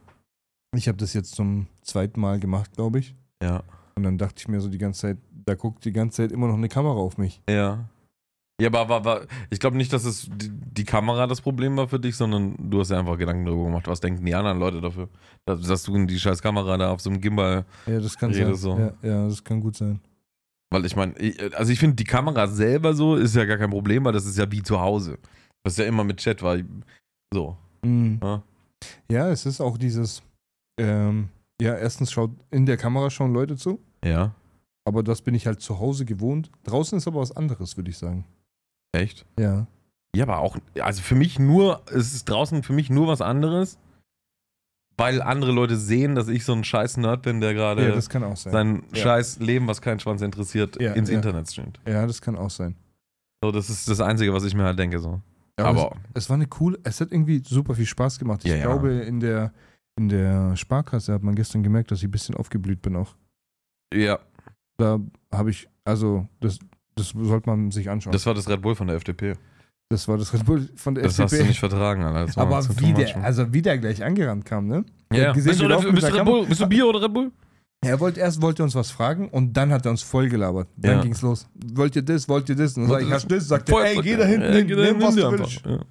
[SPEAKER 2] Ich habe das jetzt zum zweiten Mal gemacht, glaube ich.
[SPEAKER 1] Ja.
[SPEAKER 2] Und dann dachte ich mir so die ganze Zeit, da guckt die ganze Zeit immer noch eine Kamera auf mich.
[SPEAKER 1] Ja. Ja, aber, aber, aber ich glaube nicht, dass es die, die Kamera das Problem war für dich, sondern du hast ja einfach Gedanken darüber gemacht, was denken die anderen Leute dafür, dass, dass du in die scheiß Kamera da auf so einem Gimbal.
[SPEAKER 2] Ja, das kann
[SPEAKER 1] Rede
[SPEAKER 2] sein.
[SPEAKER 1] so.
[SPEAKER 2] Ja, ja, das kann gut sein.
[SPEAKER 1] Weil ich meine, also ich finde, die Kamera selber so ist ja gar kein Problem, weil das ist ja wie zu Hause. Das ist ja immer mit Chat, weil so.
[SPEAKER 2] Mhm.
[SPEAKER 1] Ja.
[SPEAKER 2] Ja, es ist auch dieses, ähm, ja, erstens schaut in der Kamera schauen Leute zu,
[SPEAKER 1] Ja.
[SPEAKER 2] aber das bin ich halt zu Hause gewohnt. Draußen ist aber was anderes, würde ich sagen.
[SPEAKER 1] Echt?
[SPEAKER 2] Ja.
[SPEAKER 1] Ja, aber auch, also für mich nur, es ist draußen für mich nur was anderes, weil andere Leute sehen, dass ich so ein scheiß Nerd bin, der
[SPEAKER 2] Ja,
[SPEAKER 1] gerade
[SPEAKER 2] das kann auch sein.
[SPEAKER 1] sein
[SPEAKER 2] Ja.
[SPEAKER 1] scheiß Leben, was keinen Schwanz interessiert,
[SPEAKER 2] Ja,
[SPEAKER 1] ins
[SPEAKER 2] ja.
[SPEAKER 1] Internet streamt.
[SPEAKER 2] Ja, das kann auch sein.
[SPEAKER 1] So, das ist das Einzige, was ich mir halt denke. So.
[SPEAKER 2] es-
[SPEAKER 1] Aber,
[SPEAKER 2] Es war eine coole, es hat irgendwie super viel Spaß gemacht. Ich
[SPEAKER 1] Ja, ja.
[SPEAKER 2] glaube, in der in der Sparkasse hat man gestern gemerkt, dass ich ein bisschen aufgeblüht bin auch.
[SPEAKER 1] ja,
[SPEAKER 2] Da habe ich, also, das, das sollte man sich anschauen. Das,
[SPEAKER 1] das war das Red Bull von der FDP.
[SPEAKER 2] war das Red Bull von der
[SPEAKER 1] Das hast
[SPEAKER 2] FDP.
[SPEAKER 1] du nicht vertragen, Alter. Das war
[SPEAKER 2] aber
[SPEAKER 1] zu too
[SPEAKER 2] wie
[SPEAKER 1] much,
[SPEAKER 2] der,
[SPEAKER 1] man.
[SPEAKER 2] also wie der gleich angerannt kam, ne?
[SPEAKER 1] ja, ja.
[SPEAKER 2] gesehen,
[SPEAKER 1] Bist du,
[SPEAKER 2] wie
[SPEAKER 1] oder,
[SPEAKER 2] der auf
[SPEAKER 1] bist, du
[SPEAKER 2] dieser
[SPEAKER 1] Red Bull, bist du Bier oder Red Bull?
[SPEAKER 2] Er wollte erst wollte er uns was fragen und dann hat er uns voll gelabert. Dann
[SPEAKER 1] Ja.
[SPEAKER 2] ging's los. Wollt ihr das, wollt ihr das? Und dann sag
[SPEAKER 1] Wollt
[SPEAKER 2] ich,
[SPEAKER 1] ihr
[SPEAKER 2] hast du das? Sagt er, ey, geh da hinten,
[SPEAKER 1] Ja,
[SPEAKER 2] hin,
[SPEAKER 1] geh da
[SPEAKER 2] nimm, was
[SPEAKER 1] hin,
[SPEAKER 2] du
[SPEAKER 1] einfach.
[SPEAKER 2] willst.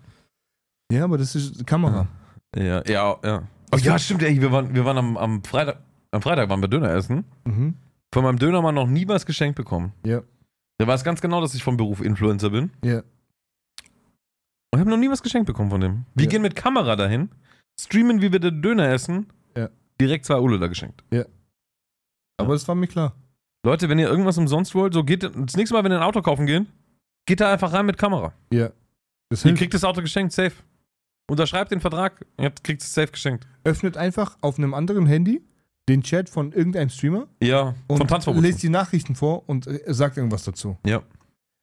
[SPEAKER 2] Ja, aber das ist Kamera.
[SPEAKER 1] Ja, ja. ja, ja. Oh, ja stimmt, ey, wir waren, wir waren am, am Freitag, am Freitag waren wir Döner essen.
[SPEAKER 2] Mhm.
[SPEAKER 1] Von meinem Dönermann noch nie was geschenkt bekommen.
[SPEAKER 2] Ja.
[SPEAKER 1] Der weiß ganz genau, dass ich vom Beruf Influencer bin.
[SPEAKER 2] Ja.
[SPEAKER 1] Und habe noch nie was geschenkt bekommen von dem. Wir
[SPEAKER 2] Ja.
[SPEAKER 1] gehen mit Kamera dahin, streamen, wie wir den Döner essen.
[SPEAKER 2] Ja.
[SPEAKER 1] Direkt zwei Ulle da geschenkt.
[SPEAKER 2] Aber das war mir klar.
[SPEAKER 1] Leute, wenn ihr irgendwas umsonst wollt, so geht das nächste Mal, wenn ihr ein Auto kaufen geht, geht da einfach rein mit Kamera.
[SPEAKER 2] Das
[SPEAKER 1] Ihr
[SPEAKER 2] hilft.
[SPEAKER 1] kriegt das Auto geschenkt, safe. Unterschreibt den Vertrag, ihr habt- kriegt es safe geschenkt.
[SPEAKER 2] öffnet einfach auf einem anderen Handy den Chat von irgendeinem Streamer
[SPEAKER 1] Ja,
[SPEAKER 2] und
[SPEAKER 1] vom Tanzverbot.
[SPEAKER 2] lest die Nachrichten vor und äh, sagt irgendwas dazu.
[SPEAKER 1] Ja.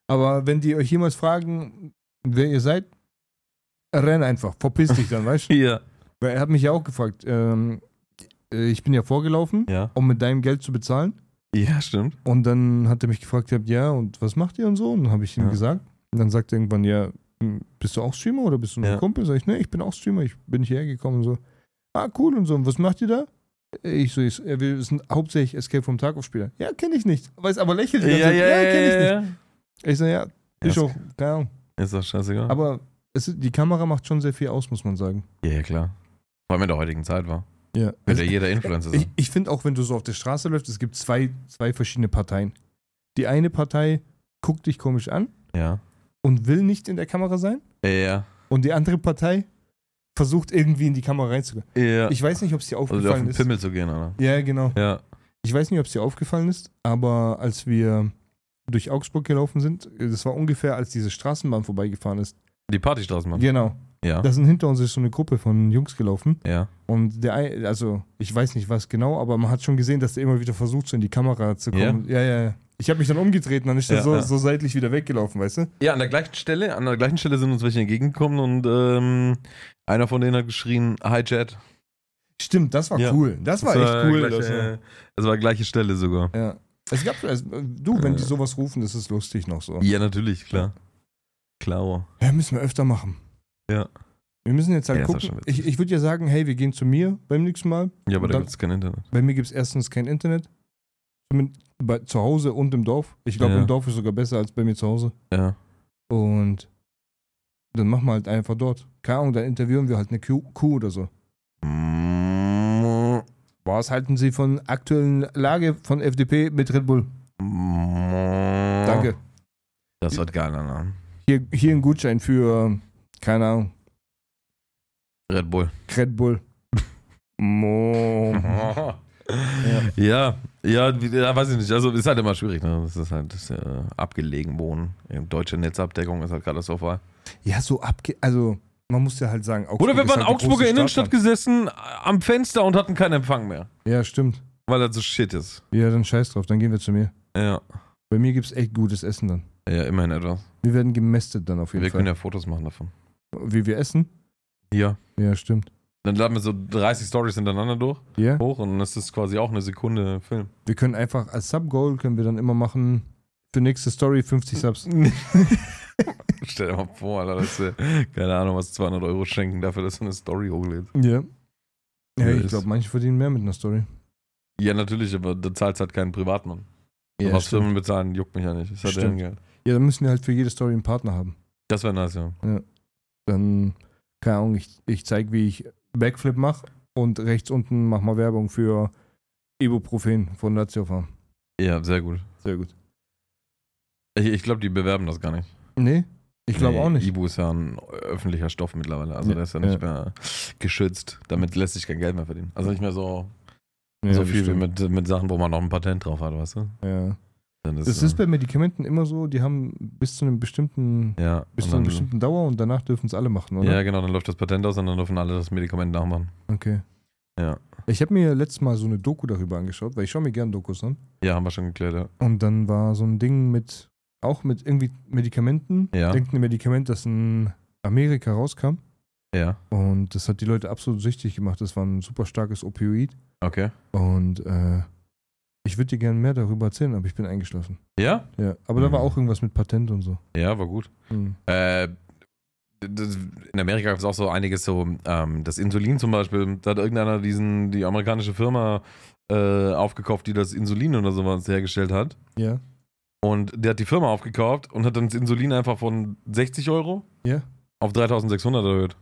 [SPEAKER 2] Aber wenn die euch jemals fragen, wer ihr seid, renn einfach, verpiss dich dann, weißt du?
[SPEAKER 1] Ja.
[SPEAKER 2] Weil er hat mich ja auch gefragt, ähm, äh, ich bin ja vorgelaufen,
[SPEAKER 1] ja.
[SPEAKER 2] um mit deinem Geld zu bezahlen.
[SPEAKER 1] Ja, stimmt.
[SPEAKER 2] Und dann hat er mich gefragt, ja, und was macht ihr und so? Und dann habe ich ihm
[SPEAKER 1] Ja.
[SPEAKER 2] gesagt. Und dann sagt er irgendwann, ja, "Hm, bist du auch Streamer oder bist du nur
[SPEAKER 1] Ja.
[SPEAKER 2] ein Kumpel? Sag ich, ne, ich bin auch Streamer, ich bin hierher gekommen und so. Ah, cool und so. Und was macht ihr da? Ich so, ich, so, ja, wir sind hauptsächlich Escape vom Tarkov Spieler. Ja, kenne ich nicht. Weiß aber lächelt. die ganze Zeit. kenn ich nicht. Ich so, ja, ich
[SPEAKER 1] Ja,
[SPEAKER 2] auch. Keine Ahnung.
[SPEAKER 1] Ist doch scheißegal.
[SPEAKER 2] Aber es, ist- die Kamera macht schon sehr viel aus, muss man sagen.
[SPEAKER 1] ja, ja, klar. Vor allem in der heutigen Zeit war.
[SPEAKER 2] Ja.
[SPEAKER 1] Wird ja jeder Influencer
[SPEAKER 2] Also Ich,
[SPEAKER 1] sein.
[SPEAKER 2] ich finde auch, wenn du so auf der Straße läufst, es gibt zwei, zwei verschiedene Parteien. Die eine Partei guckt dich komisch an
[SPEAKER 1] Ja.
[SPEAKER 2] und will nicht in der Kamera sein.
[SPEAKER 1] Ja.
[SPEAKER 2] Und die andere Partei versucht irgendwie in die Kamera reinzugehen.
[SPEAKER 1] Ja.
[SPEAKER 2] Ich weiß nicht, ob es dir
[SPEAKER 1] also auf
[SPEAKER 2] aufgefallen
[SPEAKER 1] den
[SPEAKER 2] ist.
[SPEAKER 1] Pimmel zu gehen, oder?
[SPEAKER 2] Ja, genau.
[SPEAKER 1] Ja.
[SPEAKER 2] Ich weiß nicht, ob es dir aufgefallen ist, aber als wir durch Augsburg gelaufen sind, das war ungefähr, als diese Straßenbahn vorbeigefahren ist.
[SPEAKER 1] Die Partystraße machen.
[SPEAKER 2] Genau.
[SPEAKER 1] Ja.
[SPEAKER 2] Da sind hinter uns ist so eine Gruppe von Jungs gelaufen.
[SPEAKER 1] Ja.
[SPEAKER 2] Und der, ein- also ich weiß nicht was genau, aber man hat schon gesehen, dass der immer wieder versucht, so in die Kamera zu kommen. Ja, ja, ja. Ich habe mich dann umgedreht und dann ist er
[SPEAKER 1] Ja,
[SPEAKER 2] so,
[SPEAKER 1] ja.
[SPEAKER 2] so seitlich wieder weggelaufen, weißt du?
[SPEAKER 1] Ja, an der gleichen Stelle, an der gleichen Stelle sind uns welche entgegengekommen und ähm, einer von denen hat geschrien, Hi Jet.
[SPEAKER 2] Stimmt, das war
[SPEAKER 1] Ja.
[SPEAKER 2] cool. Das war echt cool.
[SPEAKER 1] Gleiche,
[SPEAKER 2] das war,
[SPEAKER 1] das war gleiche Stelle sogar.
[SPEAKER 2] ja. Es gab, also, du, wenn die sowas rufen, ist es lustig noch so.
[SPEAKER 1] Ja, natürlich, klar. Klar.
[SPEAKER 2] Ja, müssen wir öfter machen.
[SPEAKER 1] Ja.
[SPEAKER 2] Wir müssen jetzt halt
[SPEAKER 1] Ja, das war
[SPEAKER 2] gucken.
[SPEAKER 1] schon witzig.
[SPEAKER 2] Ich, ich würde ja sagen, hey, wir gehen zu mir beim nächsten Mal.
[SPEAKER 1] Ja, aber da
[SPEAKER 2] Dann-
[SPEAKER 1] gibt es kein Internet.
[SPEAKER 2] Bei mir gibt es erstens kein Internet. Zumindest bei, zu Hause und im Dorf. Ich glaube,
[SPEAKER 1] Ja.
[SPEAKER 2] im Dorf ist sogar besser als bei mir zu Hause.
[SPEAKER 1] Ja.
[SPEAKER 2] Und dann machen wir halt einfach dort. Keine Ahnung, dann interviewen wir halt eine Kuh, Kuh oder so. Was halten Sie von aktuellen Lage von FDP mit Red Bull?
[SPEAKER 1] Danke.
[SPEAKER 2] Danke.
[SPEAKER 1] Das wird geiler Name.
[SPEAKER 2] Hier, hier ein Gutschein für, keine Ahnung,
[SPEAKER 1] Red Bull.
[SPEAKER 2] Red Bull. Mo.
[SPEAKER 1] ja. Mhm. ja, wie- ja, weiß ich nicht. Also ist halt immer schwierig. Ne? Das ist halt das, ist, äh, abgelegen wohnen. Eben Deutsche Netzabdeckung ist halt katastrophal.
[SPEAKER 2] Ja, so abge... Also, man muss ja halt sagen... Augsburg
[SPEAKER 1] Oder wir
[SPEAKER 2] ist
[SPEAKER 1] waren in
[SPEAKER 2] halt eine
[SPEAKER 1] Augsburger
[SPEAKER 2] große
[SPEAKER 1] Innenstadt
[SPEAKER 2] Stadt.
[SPEAKER 1] gesessen, äh, am Fenster und hatten keinen Empfang mehr.
[SPEAKER 2] Ja, stimmt.
[SPEAKER 1] Weil das so shit ist.
[SPEAKER 2] Ja, dann scheiß drauf, dann gehen wir zu mir.
[SPEAKER 1] Ja.
[SPEAKER 2] Bei mir gibt es echt gutes Essen dann.
[SPEAKER 1] Ja, immerhin etwas.
[SPEAKER 2] Wir werden gemästet dann auf jeden
[SPEAKER 1] Wir können
[SPEAKER 2] Fall.
[SPEAKER 1] ja Fotos machen davon.
[SPEAKER 2] Wie wir essen?
[SPEAKER 1] Ja.
[SPEAKER 2] Ja, stimmt.
[SPEAKER 1] Dann laden wir so 30 Stories hintereinander durch,
[SPEAKER 2] Ja?
[SPEAKER 1] hoch und dann ist das quasi auch eine Sekunde Film.
[SPEAKER 2] Wir können einfach als Subgoal können wir dann immer machen für nächste Story 50 Subs.
[SPEAKER 1] Stell dir mal vor, Alter, dass wir, keine Ahnung, was 200 Euro schenken dafür, dass du eine Story hochlädst.
[SPEAKER 2] Ja. Ja,
[SPEAKER 1] Ja,
[SPEAKER 2] ich
[SPEAKER 1] ist-
[SPEAKER 2] glaube, manche verdienen mehr mit einer Story.
[SPEAKER 1] Ja, natürlich, aber da zahlst halt keinen Privatmann. Ja, was
[SPEAKER 2] stimmt.
[SPEAKER 1] Firmen bezahlen, juckt mich ja nicht. Das hat
[SPEAKER 2] Stimmt.
[SPEAKER 1] deren Geld.
[SPEAKER 2] ja, dann müssen wir halt für jede Story einen Partner haben.
[SPEAKER 1] Das wäre nice, ja.
[SPEAKER 2] Dann, keine Ahnung, ich, ich zeige, wie ich Backflip mache und rechts unten mach mal Werbung für Ibuprofen von Lazio Farm.
[SPEAKER 1] Ja, sehr gut.
[SPEAKER 2] Sehr gut.
[SPEAKER 1] Ich, ich glaube, die bewerben das gar nicht.
[SPEAKER 2] Nee, ich glaube
[SPEAKER 1] Nee,
[SPEAKER 2] auch nicht.
[SPEAKER 1] Ibu ist ja ein öffentlicher Stoff mittlerweile. Also,
[SPEAKER 2] Ja,
[SPEAKER 1] der ist ja nicht mehr geschützt. Damit lässt sich kein Geld mehr verdienen. Also, nicht mehr so,
[SPEAKER 2] Ja,
[SPEAKER 1] so viel wie
[SPEAKER 2] bestimmt.
[SPEAKER 1] mit, mit Sachen, wo man noch ein Patent drauf hat, weißt du?
[SPEAKER 2] Ja.
[SPEAKER 1] Dann ist,
[SPEAKER 2] Es ist bei Medikamenten immer so, die haben bis zu einem bestimmten,
[SPEAKER 1] äh, ja,
[SPEAKER 2] bis
[SPEAKER 1] und
[SPEAKER 2] zu einer
[SPEAKER 1] dann-
[SPEAKER 2] bestimmten Dauer und danach dürfen es alle machen, oder?
[SPEAKER 1] ja, genau. Dann läuft das Patent aus und dann dürfen alle das Medikament nachmachen.
[SPEAKER 2] Okay.
[SPEAKER 1] Ja.
[SPEAKER 2] Ich habe mir letztes Mal so eine Doku darüber angeschaut, weil ich schaue mir gern Dokus an.
[SPEAKER 1] Ja, haben wir schon geklärt, ja.
[SPEAKER 2] Und dann war so ein Ding mit, auch mit irgendwie Medikamenten.
[SPEAKER 1] Ja.
[SPEAKER 2] Irgendein Medikament, das in Amerika rauskam.
[SPEAKER 1] Ja,
[SPEAKER 2] Und das hat die Leute absolut süchtig gemacht. Das war ein super starkes Opioid.
[SPEAKER 1] okay.
[SPEAKER 2] Und äh, ich würde dir gern mehr darüber erzählen, aber ich bin eingeschlafen.
[SPEAKER 1] Ja?
[SPEAKER 2] Ja. Aber da
[SPEAKER 1] Mhm.
[SPEAKER 2] war auch irgendwas mit Patent und so.
[SPEAKER 1] Ja, war gut.
[SPEAKER 2] Mhm.
[SPEAKER 1] Äh, das, in Amerika gibt es auch so einiges, so ähm, das Insulin zum Beispiel. Da hat irgendeiner diesen, die amerikanische Firma äh, aufgekauft, die das Insulin oder sowas hergestellt hat.
[SPEAKER 2] Ja.
[SPEAKER 1] Und der hat die Firma aufgekauft und hat dann das Insulin einfach von 60 Euro
[SPEAKER 2] Ja.
[SPEAKER 1] auf 3600 erhöht.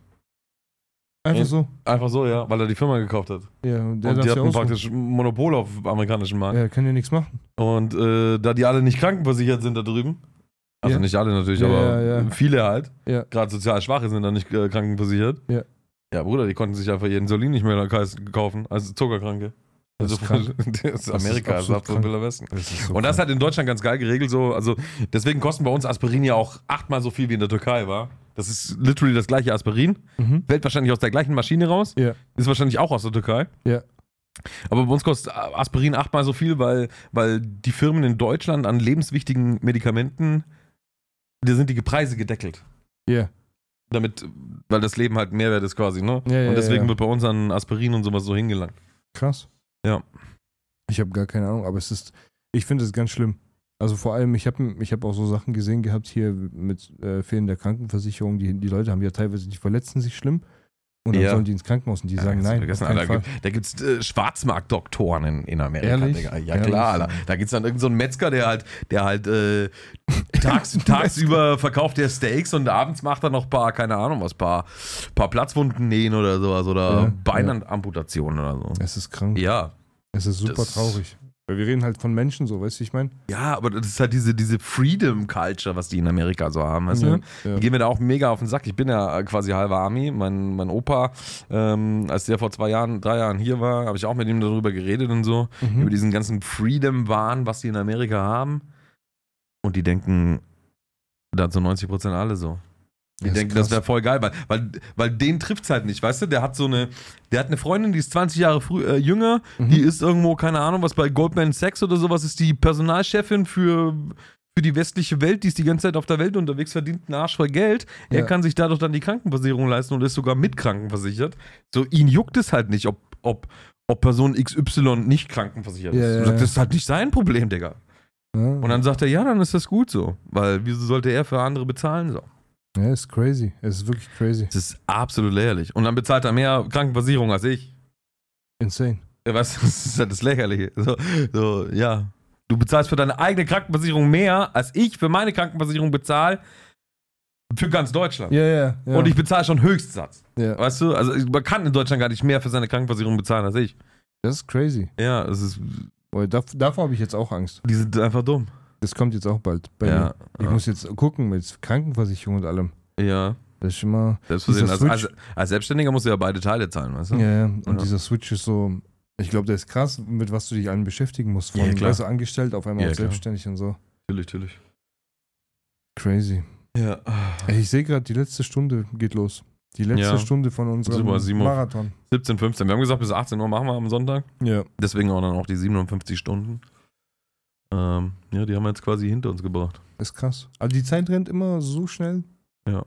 [SPEAKER 2] Einfach
[SPEAKER 1] Ja.
[SPEAKER 2] so.
[SPEAKER 1] Einfach so, ja, weil er die Firma gekauft hat.
[SPEAKER 2] Ja, und der
[SPEAKER 1] und die
[SPEAKER 2] darf ja
[SPEAKER 1] hatten
[SPEAKER 2] auch.
[SPEAKER 1] praktisch Monopol auf dem amerikanischen Markt.
[SPEAKER 2] Ja, kann ja nichts machen.
[SPEAKER 1] Und äh, da die alle nicht krankenversichert sind da drüben, also
[SPEAKER 2] Ja.
[SPEAKER 1] nicht alle natürlich,
[SPEAKER 2] Ja,
[SPEAKER 1] aber
[SPEAKER 2] ja, ja.
[SPEAKER 1] viele halt,
[SPEAKER 2] Ja.
[SPEAKER 1] gerade sozial Schwache sind da nicht äh, krankenversichert.
[SPEAKER 2] Ja.
[SPEAKER 1] Ja, Bruder, die konnten sich einfach ihr Insulin nicht mehr kaufen, also Zuckerkranke.
[SPEAKER 2] Das
[SPEAKER 1] Also
[SPEAKER 2] ist krank.
[SPEAKER 1] das ist Amerika, das ist
[SPEAKER 2] absolut
[SPEAKER 1] absolut
[SPEAKER 2] krank.
[SPEAKER 1] Wilder Westen.
[SPEAKER 2] Das ist so
[SPEAKER 1] Und das
[SPEAKER 2] krank.
[SPEAKER 1] hat in Deutschland ganz geil geregelt, so, also deswegen kosten bei uns Aspirin ja auch achtmal so viel wie in der Türkei, war. Das ist literally das gleiche Aspirin.
[SPEAKER 2] Mhm.
[SPEAKER 1] Fällt wahrscheinlich aus der gleichen Maschine raus.
[SPEAKER 2] Ja.
[SPEAKER 1] Ist wahrscheinlich auch aus der Türkei.
[SPEAKER 2] Ja.
[SPEAKER 1] Aber bei uns kostet Aspirin achtmal so viel, weil, weil die Firmen in Deutschland an lebenswichtigen Medikamenten, da sind die Preise gedeckelt.
[SPEAKER 2] Ja.
[SPEAKER 1] Damit, weil das Leben halt Mehrwert ist quasi, ne?
[SPEAKER 2] Ja, ja,
[SPEAKER 1] und deswegen
[SPEAKER 2] ja.
[SPEAKER 1] wird bei uns an Aspirin und sowas so hingelangt.
[SPEAKER 2] Krass.
[SPEAKER 1] Ja.
[SPEAKER 2] Ich habe gar keine Ahnung, aber es ist, ich finde es ganz schlimm. Also vor allem, ich habe ich hab auch so Sachen gesehen gehabt hier mit äh, fehlender Krankenversicherung. Die, die Leute haben ja teilweise, die verletzen sich schlimm und dann
[SPEAKER 1] Ja.
[SPEAKER 2] sollen die ins Khankmos und die
[SPEAKER 1] Ja,
[SPEAKER 2] sagen
[SPEAKER 1] kannst du
[SPEAKER 2] nein.
[SPEAKER 1] vergessen,
[SPEAKER 2] auf
[SPEAKER 1] Alter,
[SPEAKER 2] keinen
[SPEAKER 1] da
[SPEAKER 2] Fall.
[SPEAKER 1] gibt- da gibt es äh, Schwarzmarktdoktoren in, in Amerika.
[SPEAKER 2] Ehrlich?
[SPEAKER 1] Digga. Ja,
[SPEAKER 2] Ehrlich?
[SPEAKER 1] klar, Alter. Da gibt es dann irgendeinen so einen Metzger, der halt, der halt äh, tags, tagsüber verkauft der Steaks und abends macht er noch ein paar, keine Ahnung was, paar, paar Platzwunden nähen oder sowas oder
[SPEAKER 2] Ja,
[SPEAKER 1] Beinamputationen oder so.
[SPEAKER 2] Es ist krank.
[SPEAKER 1] Ja.
[SPEAKER 2] Es ist super
[SPEAKER 1] Das-
[SPEAKER 2] traurig. Weil wir reden halt von Menschen so, weißt du, ich meine?
[SPEAKER 1] Ja, aber das ist halt diese, diese Freedom-Culture, was die in Amerika so haben. Weißt du?
[SPEAKER 2] Ja.
[SPEAKER 1] Die gehen mir da auch mega auf den Sack. Ich bin ja äh, quasi halber Army. Mein, mein Opa, ähm, als der vor zwei Jahren, drei Jahren hier war, habe ich auch mit ihm darüber geredet und so.
[SPEAKER 2] Mhm.
[SPEAKER 1] Über diesen ganzen Freedom-Wahn, was die in Amerika haben. Und die denken, da zu 90 Prozent alle so. Die
[SPEAKER 2] Ja, ist
[SPEAKER 1] denken, das
[SPEAKER 2] krass.
[SPEAKER 1] wäre voll geil, weil, weil, weil den trifft es halt nicht, weißt du? Der hat so eine, der hat eine Freundin, die ist 20 Jahre frü äh, jünger,
[SPEAKER 2] Mhm.
[SPEAKER 1] die ist irgendwo, keine Ahnung, was bei Goldman Sachs oder sowas, ist die Personalchefin für, für die westliche Welt, die ist die ganze Zeit auf der Welt unterwegs, verdient einen Arsch voll Geld. Er
[SPEAKER 2] Ja.
[SPEAKER 1] kann sich dadurch dann die Krankenversicherung leisten und ist sogar mit krankenversichert. So, ihn juckt es halt nicht, ob, ob, ob Person XY nicht krankenversichert ist.
[SPEAKER 2] Ja,
[SPEAKER 1] Und
[SPEAKER 2] ja,
[SPEAKER 1] sagt,
[SPEAKER 2] ja. Mhm.
[SPEAKER 1] Das ist halt nicht sein Problem, Digga.
[SPEAKER 2] Ja.
[SPEAKER 1] Und dann sagt er, ja, dann ist das gut so, weil wieso sollte er für andere bezahlen? So.
[SPEAKER 2] ja, ist crazy. Es ist wirklich crazy.
[SPEAKER 1] Das ist absolut lächerlich. Und dann bezahlt er mehr Krankenversicherung als ich.
[SPEAKER 2] Insane.
[SPEAKER 1] Ja, Weißt du, das ist halt das Lächerliche. So, so, ja. Du bezahlst für deine eigene Krankenversicherung mehr, als ich für meine Krankenversicherung bezahle, für ganz Deutschland.
[SPEAKER 2] Ja, ja. ja.
[SPEAKER 1] Und ich bezahle schon Höchstsatz.
[SPEAKER 2] ja.
[SPEAKER 1] Weißt du, also man kann in Deutschland gar nicht mehr für seine Krankenversicherung bezahlen als ich.
[SPEAKER 2] Das ist crazy.
[SPEAKER 1] Ja, es ist,
[SPEAKER 2] Boah, dav davor habe ich jetzt auch Angst.
[SPEAKER 1] die sind einfach dumm.
[SPEAKER 2] Das kommt jetzt auch bald bei mir.
[SPEAKER 1] Ja,
[SPEAKER 2] Ich muss jetzt gucken mit Krankenversicherung und allem.
[SPEAKER 1] ja.
[SPEAKER 2] Das ist immer.
[SPEAKER 1] Selbstversehen.
[SPEAKER 2] Dieser
[SPEAKER 1] Als,
[SPEAKER 2] Switch-
[SPEAKER 1] als, als Selbstständiger musst du ja beide Teile zahlen, weißt du?
[SPEAKER 2] Ja, ja. Und
[SPEAKER 1] Ja.
[SPEAKER 2] dieser Switch ist so. Ich glaube, der ist krass, mit was du dich allen beschäftigen musst. Von
[SPEAKER 1] Ja, klar.
[SPEAKER 2] weißt du, angestellt auf einmal
[SPEAKER 1] Ja,
[SPEAKER 2] auf
[SPEAKER 1] klar.
[SPEAKER 2] selbstständig und so.
[SPEAKER 1] Natürlich, natürlich.
[SPEAKER 2] Crazy.
[SPEAKER 1] Ja. Ah.
[SPEAKER 2] Ey, ich sehe gerade, die letzte Stunde geht los. Die letzte
[SPEAKER 1] Ja.
[SPEAKER 2] Stunde von unserem
[SPEAKER 1] Super, Simon.
[SPEAKER 2] Marathon.
[SPEAKER 1] 17, 15. Wir haben gesagt, bis 18 Uhr machen wir am Sonntag.
[SPEAKER 2] Ja.
[SPEAKER 1] Deswegen auch dann auch die 57 Stunden. Ähm, ja, die haben wir jetzt quasi hinter uns gebracht.
[SPEAKER 2] Ist krass. Also die Zeit rennt immer so schnell.
[SPEAKER 1] Ja.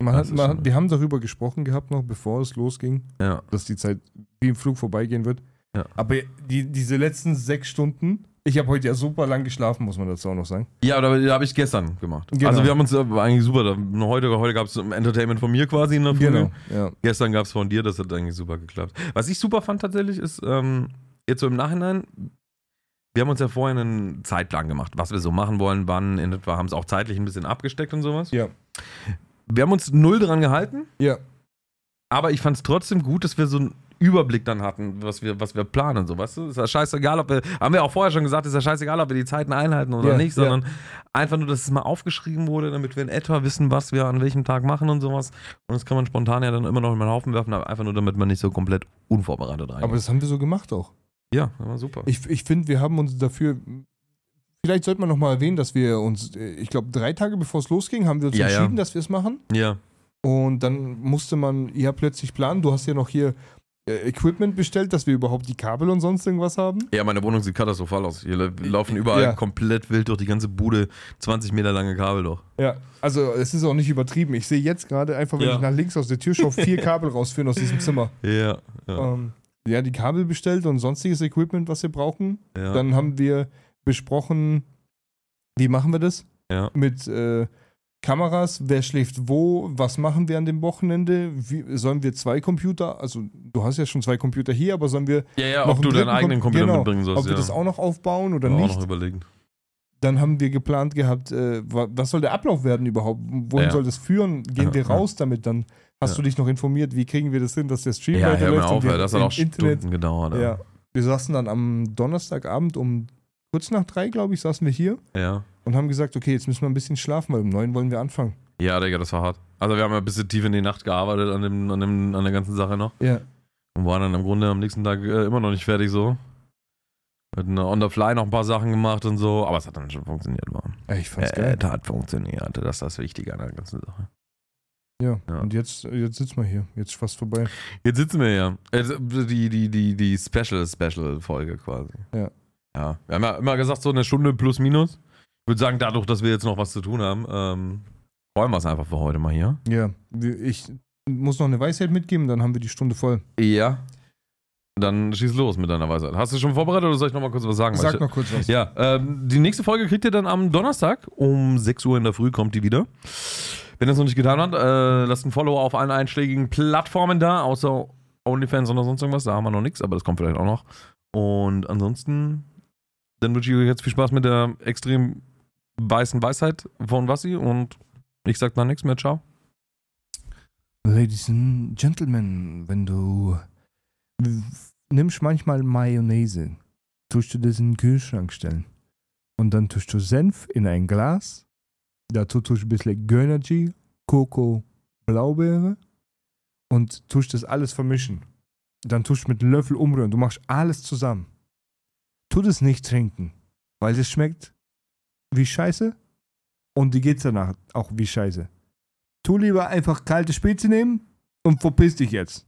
[SPEAKER 2] Man
[SPEAKER 1] Das
[SPEAKER 2] hat,
[SPEAKER 1] ist
[SPEAKER 2] man
[SPEAKER 1] schon-
[SPEAKER 2] hat, wir haben darüber gesprochen gehabt noch, bevor es losging,
[SPEAKER 1] Ja.
[SPEAKER 2] dass die Zeit wie im Flug vorbeigehen wird.
[SPEAKER 1] Ja.
[SPEAKER 2] Aber die, diese letzten sechs Stunden, ich habe heute ja super lang geschlafen, muss man dazu auch noch sagen.
[SPEAKER 1] Ja, aber da habe ich gestern gemacht.
[SPEAKER 2] Genau.
[SPEAKER 1] Also wir haben uns äh, eigentlich super. da- Heute, heute gab es Entertainment von mir quasi in der Früh.
[SPEAKER 2] Genau. Ja.
[SPEAKER 1] Gestern gab es von dir, das hat eigentlich super geklappt. Was ich super fand tatsächlich ist, ähm, jetzt so im Nachhinein, wir haben uns ja vorher einen Zeitplan gemacht, was wir so machen wollen, wann in etwa, haben es auch zeitlich ein bisschen abgesteckt und sowas.
[SPEAKER 2] Ja.
[SPEAKER 1] Wir haben uns null dran gehalten,
[SPEAKER 2] Ja.
[SPEAKER 1] aber ich fand es trotzdem gut, dass wir so einen Überblick dann hatten, was wir, was wir planen und so, weißt du? Ist ja scheißegal, ob wir, haben wir auch vorher schon gesagt, ist ja scheißegal, ob wir die Zeiten einhalten oder
[SPEAKER 2] Ja,
[SPEAKER 1] nicht,
[SPEAKER 2] ja.
[SPEAKER 1] sondern einfach nur, dass es mal aufgeschrieben wurde, damit wir in etwa wissen, was wir an welchem Tag machen und sowas. Und das kann man spontan ja dann immer noch in den Haufen werfen, aber einfach nur, damit man nicht so komplett unvorbereitet reingeht.
[SPEAKER 2] Aber das haben wir so gemacht auch.
[SPEAKER 1] ja, das war super.
[SPEAKER 2] Ich, ich finde, wir haben uns dafür. Vielleicht sollte man nochmal erwähnen, dass wir uns, äh, ich glaube, drei Tage bevor es losging, haben wir uns
[SPEAKER 1] Ja, ja.
[SPEAKER 2] entschieden, dass wir es machen.
[SPEAKER 1] ja,
[SPEAKER 2] Und dann musste man ja plötzlich planen. Du hast ja noch hier äh, Equipment bestellt, dass wir überhaupt die Kabel und sonst irgendwas haben.
[SPEAKER 1] ja, meine Wohnung sieht katastrophal aus. Hier la- laufen überall
[SPEAKER 2] Ja.
[SPEAKER 1] komplett wild durch die ganze Bude 20 Meter lange Kabel durch.
[SPEAKER 2] Ja. Also, es ist auch nicht übertrieben. Ich sehe jetzt gerade einfach, wenn
[SPEAKER 1] Ja.
[SPEAKER 2] ich nach links aus der Tür schaue, vier Kabel rausführen aus diesem Zimmer.
[SPEAKER 1] Ja, ja,
[SPEAKER 2] Ähm, ja, die Kabel bestellt und sonstiges Equipment, was wir brauchen.
[SPEAKER 1] ja.
[SPEAKER 2] Dann haben wir besprochen, wie machen wir das?
[SPEAKER 1] Ja.
[SPEAKER 2] Mit äh, Kameras, wer schläft wo, was machen wir an dem Wochenende? Wie, sollen wir zwei Computer, also du hast ja schon zwei Computer hier, aber sollen wir
[SPEAKER 1] ja, ja, ob
[SPEAKER 2] noch einen
[SPEAKER 1] du deinen
[SPEAKER 2] dritten
[SPEAKER 1] eigenen
[SPEAKER 2] Kom-
[SPEAKER 1] Computer
[SPEAKER 2] genau,
[SPEAKER 1] mitbringen sollst.
[SPEAKER 2] ob wir
[SPEAKER 1] ja.
[SPEAKER 2] das auch noch aufbauen oder
[SPEAKER 1] War auch
[SPEAKER 2] nicht?
[SPEAKER 1] noch überlegen.
[SPEAKER 2] Dann haben wir geplant gehabt, äh, wa- was soll der Ablauf werden überhaupt? Wohin
[SPEAKER 1] Ja.
[SPEAKER 2] soll das führen? Gehen
[SPEAKER 1] Ja,
[SPEAKER 2] wir
[SPEAKER 1] ja.
[SPEAKER 2] raus damit? Dann hast
[SPEAKER 1] Ja.
[SPEAKER 2] du dich noch informiert, wie kriegen wir das hin, dass der Stream
[SPEAKER 1] Ja, hör
[SPEAKER 2] weiterläuft
[SPEAKER 1] mal
[SPEAKER 2] und
[SPEAKER 1] auf,
[SPEAKER 2] wir
[SPEAKER 1] Alter, das hat
[SPEAKER 2] im
[SPEAKER 1] auch Stunden gedauert.
[SPEAKER 2] ja. Wir saßen dann am Donnerstagabend um kurz nach drei, glaube ich, saßen wir hier
[SPEAKER 1] Ja. ja.
[SPEAKER 2] und haben gesagt, okay, jetzt müssen wir ein bisschen schlafen, weil um neun wollen wir anfangen.
[SPEAKER 1] Ja, Digga, das war hart. Also wir haben ja ein bisschen tief in die Nacht gearbeitet an, dem, an, dem, an der ganzen Sache noch.
[SPEAKER 2] Ja.
[SPEAKER 1] Und waren dann im Grunde am nächsten Tag äh, immer noch nicht fertig so. Hatten on the fly noch ein paar Sachen gemacht und so. Aber es hat dann schon funktioniert, Mann.
[SPEAKER 2] Ich fand's
[SPEAKER 1] Äh,
[SPEAKER 2] geil.
[SPEAKER 1] es hat funktioniert. Das ist das Wichtige an der ganzen Sache.
[SPEAKER 2] Ja.
[SPEAKER 1] ja.
[SPEAKER 2] Und jetzt, jetzt sitzen wir hier. Jetzt ist fast vorbei.
[SPEAKER 1] Jetzt sitzen wir ja. Die, die, die, die Special-Special-Folge quasi.
[SPEAKER 2] Ja.
[SPEAKER 1] Ja. Wir haben ja immer gesagt, so eine Stunde plus minus. Ich würde sagen, dadurch, dass wir jetzt noch was zu tun haben, ähm, räumen wir es einfach für heute mal hier.
[SPEAKER 2] Ja. wir- Ich muss noch eine Weisheit mitgeben, dann haben wir die Stunde voll.
[SPEAKER 1] Ja. Dann schieß los mit deiner Weisheit. Hast du schon vorbereitet oder soll ich nochmal kurz was sagen? Weil
[SPEAKER 2] Sag
[SPEAKER 1] ich,
[SPEAKER 2] mal kurz was.
[SPEAKER 1] Ja, ähm, die nächste Folge kriegt ihr dann am Donnerstag um 6 Uhr in der Früh, kommt die wieder. Wenn ihr es noch nicht getan habt, äh, lasst ein Follow auf allen einschlägigen Plattformen da, außer OnlyFans oder sonst irgendwas, da haben wir noch nichts, aber das kommt vielleicht auch noch. Und ansonsten, dann wünsche ich euch jetzt viel Spaß mit der extrem weißen Weisheit von Wassi und ich sag dann nichts mehr, ciao.
[SPEAKER 2] Ladies and Gentlemen, wenn du nimmst manchmal Mayonnaise, tust du das in den Kühlschrank stellen und dann tust du Senf in ein Glas, dazu tust du ein bisschen Gönnergy, Koko, Blaubeere und tust das alles vermischen. Dann tust du mit einem Löffel umrühren, du machst alles zusammen. Tu das nicht trinken, weil es schmeckt wie Scheiße und die geht's danach auch wie Scheiße tu lieber einfach kalte Spitze nehmen und verpiss dich jetzt.